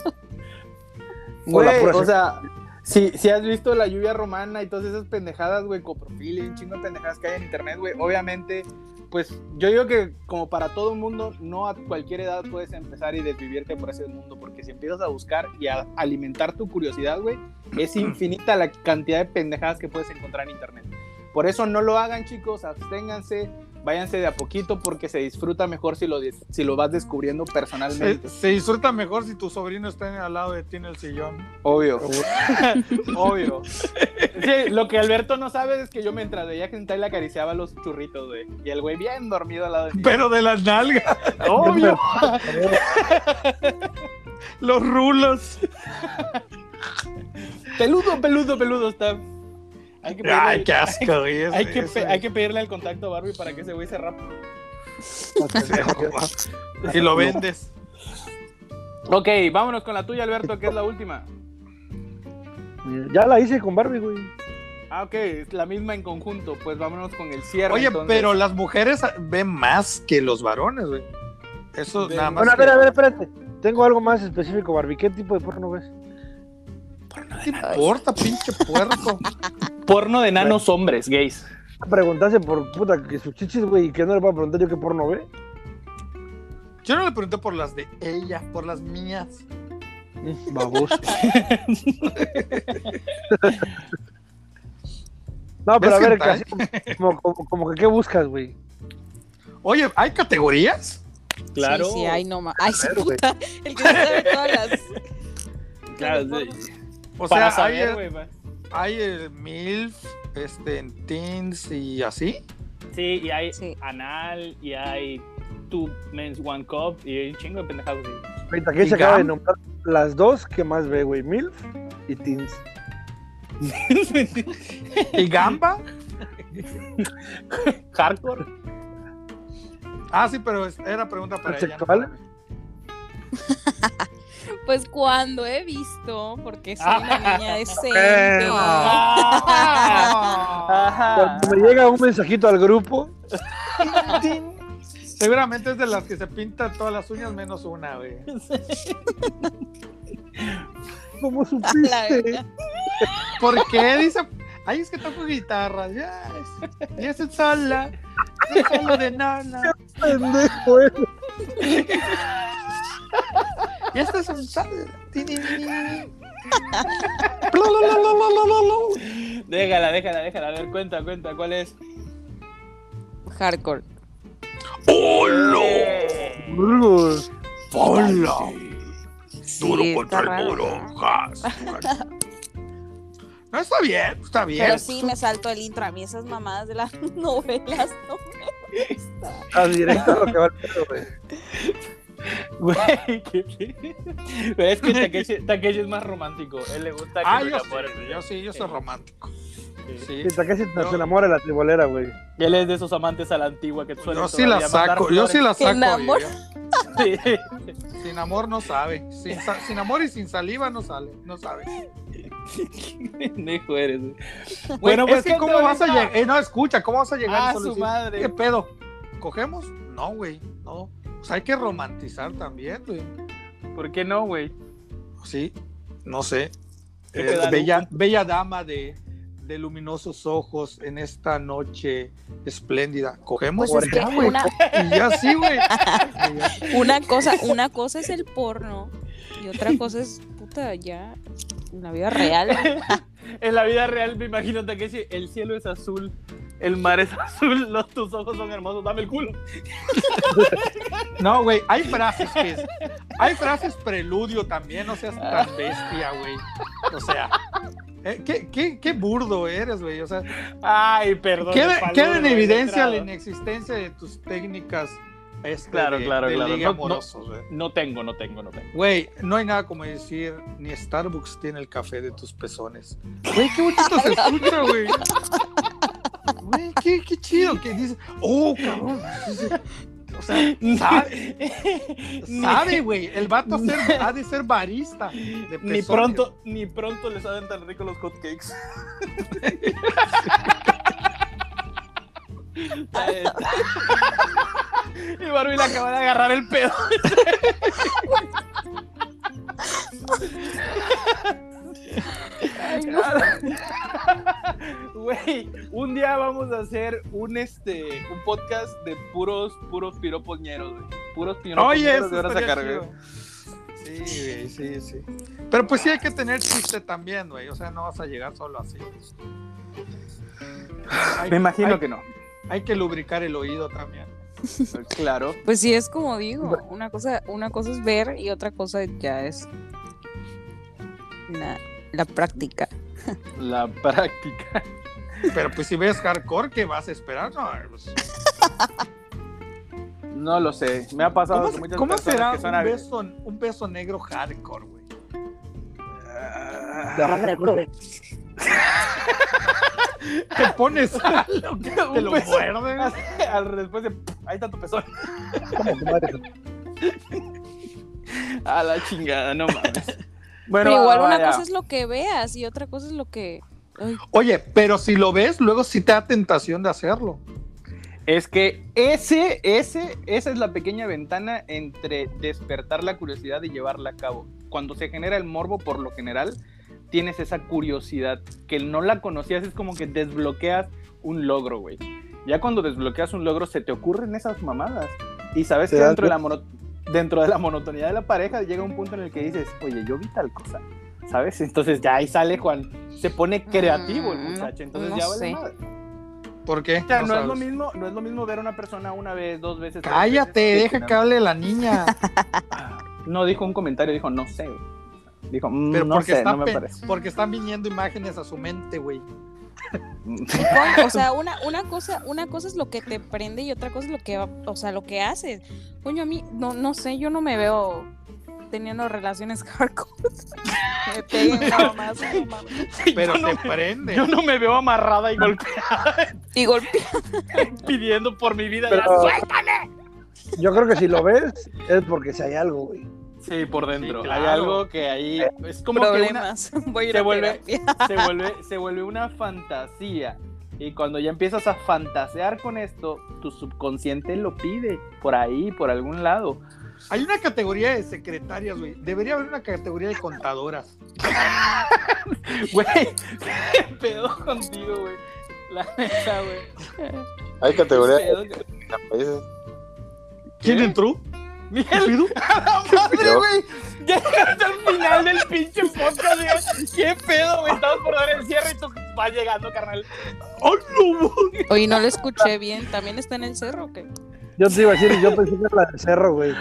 O la Güey, pura o sea, si, si has visto la lluvia romana y todas esas pendejadas, güey, coprofil y un chingo de pendejadas que hay en internet, güey, obviamente, pues yo digo que como para todo el mundo, no a cualquier edad puedes empezar y desvivirte por ese mundo, porque si empiezas a buscar y a alimentar tu curiosidad, güey, es infinita la cantidad de pendejadas que puedes encontrar en internet. Por eso no lo hagan, chicos, absténganse, váyanse de a poquito porque se disfruta mejor si lo, dis- si lo vas descubriendo personalmente. Se, se disfruta mejor si tu sobrino está en- al lado de ti en el sillón. Obvio. Obvio. Sí, lo que Alberto no sabe es que yo mientras veía hentai le acariciaba los churritos, güey. Y el güey bien dormido al lado de mí. Pero de las nalgas, Obvio. los rulos. Peludo, peludo, peludo está. Hay que pedirle, Ay, qué asco, güey. es- hay que es- pe- hay que pedirle al contacto a Barbie para que ese güey se rape. Si lo vendes. Ok, vámonos con la tuya, Alberto, que es la última. Ya la hice con Barbie, güey. Ah, ok, es la misma en conjunto. Pues vámonos con el cierre. Oye, entonces. pero las mujeres ven más que los varones, güey. Eso Ven nada más. Bueno, a que- ver, a ver, espérate. Tengo algo más específico, Barbie. ¿Qué tipo de porno ves? ¿Qué te importa, pinche puerco? Porno de nanos hombres, gays. Preguntaste por puta que sus chichis, güey, y que no le voy a preguntar yo qué porno ve. Yo no le pregunté por las de ella, por las mías. Babos. no, pero a ¿Ves ver, hentai? casi como, como, como que qué buscas, güey. Oye, ¿hay categorías? Claro. Sí, sí, ay, no más. Ay, sí, Claro, güey. puta. El que se sabe todas las. Claro, todas sí. las formas. O Para sea, saber, hay, güey, va. hay el MILF, este, en teens y así. Sí, y hay Sí. anal, y hay two men's one cup, y hay un chingo de pendejados. así. Ahorita que ¿Y se acaba de Gam? nombrar las dos que más ve, güey. MILF y Teens. ¿Y Gamba? Hardcore. Ah, sí, pero es- era pregunta para ella. no ¿Sexual? para mí. Pues cuando he visto, porque soy una niña decente. Ah. Ah. Ajá. Cuando me llega un mensajito al grupo, Seguramente es de las que se pintan todas las uñas menos una, güey. ¿cómo La supiste? verdad. ¿Por qué? Dice, ay, es que toco guitarra. Ya, es- y es el sola. Es solo de nana. Pendejo, eh. Y este es un sol. Tin, tin, tin. Déjala, déjala, déjala. A ver, cuenta, cuenta, ¿cuál es? Hardcore. Burgos. Duro contra el muro. No, está bien, está bien. Pero sí me salto el intro. A mí esas mamadas de las novelas, ¿no? Al ah, directo a lo que va el pedo, güey. Güey, qué pe- Pero es que Takeshi, Takeshi es más romántico. Él le gusta que Ah, lo yo sí, enamoren, yo sí, yo soy romántico. Sí. Que Takeshi nos enamora de la tribolera, güey. Él es de esos amantes a la antigua que suelen Yo sí la todavía mandar saco, yo flores. sí la Que saco. enamor- oye, Sí. yo- Sin amor no sabe. Sin, sa- sin amor y sin saliva no sale, no sabe. Qué pendejo eres. güey. Bueno, pues es que gente, cómo vas a ahorita- llegar, eh, no, escucha, ¿cómo vas a llegar Ah, solo su decir, madre. ¿Qué pedo? ¿Cogemos? No, güey, no. O sea, hay que romantizar también, güey. ¿Por qué no, güey? Sí, no sé. Creo Eh, que dan bella, bella dama de, de luminosos ojos en esta noche espléndida. ¿Cogemos? Pues es que Ya, güey. una, Y ya sí, güey. una cosa, una cosa es el porno y otra cosa es puta ya la vida real. En la vida real me imagino Takeshi, el cielo es azul, el mar es azul, los, tus ojos son hermosos, dame el culo. No, güey, hay frases que es- hay frases preludio también, no seas tan bestia, güey. O sea, eh, qué, qué- qué burdo eres, güey. O sea, Ay, perdón. queda, el palo queda en de evidencia la entrado. inexistencia de tus técnicas este, Claro, de, claro, de claro. ligue No- no- amoroso, güey. No tengo, no tengo, no tengo. Güey, no hay nada como decir ni Starbucks tiene el café de tus pezones. Güey, qué bonito se escucha, güey. Güey, qué, qué chido que dices, oh, cabrón. O sea, sabe, sabe, güey. El vato ser- ha de ser barista. De Ni pezones. pronto, ni pronto les saben tan ricos los hotcakes. Ahí está. y Barbie le acaba de agarrar el pedo. Güey, un día vamos a hacer un este un podcast de puros puros piropoñeros, güey. Puros piropoñeros Oye, eso de horas a estaría cargo. chido. Sí, güey, sí, sí. Pero pues sí hay que tener chiste también, güey. O sea, no vas a llegar solo así. Hay- Me imagino hay- que no. Hay que lubricar el oído también. Claro. Pues sí es como digo, una cosa, una cosa es ver y otra cosa ya es la, la práctica. La práctica. Pero pues si ves hardcore, ¿qué vas a esperar? No, pues, No lo sé. Me ha pasado ¿Cómo, que muchas cómo personas será que son un ag- beso, un beso negro hardcore, güey? Te pones algo que te Un lo beso. muerde. güey. al después de ahí está tu pezón. Como que madre. A la chingada, no mames. Pero, Bueno, igual va, una va, cosa ya. es lo que veas y otra cosa es lo que ay, Oye, pero si lo ves, luego sí te da tentación de hacerlo. es que ese ese esa es la pequeña ventana entre despertar la curiosidad y llevarla a cabo. Cuando se genera el morbo por lo general tienes esa curiosidad que no la conocías, es como que desbloqueas un logro, güey. Ya cuando desbloqueas un logro se te ocurren esas mamadas y sabes Te que das dentro de la mono- dentro de la monotonidad de la pareja llega un punto en el que dices, "Oye, yo vi tal cosa." ¿Sabes? Entonces ya ahí sale Juan, se pone creativo el Mm, muchacho, entonces no ya vale sé. madre. ¿Por qué? O sea, no, es sabes. lo mismo, no es lo mismo ver a una persona una vez, dos veces. tres Cállate, veces, deja que hable la niña. No dijo un comentario, dijo no sé. güey. Dijo, "Mm, Pero no porque, sé, están no me pe- parece. porque están viniendo imágenes a su mente, güey. Pon- o sea, una, una cosa, una cosa es lo que te prende y otra cosa es lo que, va- o sea, lo que haces. Coño, a mí, no, no sé, yo no me veo teniendo relaciones hardcore. me peguen nada más, no mames. Pero te prende. Yo no me veo amarrada y golpeada Y golpea. pidiendo por mi vida. Pero- ya, suelta. Yo creo que si lo ves, es porque si hay algo, güey. Sí, por dentro. Sí, claro. Hay algo que ahí es como Problemas. Voy a ir se a vuelve- terapia. que una- se vuelve, se vuelve una fantasía. Y cuando ya empiezas a fantasear con esto, tu subconsciente lo pide por ahí, por algún lado. Hay una categoría de secretarias, güey. Debería haber una categoría de contadoras. Güey, qué pedo contigo, güey. La neta, güey. Hay categoría Qué pedo de países. ¿Quién entró? Miguel, Yo- ya llegaste al final del pinche podcast, güey. Qué pedo, güey. Estamos por dar el cierre y tú vas llegando, carnal. ¡Oh, no! Oye, no lo escuché bien. ¿También está en el cerro o qué? Yo te iba a decir, yo pensé que era la del cerro, güey.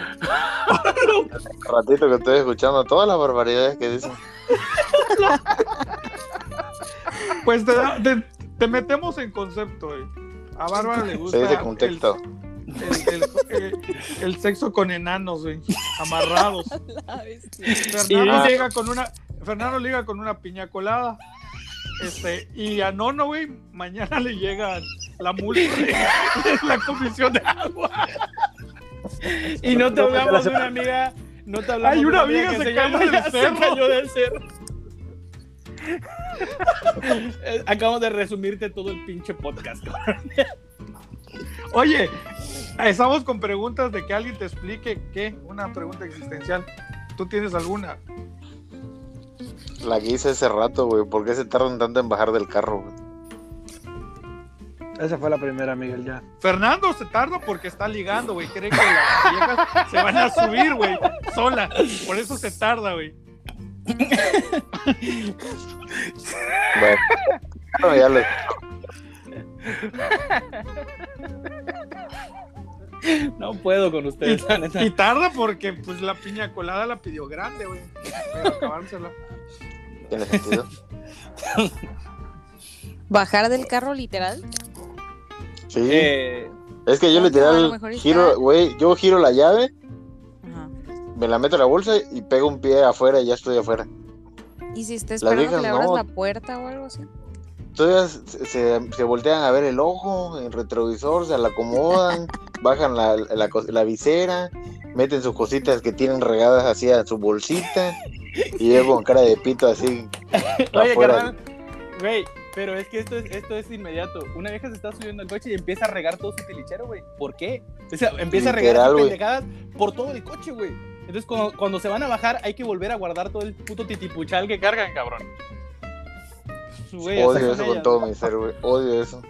ratito que estoy escuchando todas las barbaridades que dicen. Pues te, da- te- te metemos en concepto, güey. A Bárbara le gusta Soy de el- contexto. El, el- el- el sexo con enanos, güey. Amarrados. Ay, sí. Fernando Ah. Y- llega con una. Fernando liga con una piña colada. Este, y a Nono, güey, mañana le llega la multa de la comisión de agua. Y no te hablamos de una amiga. No te hablamos Ay, de una amiga que se se cayó llama- del cerro. Se cayó del cerro. Eh, Acabamos de resumirte todo el pinche podcast. cabrón. Oye, estamos con preguntas de que alguien te explique qué, una pregunta existencial. ¿Tú tienes alguna? La que hice hace rato, güey. ¿Por qué se tardan tanto en bajar del carro, güey? Esa fue la primera, Miguel, ya. Fernando se tarda porque está ligando, güey. Cree que las viejas se van a subir, güey, sola. Por eso se tarda, güey. Bueno, bueno, ya les- No puedo con ustedes. la neta. Y tarda porque pues la piña colada la pidió grande, güey. Pero acabársela. tiene sentido. Bajar del carro literal. Sí. Eh, es que no, yo a lo literal mejor giro, está- güey. Yo giro la llave, Ajá. me la meto en la bolsa y pego un pie afuera y ya estoy afuera. Y si está esperando viejas que le abras no. la puerta o algo así. Todavía se, se- se voltean a ver el ojo, el retrovisor, se la acomodan, bajan la, la cos- la visera, meten sus cositas que tienen regadas así a su bolsita y yo con cara de pito así. Oye, afuera. carnal, güey, pero es que esto es, esto es inmediato. Una vieja se está subiendo al coche y empieza a regar todo su tilichero, güey. ¿Por qué? O sea, empieza a regar Literal, sus güey. pendejadas por todo el coche, güey. Entonces, cuando, cuando se van a bajar, hay que volver a guardar todo el puto titipuchal que cargan, cabrón. Güey, o sea, Odio son eso ellas. con todo mi ser, güey. Odio eso.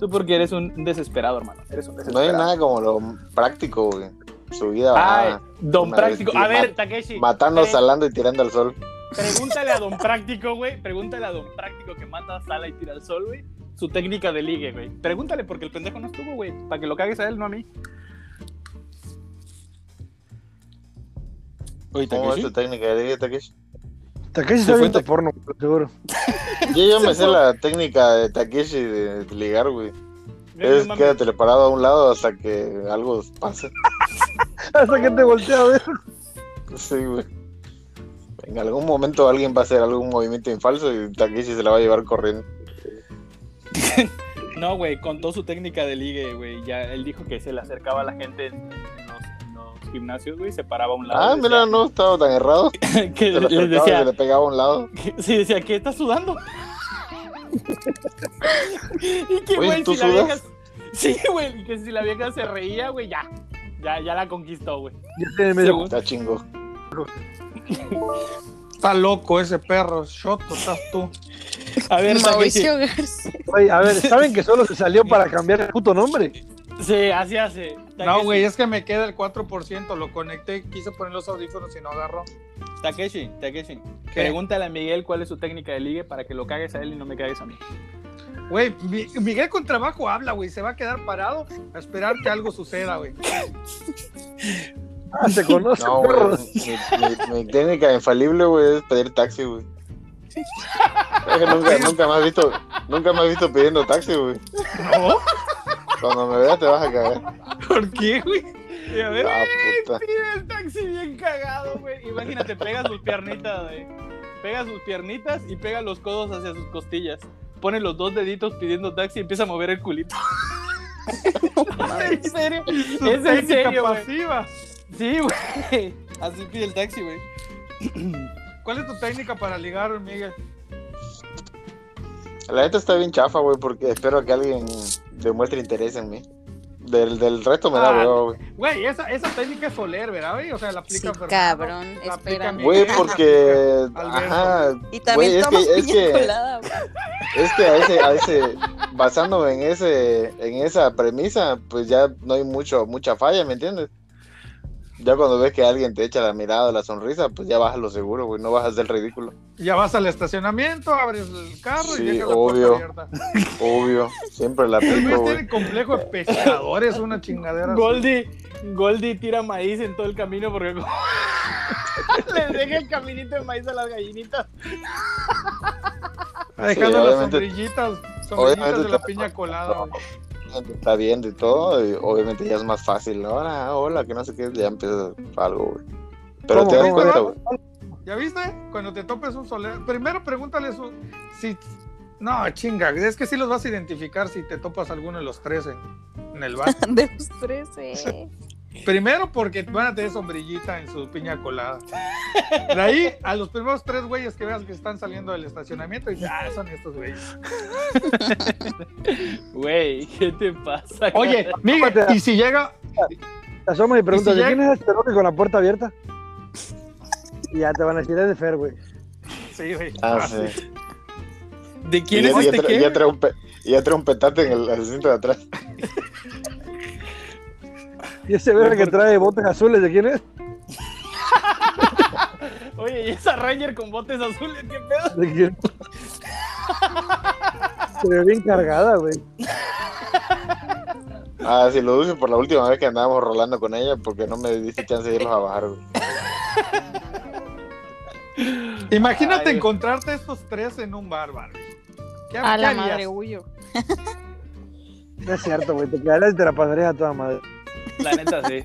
Tú porque eres un desesperado, hermano. Eres un No hay desesperado. nada como lo práctico, güey. Su vida Ay, Ah, va don Una Práctico. vez- A ver, Takeshi. matando, pre- salando y tirando al sol. Pregúntale a don Práctico, güey. Pregúntale a don Práctico que mata, sala y tira al sol, güey. Su técnica de ligue, güey. Pregúntale porque el pendejo no estuvo, güey. Para que lo cagues a él, no a mí. Oye, ¿Cómo es tu técnica de ligue, Takeshi? Takeshi está fue viendo Ta- porno, seguro. Yo, yo me sé la técnica de Takeshi de ligar, güey. Güey, no Es mames. quédatele parado a un lado hasta que algo pase. Hasta que te voltea a ver. Sí, güey. En algún momento alguien va a hacer algún movimiento en falso y Takeshi se la va a llevar corriendo. No, güey, contó su técnica de ligue, güey. Ya él dijo que se le acercaba a la gente en, en los, en los gimnasios, güey, se paraba a un lado. Ah, y mira, decía- no estaba tan errado. que Se le les acercaba y se decía, le pegaba a un lado. que- sí, decía, ¿qué estás sudando? y que, Oye, güey, ¿tú si la sudas? vieja. Sí, güey, y que si la vieja se reía, güey, ya. Ya, ya la conquistó, güey. Ya tiene medio. Está chingo. Está loco ese perro, Shoto, estás tú. A ver, Takeshi. Mauricio Garza. Güey, a ver, ¿saben que solo se salió para cambiar el puto nombre? Sí, así hace. No, Takeshi- güey, es que me queda el 4%, lo conecté, quise poner los audífonos y no agarró. Takeshi, Takeshi. ¿Qué? Pregúntale a Miguel cuál es su técnica de ligue para que lo cagues a él y no me cagues a mí. Güey, Mi- Miguel con trabajo habla, güey. Se va a quedar parado a esperar que algo suceda, güey. Ah, se conoce, No, perro. güey. Mi, mi- mi técnica infalible, güey, es pedir taxi, güey. Es que nunca, nunca me has visto, nunca me has visto pidiendo taxi, güey. No, Cuando me veas te vas a cagar. ¿por qué, güey? Y a ver, Ah, puta. Mira el taxi bien cagado, güey. Imagínate, pega sus piernitas, güey. Pega sus piernitas y pega los codos hacia sus costillas. Pone los dos deditos pidiendo taxi y empieza a mover el culito. ¿En serio? su Es en técnica serio, güey. pasiva. Sí, güey. Así pide el taxi, güey. ¿Cuál es tu técnica para ligar, Miguel? La neta está bien chafa, güey, porque espero que alguien demuestre interés en mí. Del, del resto me da Ah, huevo, güey. Güey, esa, esa técnica es Soler, ¿verdad, güey? O sea, la aplica Sí, Fernando, cabrón, la aplica espérame. Güey, Miguel, la porque. Alberto. Ajá, Y también Güey, es tomas que- es piña que- colada, güey. Es que Este, a ese, a ese, basándome en ese, en esa premisa, pues ya no hay mucho, mucha falla, ¿me entiendes? Ya cuando ves que alguien te echa la mirada, la sonrisa, pues ya bajas lo seguro, güey, no bajas del ridículo. aplica- Ya vas al estacionamiento, abres el carro Sí, y dejas la obvio. puerta abierta. Obvio, siempre la El aplico, güey güey. tiene complejo de pescadores, una chingadera. así. Goldie, Goldie tira maíz en todo el camino porque les deja el caminito de maíz a las gallinitas. Ah, Dejando Sí, las obviamente- sombrillitas, sombrillitas obviamente de la te- piña colada, güey. Está viendo y todo, y obviamente ya es más fácil. Hola, hola, que no sé qué, ya empieza algo, güey. Pero ¿Cómo, te das cómo, cuenta, cómo? güey. ¿Ya viste? Cuando te topes un soler, primero pregúntale su, si... No, chinga, es que sí los vas a identificar si te topas alguno de los tres en, en el bar. De los 13. Primero porque van a tener sombrillita en su piña colada. De ahí a los primeros tres güeyes que veas que están saliendo del estacionamiento, dices, ah, son estos güeyes. Güey, ¿qué te pasa? Oye, Miguel, y si llega, Te asoma y preguntas, si ¿de ya- quién es este Rory con la puerta abierta? Y ya te van a decir, es de Fer, güey. sí, güey. Ah, sí. ¿de Y quién ya, es ya este tra- qué? ya trae un pe- ya trae un petate en el, en el cinto de atrás. Y ese verga que trae botes azules, ¿de quién es? Oye, ¿y esa Ranger con botes azules? ¿Qué pedo? ¿De quién? Se ve bien cargada, güey. Ah, sí, lo dulce por la última vez que andábamos rolando con ella porque no me diste chance de irlos a bajar, güey. Imagínate Ay. encontrarte estos tres en un bar, Barbie. ¿Qué, A qué la harías? madre, huyo. No es cierto, güey. Te quedarás y te la pasarías a toda madre. La neta sí.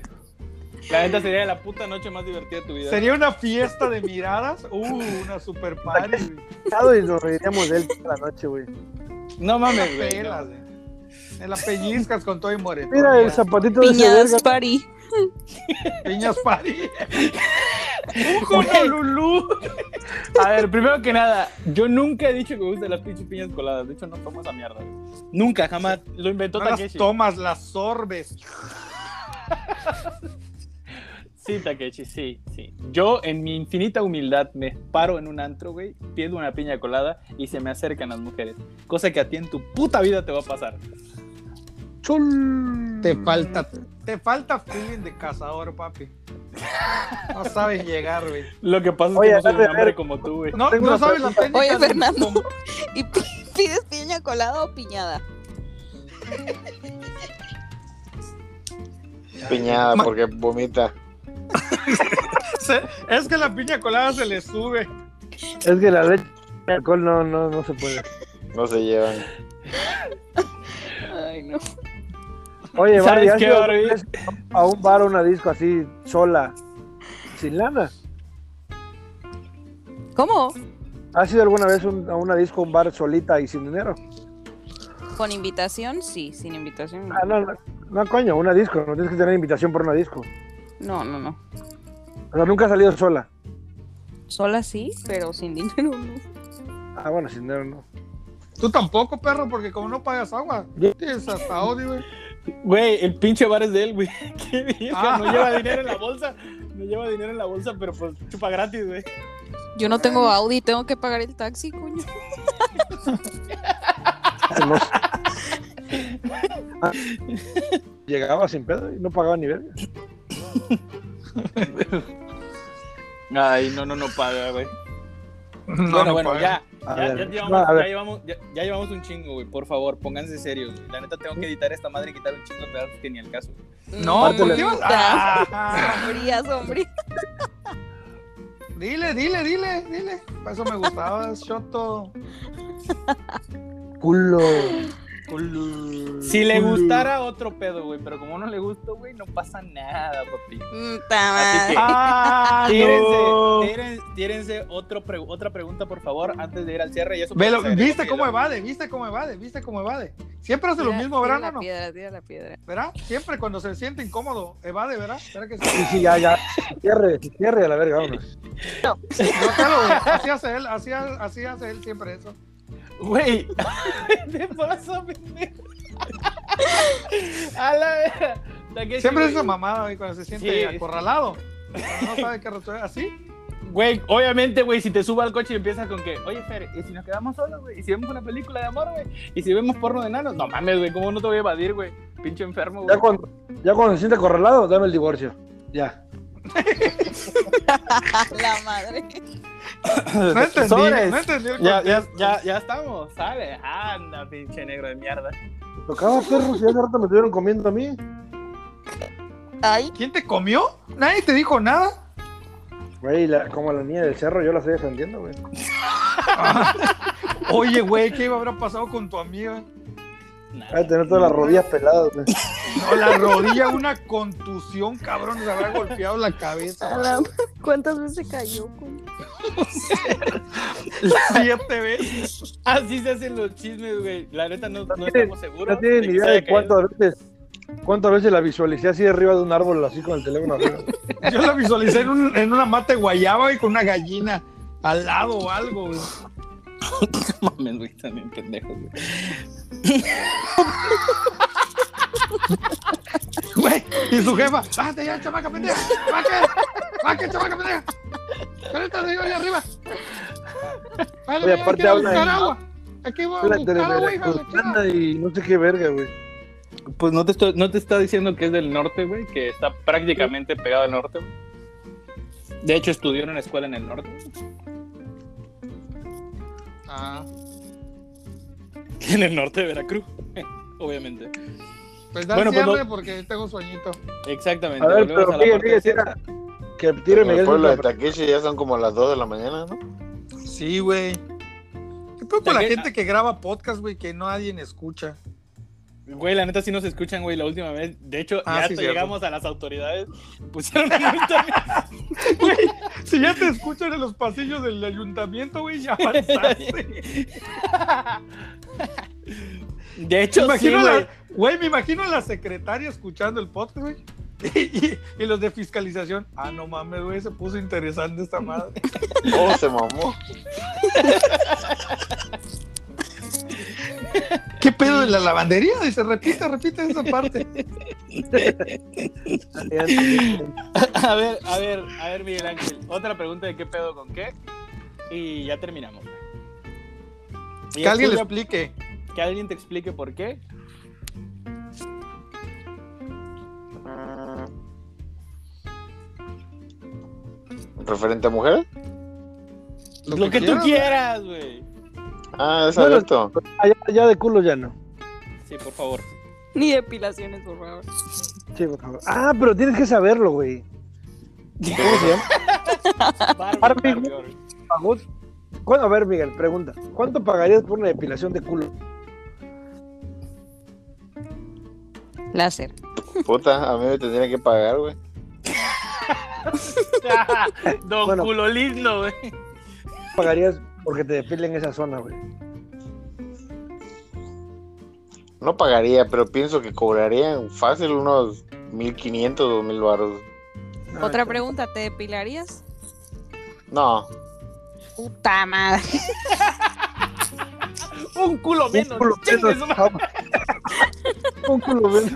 La neta sería la puta noche más divertida de tu vida. Sería una fiesta de miradas, uh, una super party. güey. Claro, Y nos reiríamos de él toda la noche, güey. No mames, güey. no. Pelas, güey. En la pellizcas con todo y moretón. Mira el güey. zapatito de ese verga. Piñas party. Piñas party. Güey. A ver, primero que nada, yo nunca he dicho que me gustan las pinches piñas coladas. De hecho, no tomo esa mierda. güey. Nunca, jamás. Lo inventó No las Takeshi. tomas, las sorbes. Sí, Takeshi, sí, sí. Yo, en mi infinita humildad, me paro en un antro, güey, pido una piña colada y se me acercan las mujeres. Cosa que a ti en tu puta vida te va a pasar. Te falta, te falta feeling de cazador, papi. No sabes llegar, güey. Lo que pasa es Oye, que no soy dale, un hombre dale. como tú, güey. No, Tengo no una sabes las técnicas. Oye, de- Fernando. ¿Y pi- pides piña colada o piñada? Piñada, Ma- porque vomita. se- Es que la piña colada se le sube. Es que la leche y el alcohol no, no, no se puede. No se llevan. Ay, no. Oye, ¿Sabes Barbie, ¿has qué, ido Barbie? alguna vez a un bar o una disco así, sola, sin lana? ¿Cómo? ¿Has ido alguna vez un- a una disco, un bar solita y sin dinero? Con invitación, sí, sin invitación. Ah, No, no, no, no, coño, una disco, no tienes que tener invitación por una disco. no, no. no. O sea, nunca has salido sola. Sola sí, pero sin dinero no. Ah, bueno, sin dinero no. Tú tampoco, perro, porque como no pagas agua, tienes hasta odio, güey. Güey, el pinche bar es de él, güey. Qué bien. Ah. No lleva dinero en la bolsa. No lleva dinero en la bolsa, pero pues chupa gratis, güey. Yo no tengo Ah. Audi, tengo que pagar el taxi, coño. No sé. Ah, Llegaba sin pedo y no pagaba ni verga. Ay, no, no, no paga, güey. No, bueno, no bueno, pagas. ya. A Ya, ver, ya llevamos, no, a ya, ver, llevamos, ya, ya llevamos un chingo, güey. Por favor, pónganse serios. güey. La neta, tengo que editar esta madre y quitar un chingo de pedazos que ni al caso. No, ¿por qué vas? Puta. Ah, Sombrías, sombrías. dile, dile, dile, dile. Por eso me gustaba, Shoto. culo. Si le gustara otro pedo, güey. Pero como no le gustó, güey, no pasa nada, papi. Puta Así que, madre. Ah, tírense, no. tíren- tírense otro pre- otra pregunta, por favor, antes de ir al cierre. Y eso Velo, puede ser, viste ¿eh? cómo Velo. evade, viste cómo evade, viste cómo evade. Siempre hace lo Tira- mismo, tira ¿verdad, la no? piedra, tira la piedra. ¿Verdad? Siempre cuando se siente incómodo, evade, ¿verdad? ¿Verdad que Sí, sí? sí, ya, ya. Cierre, cierre a la verga, vámonos. No, claro, güey, así hace él, así, ha- así hace él siempre eso. Güey, te pasa, pendejo? A la verga. Takeshi, Siempre es güey. esa mamada, güey, cuando se siente Sí. acorralado. Cuando No sabe qué resolver. ¿Así? Güey, obviamente, güey, si te suba al coche y empiezas con que, oye, Fer, ¿y si nos quedamos solos, güey? ¿Y si vemos una película de amor, güey? ¿Y si vemos porno de enanos? No mames, güey, ¿cómo no te voy a evadir, güey? Pinche enfermo, Ya güey. cuando, ya cuando se siente acorralado, dame el divorcio. Ya. La madre. No entendí, Sobres. no entendí el Ya, ya, contexto. ya, ya estamos, ¿sale? Anda, pinche negro de mierda. Tocaba perros y hace rato me estuvieron comiendo a mí. Ay, ¿Quién te comió? ¿Nadie te dijo nada? Güey, la- como la niña del cerro, yo la estoy defendiendo, güey. Oye, güey, ¿qué habrá pasado con tu amiga? Va a tener todas las rodillas peladas, güey. No, la rodilla, una contusión, cabrón, se habrá golpeado la cabeza. ¿Cuántas veces cayó? con- Siete veces. Así se hacen los chismes, güey. La neta no, no tiene- estamos seguros. No tienen de que ni se idea haya de caído. cuántas veces, cuántas veces la visualicé así de arriba de un árbol, así con el teléfono arriba. Yo la visualicé en, un- en una mata de guayaba y con una gallina al lado o algo, güey. Mames, güey, también pendejo, güey. Güey, y su jefa, bájate ya, chamaca pendeja, bájate, bájate, chamaca pendeja. Espérate, señor, ahí arriba. Vale, Oye, aquí aparte voy a habla buscar de- agua. Aquí voy a La buscar agua, hija de la chingada. Veracruzana y no sé qué verga, güey. Pues no te, estoy, no te está diciendo que es del norte, güey, que está prácticamente pegado al norte, güey. De hecho, estudió en una escuela en el norte. Ah, En el norte de Veracruz, obviamente. pues da Bueno, pues, cierre no- porque tengo sueñito. Exactamente. A ver, volvemos pero la Miguel, parte Miguel, de- tira. Que En tire el Miguel. pueblo de mientras- Takeshi ya son como las 2 de la mañana, ¿no? Sí, güey. ¿Qué pedo con la También- gente que graba podcast, güey, que nadie escucha? Güey, la neta sí nos escuchan, güey, la última vez. De hecho, ya Ah, sí, hasta cierto. llegamos a las autoridades. Pusieron multa. Güey, si ya te escuchan en los pasillos del ayuntamiento, güey, ya avanzaste. De Me hecho, imagino sí, la- güey. güey, me imagino a la secretaria escuchando el podcast, güey. Y, y- y los de fiscalización. Ah, no mames, güey, se puso interesante esta madre. Oh, se mamó. ¿Qué pedo de la lavandería? Dice, repite, repite esa parte. A ver, a ver, a ver, Miguel Ángel. Otra pregunta de qué pedo con qué. Y ya terminamos. güey. Y Que alguien le es tuya, explique. que alguien te explique por qué. ¿Referente a mujer? Lo, que, tú quieras, güey. Ah, es No, no. abierto. Ah, ya, ya de culo ya no. Sí, por favor. ni depilaciones, por favor. Sí, por favor. Ah, pero tienes que saberlo, güey. ¿Cómo se llama? Barbie, Barbie. Barbie, Barbie. ¿Pagó? ¿Cuándo? A ver, Miguel, pregunta. ¿Cuánto pagarías por una depilación de culo? Láser. Puta, a mí me tendrían que pagar, güey. Don Bueno. culo lindo, güey. ¿Pagarías porque te depilen esa zona, güey? No pagaría, pero pienso que cobrarían fácil unos 1500 o 2000 baros. Ah, Otra claro. pregunta, ¿te depilarías? No, Puta madre. Un culo Un menos. culo Chingue menos. su madre. chavo. Un culo menos.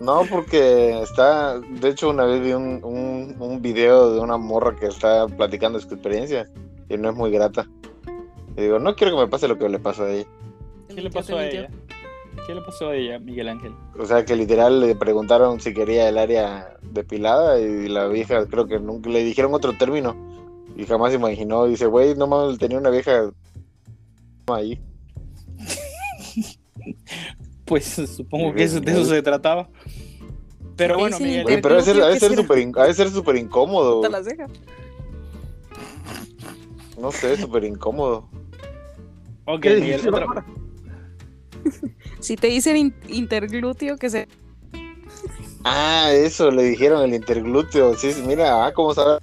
no, porque está. De hecho, una vez vi un, un, un video de una morra que está platicando su experiencia y no es muy grata. Y digo, no quiero que me pase lo que le pasó a ella. ¿Qué le pasó a ella? ¿Qué le pasó a ella, Miguel Ángel? O sea, que literal le preguntaron si quería el área depilada y la vieja, creo que nunca le dijeron otro término. Y jamás se imaginó. Dice, güey, no mames, tenía una vieja ahí. Pues supongo que eso- de eso se trataba. Pero bueno, Ese Miguel, Güey, pero ha de ser- ha de ser súper in- ha de ser súper incómodo. Hasta las cejas. No sé, súper incómodo. ok, ¿Qué Miguel, dijiste, otra- Bárbara? Si te dicen in- interglúteo, que se. Ah, eso le dijeron el interglúteo. Sí, sí, mira, ah, cómo sabe.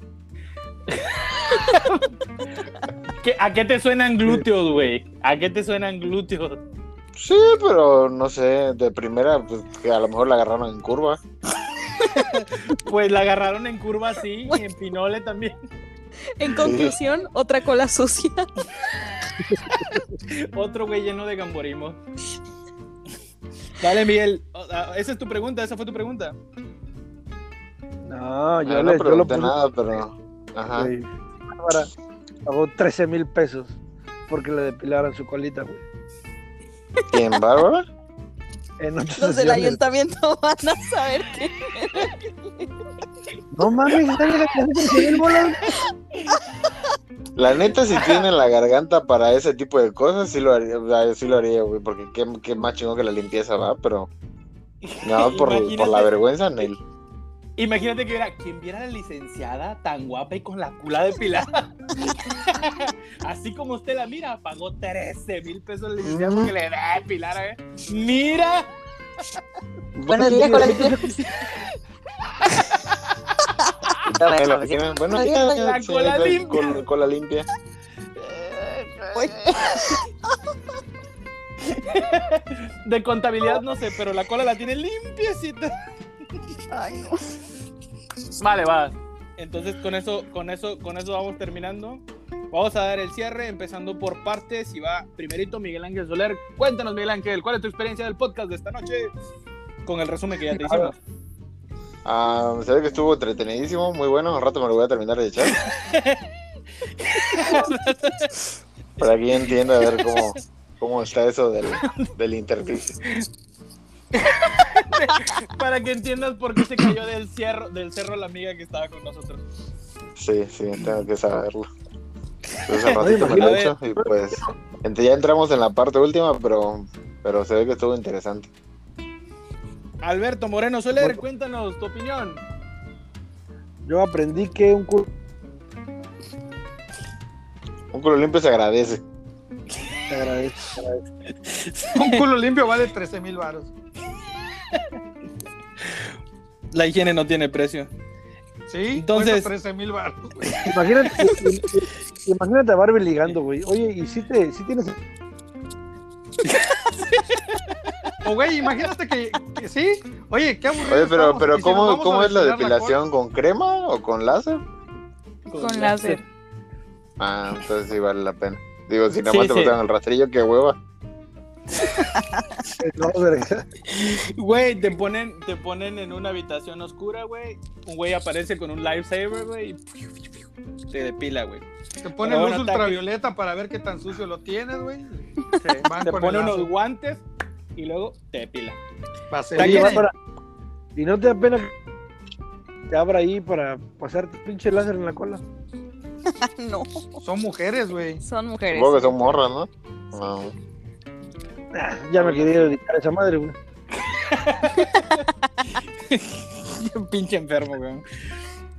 ¿Qué- ¿A qué te suenan glúteos, güey? ¿A qué te suenan glúteos? Sí, pero no sé, de primera, pues que a lo mejor la agarraron en curva. Pues la agarraron en curva así, y en pinole también. En conclusión, otra cola sucia. Otro güey lleno de gamborismo. Dale, Miguel. O- a- Esa es tu pregunta, esa fue tu pregunta. No, Ah, yo, no le, yo lo pregunté puse. nada, pero. Ajá. güey. Bárbara pagó 13 mil pesos porque le depilaran su colita, güey. ¿Quién, Bárbara? En ocho Los del sesiones. ayuntamiento van a saber que. No mames, está bien, está bien, está bien, bola. La neta, si tiene la garganta para ese tipo de cosas, sí lo haría, o sea, sí lo haría, güey, porque qué, qué más chingón que la limpieza va, pero. No, por, por la Imagínate. vergüenza, Nel. Imagínate que era quien viera a la licenciada tan guapa y con la cula depilada. Así como usted la mira, pagó 13 mil pesos la licenciada porque le depilara, ¿eh? ¡Mira! Buenos días, con la oficina. Buenos días, La señorita, cola limpia. col- cola limpia. De contabilidad no sé, pero la cola la tiene limpiecita. Vale, va. Entonces con eso, con eso, con eso vamos terminando. Vamos a dar el cierre, empezando por partes. Y va primerito Miguel Ángel Soler. Cuéntanos, Miguel Ángel, ¿cuál es tu experiencia del podcast de esta noche? Con el resumen que ya te hicimos. Ah, se ve que estuvo entretenidísimo, muy bueno. Un rato me lo voy a terminar de echar. Para que yo entienda a ver cómo, cómo está eso del, del interficio. Para que entiendas por qué se cayó del cerro, del cerro la amiga que estaba con nosotros. Sí, sí, tengo que saberlo. Entonces al ratito me lo echo y pues ent- ya entramos en la parte última, pero, pero se ve que estuvo interesante. Alberto Moreno Soler, cuéntanos tu opinión. Yo aprendí que un culo Un culo limpio se agradece. te agradece. te agradece. Un culo limpio vale 13 mil varos. La higiene no tiene precio. Sí, Entonces- entonces 13 mil varos. Imagínate, imagínate a Barbie ligando, güey. Oye, ¿y si, te, si tienes O güey, imagínate que, que sí. Oye, qué aburrido. Oye, pero, estamos. pero Y si nos ¿cómo, vamos a ¿cómo es la depilar depilación? ¿Con crema o con láser? Con láser. Ah, entonces sí vale la pena. Digo, si nada Sí, más te sí. botan el rastrillo, qué hueva. No, verga. Güey, te ponen, te ponen en una habitación oscura, güey. Un güey aparece con un lifesaver, güey. y Te depila, güey. Te ponen Ahora luz ataque. ultravioleta para ver qué tan sucio lo tienes, güey. Se van Te con pone el unos lazo. guantes y luego te depila. Vaselina. Oye, Taquera. Bárbara, ¿y no te da pena que te abra ahí para pasarte pinche láser en la cola? No, Son mujeres, güey. son mujeres. Supongo que son morras, ¿no? No. Ah, Ya me quería dedicar a esa madre, güey. Pinche enfermo, güey.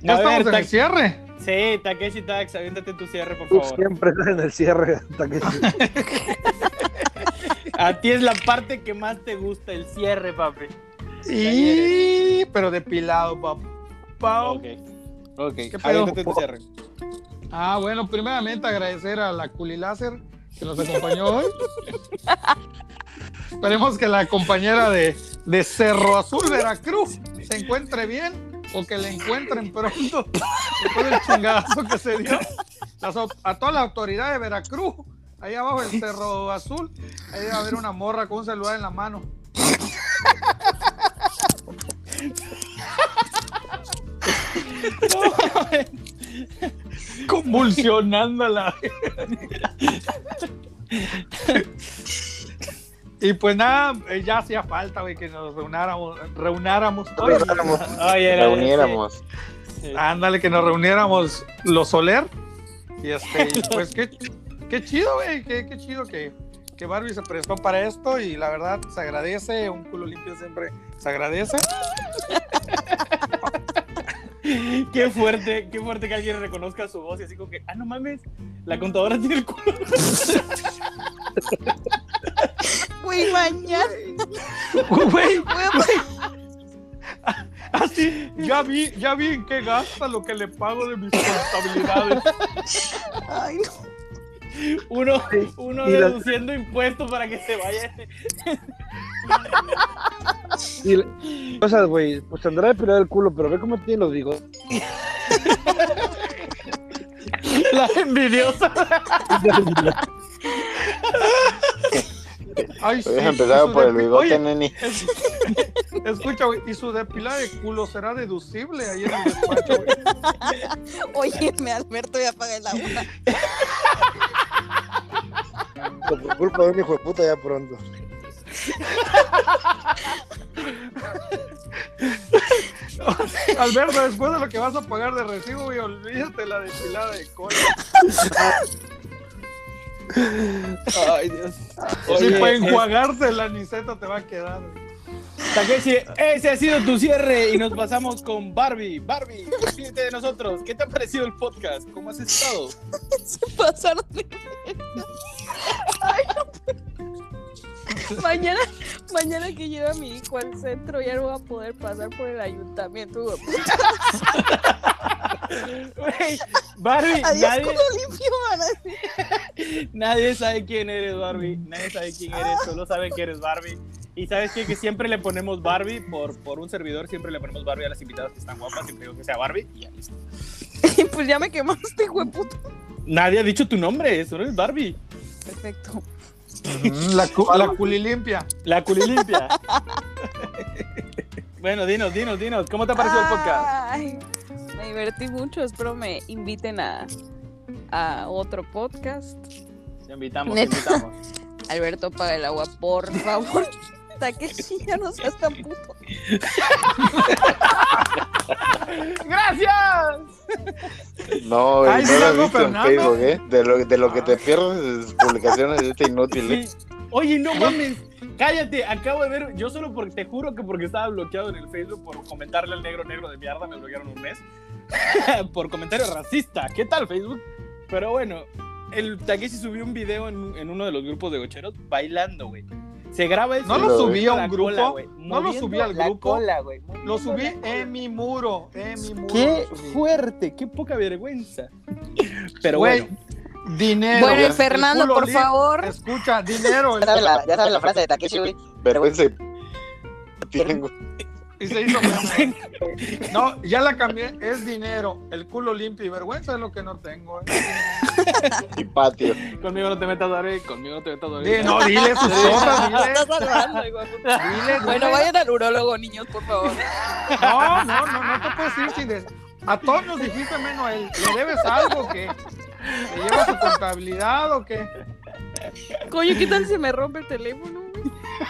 Ya A estamos ver, en Ta- el cierre. Sí, Takeshi Tax, aviéntate tu cierre, por Tú favor. siempre estás en el cierre. hasta que- A ti es la parte que más te gusta, el cierre, papi. Y... Pero depilado, papá. Ok. Ok, ¿Qué pedo? aviéntate tu cierre. Ah, bueno, primeramente agradecer a la Culi Láser que nos acompañó hoy. Esperemos que la compañera de, de Cerro Azul, Veracruz, se encuentre bien o que la encuentren pronto después del chingadazo que se dio. Las au- a toda la autoridad de Veracruz, ahí abajo del Cerro Azul, ahí va a haber una morra con un celular en la mano. Convulsionándola. Y pues nada, eh, ya hacía falta, güey, que nos reunáramos, reunáramos todos. Reuniéramos. Oye, la- Reuniéramos. sí, sí. Ándale, que nos reuniéramos los Soler Y este, y, pues qué, qué chido, güey, qué, qué chido que, que Barbie se prestó para esto y la verdad se agradece, un culo limpio siempre se agradece. Qué fuerte, qué fuerte que alguien reconozca su voz y así como que, ah, no mames, la contadora tiene el culo. Güey, mañana. Güey, así, ya vi, ya vi en qué gasta lo que le pago de mis contabilidades. Ay, no. Uno, uno y la- deduciendo impuestos para que se vaya. Y le- cosas, güey, pues tendrá de pelar el culo, pero ve cómo tiene los bigotes. La envidiosa. Ay, sí, Hubiera y empezado su por el depi- bigote, Oye, neni. es- Escucha, güey, y su depilada de culo será deducible ahí en el despacho, güey. Óyeme, Alberto, ya apaga el agua. Por culpa de un hijo de puta ya pronto. Alberto, después de lo que vas a pagar de recibo, güey, olvídate la depilada de cola. Ay, Dios. Si Oye, para es- enjuagarse la niseta te va a quedar, güey. Takeshi, ese ha sido tu cierre y nos pasamos con Barbie. Barbie, despídete de nosotros. ¿Qué te ha parecido el podcast? ¿Cómo has estado? Se pasaron de verga. Ay, no. Mañana, mañana que lleve a mi hijo al centro ya no va a poder pasar por el ayuntamiento. güey. Güey, Barbie, Adiós, nadie, culo limpio, van a decir. nadie sabe quién eres, Barbie. Nadie sabe quién eres, solo saben que eres Barbie. Y sabes qué? que siempre le ponemos Barbie por, por un servidor, siempre le ponemos Barbie a las invitadas que están guapas, siempre digo que sea Barbie y ya listo. Y Pues ya me quemaste, güey, puto. Nadie ha dicho tu nombre, solo es Barbie. Perfecto. La, cu- la culilimpia. La culilimpia. bueno, dinos, dinos, dinos. ¿Cómo te ha parecido el podcast? Ay, me divertí mucho. Espero me inviten a, a otro podcast. Te invitamos, Neta. te invitamos. Alberto, paga el agua, por favor. Takeshi, ya no seas tan puto. ¡Gracias! No, güey, Ay, no sí, lo has algo, visto en Fernando. Facebook, ¿eh? De lo, de lo que te pierdes de sus publicaciones de este inútil, ¿eh? Sí. Oye, no mames. Cállate, acabo de ver. Yo solo porque te juro que porque estaba bloqueado en el Facebook por comentarle al negro negro de mierda, me bloquearon un mes. por comentario racista. ¿Qué tal, Facebook? Pero bueno, el Takeshi subió un video en, en uno de los grupos de gocheros bailando, güey. Se graba el No lo subí a un grupo, no lo subí al grupo. güey. Lo subí en mi muro, en mi muro. Qué lo subí. fuerte, qué poca vergüenza. Pero Güey, bueno, Dinero. Bueno, y güey. Fernando, El culo por lim- favor. Escucha, dinero. Ya sabes la, ya sabes la frase de Takeshi, güey. Vergüenza y- tienen, güey. Y se hizo meme. No, ya la cambié. Es dinero. El culo limpio y vergüenza es lo que no tengo. eh. y patio. conmigo no te metas, David. Conmigo no te metas, David. Di- no, dile sus cosas. Dile, Estás hablando, hijo de puta. dile, Bueno, dile. vayan al urólogo, niños, por favor. No, no, no, no te puedes ir sin des- A todos nos dijiste menos a él. ¿Le debes algo que ¿Le lleva su contabilidad o qué? Coño, ¿qué tal si me rompe el teléfono? güey?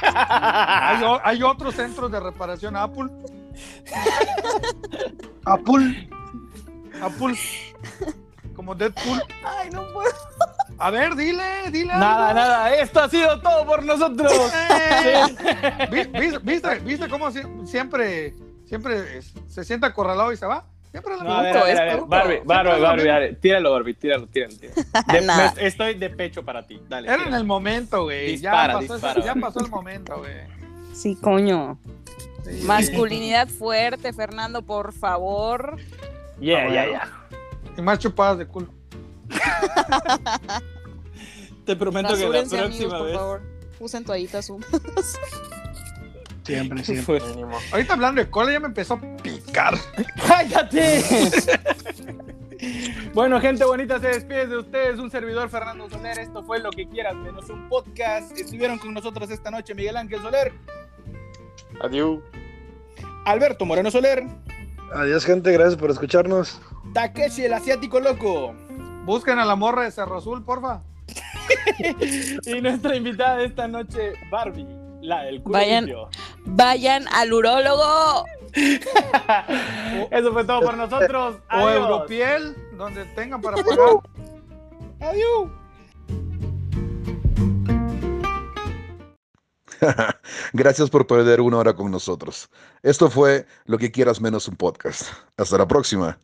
Hay, o- hay otros centros de reparación. Apple. Apul. Apple. Como Deadpool. Ay, no puedo. A ver, dile, dile. Nada, algo. nada, esto ha sido todo por nosotros. Eh, vi- vi- ¿Viste, viste cómo si- siempre, siempre es- se siente acorralado y se va? Siempre le No, a ver, a Punto, ver, es a ver. punto. Barbie, Barbie, Barbie, Barbie, tíralo, Barbie, tíralo, tíralo. tíralo. De- Nada. me- estoy de pecho para ti, dale. Era en tíralo. el momento, güey. Ya, Dispara, pasó ese- dispara. ya pasó el momento, güey. Sí, coño. Sí. Masculinidad fuerte, Fernando, por favor. Yeah, yeah, yeah. Y más chupadas de culo. Te prometo que la Rasúrense, próxima amigos, por vez. favor. Usen toallitas húmedas. Siempre, siempre. Pues, Ahorita hablando de cola ya me empezó a picar. ¡Cállate! bueno, gente bonita, se despide de ustedes. Un servidor, Fernando Soler. Esto fue lo que quieras, menos un podcast. Estuvieron con nosotros esta noche Miguel Ángel Soler, Adiós. Alberto Moreno Soler, Adiós, gente, gracias por escucharnos. Takeshi el Asiático Loco. Busquen a la morra de Cerro Azul, porfa. Y nuestra invitada de esta noche, Barbie, la del culo Vayan- limpio. Vayan al urólogo. Eso fue todo por nosotros. O Adiós. Europiel, donde tengan para pagar. Adiós. Gracias por perder una hora con nosotros. Esto fue Lo que quieras menos un podcast. Hasta la próxima.